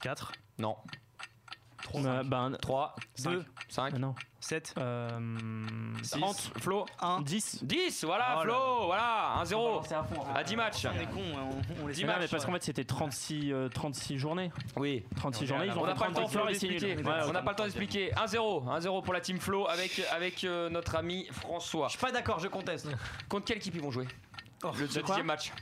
[SPEAKER 6] 4
[SPEAKER 2] Non.
[SPEAKER 3] 3,
[SPEAKER 2] 3
[SPEAKER 3] 2,
[SPEAKER 2] 5,
[SPEAKER 6] 7,
[SPEAKER 3] 30,
[SPEAKER 2] Flo,
[SPEAKER 6] 1,
[SPEAKER 3] 10.
[SPEAKER 2] 10, voilà,
[SPEAKER 3] Oh là
[SPEAKER 2] Flo,
[SPEAKER 3] là.
[SPEAKER 2] voilà, 1
[SPEAKER 3] On va
[SPEAKER 2] 0
[SPEAKER 3] lancer à fond, hein.
[SPEAKER 2] à 10 matchs.
[SPEAKER 3] On est
[SPEAKER 6] cons, on,
[SPEAKER 3] Mais non, mais parce qu'en fait, c'était 36, euh, 36 journées.
[SPEAKER 2] Oui.
[SPEAKER 3] 36 journées, ils ont
[SPEAKER 2] on n'a
[SPEAKER 3] fait
[SPEAKER 2] pas le temps
[SPEAKER 3] 32
[SPEAKER 2] Flo,
[SPEAKER 3] et c'est nul.
[SPEAKER 2] d'expliquer.
[SPEAKER 3] Ouais,
[SPEAKER 2] on
[SPEAKER 3] ouais,
[SPEAKER 2] n'a pas le temps d'expliquer. 1-0, 1-0 pour la team Flo avec avec euh, notre ami François. Je suis
[SPEAKER 4] pas d'accord, je conteste.
[SPEAKER 2] Contre quelle équipe ils vont jouer
[SPEAKER 6] Oh,
[SPEAKER 2] Le
[SPEAKER 3] c'est
[SPEAKER 2] deuxième
[SPEAKER 3] quoi
[SPEAKER 2] match.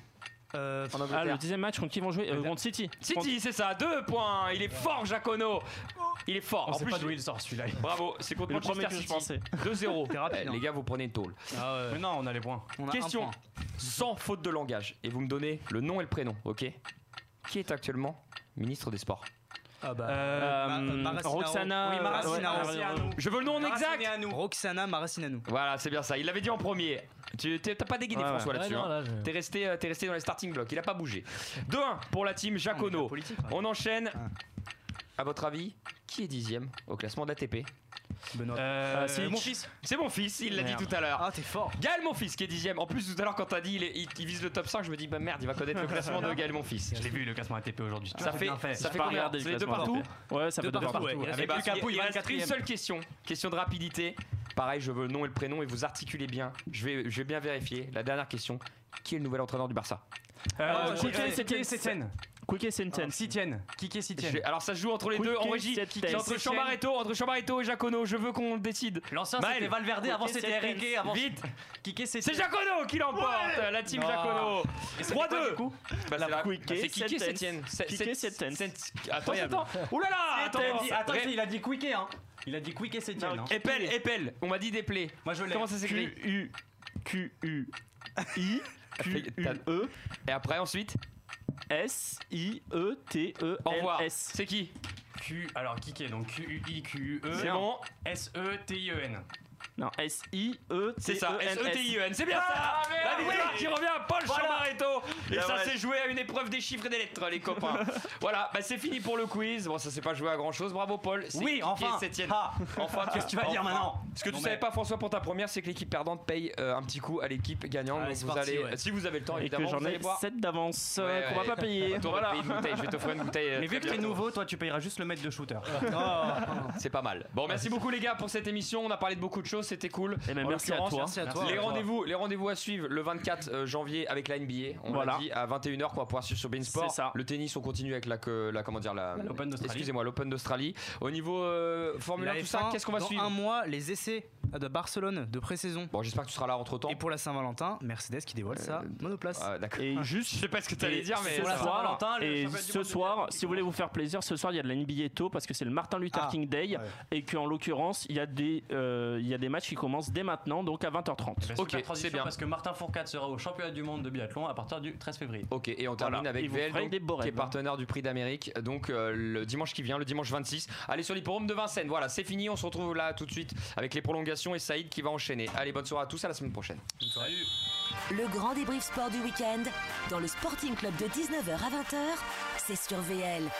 [SPEAKER 6] euh,
[SPEAKER 2] En
[SPEAKER 3] Ah,
[SPEAKER 2] Angleterre.
[SPEAKER 3] le dixième match, contre qui vont jouer Euh, Contre City.
[SPEAKER 2] City, c'est ça, 2 points. Il est fort, Jacono. Il est fort.
[SPEAKER 4] On
[SPEAKER 2] en
[SPEAKER 4] sait
[SPEAKER 2] plus,
[SPEAKER 4] pas d'où il sort celui-là.
[SPEAKER 2] Bravo, c'est contre
[SPEAKER 4] Le premier
[SPEAKER 2] Manchester
[SPEAKER 4] que je
[SPEAKER 2] City.
[SPEAKER 4] pensais.
[SPEAKER 2] 2-0.
[SPEAKER 4] T'es rapide,
[SPEAKER 2] Eh,
[SPEAKER 4] hein.
[SPEAKER 2] Les gars, vous prenez une tôle.
[SPEAKER 4] Mais non, on a les points.
[SPEAKER 2] Question sans faute de langage. Et vous me donnez le nom et le prénom, ok Qui est actuellement ministre des Sports
[SPEAKER 6] Ah
[SPEAKER 2] Euh,
[SPEAKER 6] bah.
[SPEAKER 2] Ma- Maracinaro.
[SPEAKER 6] Roxana.
[SPEAKER 2] Oui, Maracinaro. Maracinaro. Je veux le nom en exact.
[SPEAKER 6] Roxana Maracinanu.
[SPEAKER 2] Voilà, c'est bien ça. Il l'avait dit en premier. Tu t'es- t'as pas dégainé
[SPEAKER 6] Ouais, ouais.
[SPEAKER 2] François
[SPEAKER 6] Ouais,
[SPEAKER 2] là-dessus.
[SPEAKER 6] non,
[SPEAKER 2] hein.
[SPEAKER 6] là, je-
[SPEAKER 2] T'es resté, euh, t'es resté dans les starting blocks. Il a pas bougé. 2-1 pour la team
[SPEAKER 6] Ah,
[SPEAKER 2] Jacono. On enchaîne. À votre avis, qui est dixième au classement d'ATP
[SPEAKER 6] Benoît.
[SPEAKER 3] Euh, c'est mon
[SPEAKER 2] fils. C'est mon fils. Il l'a dit
[SPEAKER 3] Merde.
[SPEAKER 2] tout à l'heure.
[SPEAKER 6] Ah, t'es fort.
[SPEAKER 2] Gaël mon fils qui est dixième. En plus tout à l'heure quand t'as dit il, est- il- il vise le top 5, je me dis bah merde, il va connaître le classement de Gaël mon fils.
[SPEAKER 6] Ah,
[SPEAKER 4] Je l'ai vu le classement ATP aujourd'hui.
[SPEAKER 2] Ça fait, ça fait combien C'est les deux partout
[SPEAKER 3] Ouais, ça
[SPEAKER 2] Deux
[SPEAKER 3] fait deux partout.
[SPEAKER 2] ouais. Eh
[SPEAKER 4] Avec
[SPEAKER 2] ben,
[SPEAKER 4] Lucas Pouille,
[SPEAKER 2] il reste
[SPEAKER 4] 24e.
[SPEAKER 2] une seule question. Question de rapidité. Pareil, je veux le nom et le prénom et vous articulez bien. Je vais, je vais bien vérifier. La dernière question. Qui est le nouvel entraîneur du Barça
[SPEAKER 4] Euh,
[SPEAKER 3] Euh,
[SPEAKER 4] Quique
[SPEAKER 3] Quique
[SPEAKER 4] Setién.
[SPEAKER 3] Setién. Quique Setién.
[SPEAKER 4] Setién. Quique
[SPEAKER 2] Je-
[SPEAKER 4] Setién.
[SPEAKER 2] Alors ça se joue entre les deux en
[SPEAKER 4] Quique
[SPEAKER 2] régie.
[SPEAKER 4] Setién.
[SPEAKER 2] C'est entre
[SPEAKER 4] Quique
[SPEAKER 2] Chambaretto, entre Chambaretto et Jacono. Je veux qu'on décide.
[SPEAKER 4] L'ancien
[SPEAKER 2] Maël.
[SPEAKER 4] c'était Valverde, avant
[SPEAKER 2] Quique
[SPEAKER 4] c'était
[SPEAKER 2] Setién.
[SPEAKER 4] Riquet, avant
[SPEAKER 2] Vite.
[SPEAKER 4] Quique Setién.
[SPEAKER 2] C'est Jacono qui l'emporte. La team
[SPEAKER 4] Non.
[SPEAKER 2] Jacono.
[SPEAKER 4] Ah. Et
[SPEAKER 2] 3-2.
[SPEAKER 4] c'était quoi, du coup
[SPEAKER 2] Bah, c'est la-
[SPEAKER 3] Quique
[SPEAKER 2] bah, c'est Quique
[SPEAKER 3] Setién.
[SPEAKER 2] Setién. C'est-
[SPEAKER 3] Quique
[SPEAKER 2] c'est-
[SPEAKER 3] Setién.
[SPEAKER 2] c'est- Attends, attends.
[SPEAKER 4] Incroyable.
[SPEAKER 2] Ouh là là.
[SPEAKER 4] Attends,
[SPEAKER 2] attends,
[SPEAKER 4] il- attends,
[SPEAKER 2] Ré-
[SPEAKER 4] il a dit Quique, hein. Il a dit Quique Setién. hein.
[SPEAKER 2] Épelle, épelle, on m'a dit des plaies.
[SPEAKER 4] Moi je l'ai.
[SPEAKER 2] Comment ça s'écrit
[SPEAKER 3] U Q U I Q U
[SPEAKER 2] E. Et après ensuite
[SPEAKER 3] S I E T E
[SPEAKER 2] Au revoir.
[SPEAKER 3] L S.
[SPEAKER 2] C'est qui
[SPEAKER 4] Q, alors Quique, donc Q-U-I-Q-U-E.
[SPEAKER 2] C'est bon.
[SPEAKER 4] E S-E-T-I-E-N.
[SPEAKER 3] Non, S I E T
[SPEAKER 2] C'est ça,
[SPEAKER 3] E N
[SPEAKER 2] S-E-T-I-E-N, c'est bien
[SPEAKER 4] Ah,
[SPEAKER 2] ça La victoire qui revient à Paul Chambaretto Et
[SPEAKER 3] Bien
[SPEAKER 2] ça
[SPEAKER 3] ouais.
[SPEAKER 2] s'est joué à une épreuve des chiffres et des lettres, les copains. voilà, bah c'est fini pour le quiz. Bon, ça s'est pas joué à grand chose, bravo Paul. C'est
[SPEAKER 4] Oui,
[SPEAKER 2] Kiki
[SPEAKER 4] enfin.
[SPEAKER 2] et Septienne.
[SPEAKER 4] Ah.
[SPEAKER 2] Enfin,
[SPEAKER 4] Qu'est-ce que tu vas dire maintenant
[SPEAKER 2] Ce que tu
[SPEAKER 4] Non,
[SPEAKER 2] savais
[SPEAKER 4] mais-
[SPEAKER 2] pas, François, pour ta première, c'est que l'équipe perdante paye euh, un petit coup à l'équipe gagnante.
[SPEAKER 4] Allez,
[SPEAKER 2] Donc
[SPEAKER 4] c'est
[SPEAKER 2] vous
[SPEAKER 4] parti,
[SPEAKER 2] allez,
[SPEAKER 4] ouais.
[SPEAKER 2] si vous avez le temps,
[SPEAKER 3] Et que
[SPEAKER 2] évidemment,
[SPEAKER 3] j'en
[SPEAKER 2] vous allez
[SPEAKER 3] ai
[SPEAKER 2] boire.
[SPEAKER 3] 7 d'avance euh,
[SPEAKER 2] Ouais,
[SPEAKER 3] qu'on
[SPEAKER 2] ouais.
[SPEAKER 3] va pas payer.
[SPEAKER 2] On t'aura payé une bouteille, je vais t'offrir une bouteille. euh,
[SPEAKER 4] Mais
[SPEAKER 2] très
[SPEAKER 4] vu que t'es
[SPEAKER 2] bientôt.
[SPEAKER 4] nouveau, toi tu payeras juste le maître de shooter.
[SPEAKER 2] C'est pas mal. Bon, merci beaucoup les gars pour cette émission. On a parlé de beaucoup de choses, c'était cool.
[SPEAKER 3] Eh ben,
[SPEAKER 2] En
[SPEAKER 3] merci à
[SPEAKER 2] l'occurrence,
[SPEAKER 3] toi.
[SPEAKER 4] Hein.
[SPEAKER 3] Merci à toi.
[SPEAKER 2] Les
[SPEAKER 3] Merci à toi.
[SPEAKER 2] rendez-vous, les rendez-vous à suivre le 24 euh, janvier avec la NBA. On
[SPEAKER 3] Voilà.
[SPEAKER 2] l'a dit à 21h qu'on va pouvoir suivre sur Beansport.
[SPEAKER 3] C'est ça.
[SPEAKER 2] Le tennis, on continue avec la, que- la comment dire la
[SPEAKER 4] L'Open d'Australie.
[SPEAKER 2] Excusez-moi, l'Open d'Australie. Au niveau euh, Formule 1,
[SPEAKER 6] La
[SPEAKER 2] tout ça,
[SPEAKER 6] F1,
[SPEAKER 2] qu'est-ce qu'on va
[SPEAKER 6] dans
[SPEAKER 2] suivre
[SPEAKER 6] un mois, les essais de Barcelone de pré-saison.
[SPEAKER 2] Bon, j'espère que tu seras là entre temps.
[SPEAKER 6] Et pour la Saint-Valentin, Mercedes qui dévoile sa monoplace.
[SPEAKER 2] Ah, D'accord.
[SPEAKER 3] Et juste,
[SPEAKER 2] je sais pas ce que t'allais dire, mais
[SPEAKER 3] ce
[SPEAKER 2] ça va.
[SPEAKER 3] soir,
[SPEAKER 4] Saint-Valentin, le
[SPEAKER 3] et
[SPEAKER 4] championnat du
[SPEAKER 3] ce
[SPEAKER 4] monde de Eh ben,
[SPEAKER 3] soir, si vous voulez vous faire plaisir, ce soir il y a de la NBA tôt parce que c'est le Martin
[SPEAKER 2] Ah,
[SPEAKER 3] Luther King Day et qu'en l'occurrence il y a des euh, il y a des matchs qui commencent dès maintenant donc à
[SPEAKER 2] Ok,
[SPEAKER 3] 20h30.
[SPEAKER 4] ok,
[SPEAKER 2] c'est
[SPEAKER 4] c'est
[SPEAKER 2] bien.
[SPEAKER 4] bien. Parce que Martin Fourcade sera au championnat du monde de biathlon à partir du 13 février.
[SPEAKER 2] Ok, et on termine
[SPEAKER 3] Voilà. Et
[SPEAKER 2] avec
[SPEAKER 3] vous
[SPEAKER 2] VL,
[SPEAKER 3] ferez
[SPEAKER 2] donc,
[SPEAKER 3] des borèves,
[SPEAKER 2] qui est
[SPEAKER 3] hein.
[SPEAKER 2] partenaire du prix d'Amérique. Donc euh, le dimanche qui vient, le dimanche 26, allez sur l'hipporome de Vincennes. Voilà, c'est fini. On se retrouve là tout de suite avec les prolongations et Saïd qui va enchaîner. Allez, bonne soirée à tous, à la semaine prochaine.
[SPEAKER 4] Salut
[SPEAKER 1] Le grand débrief sport du week-end, dans le Sporting Club de 19h à 20h, c'est sur VL.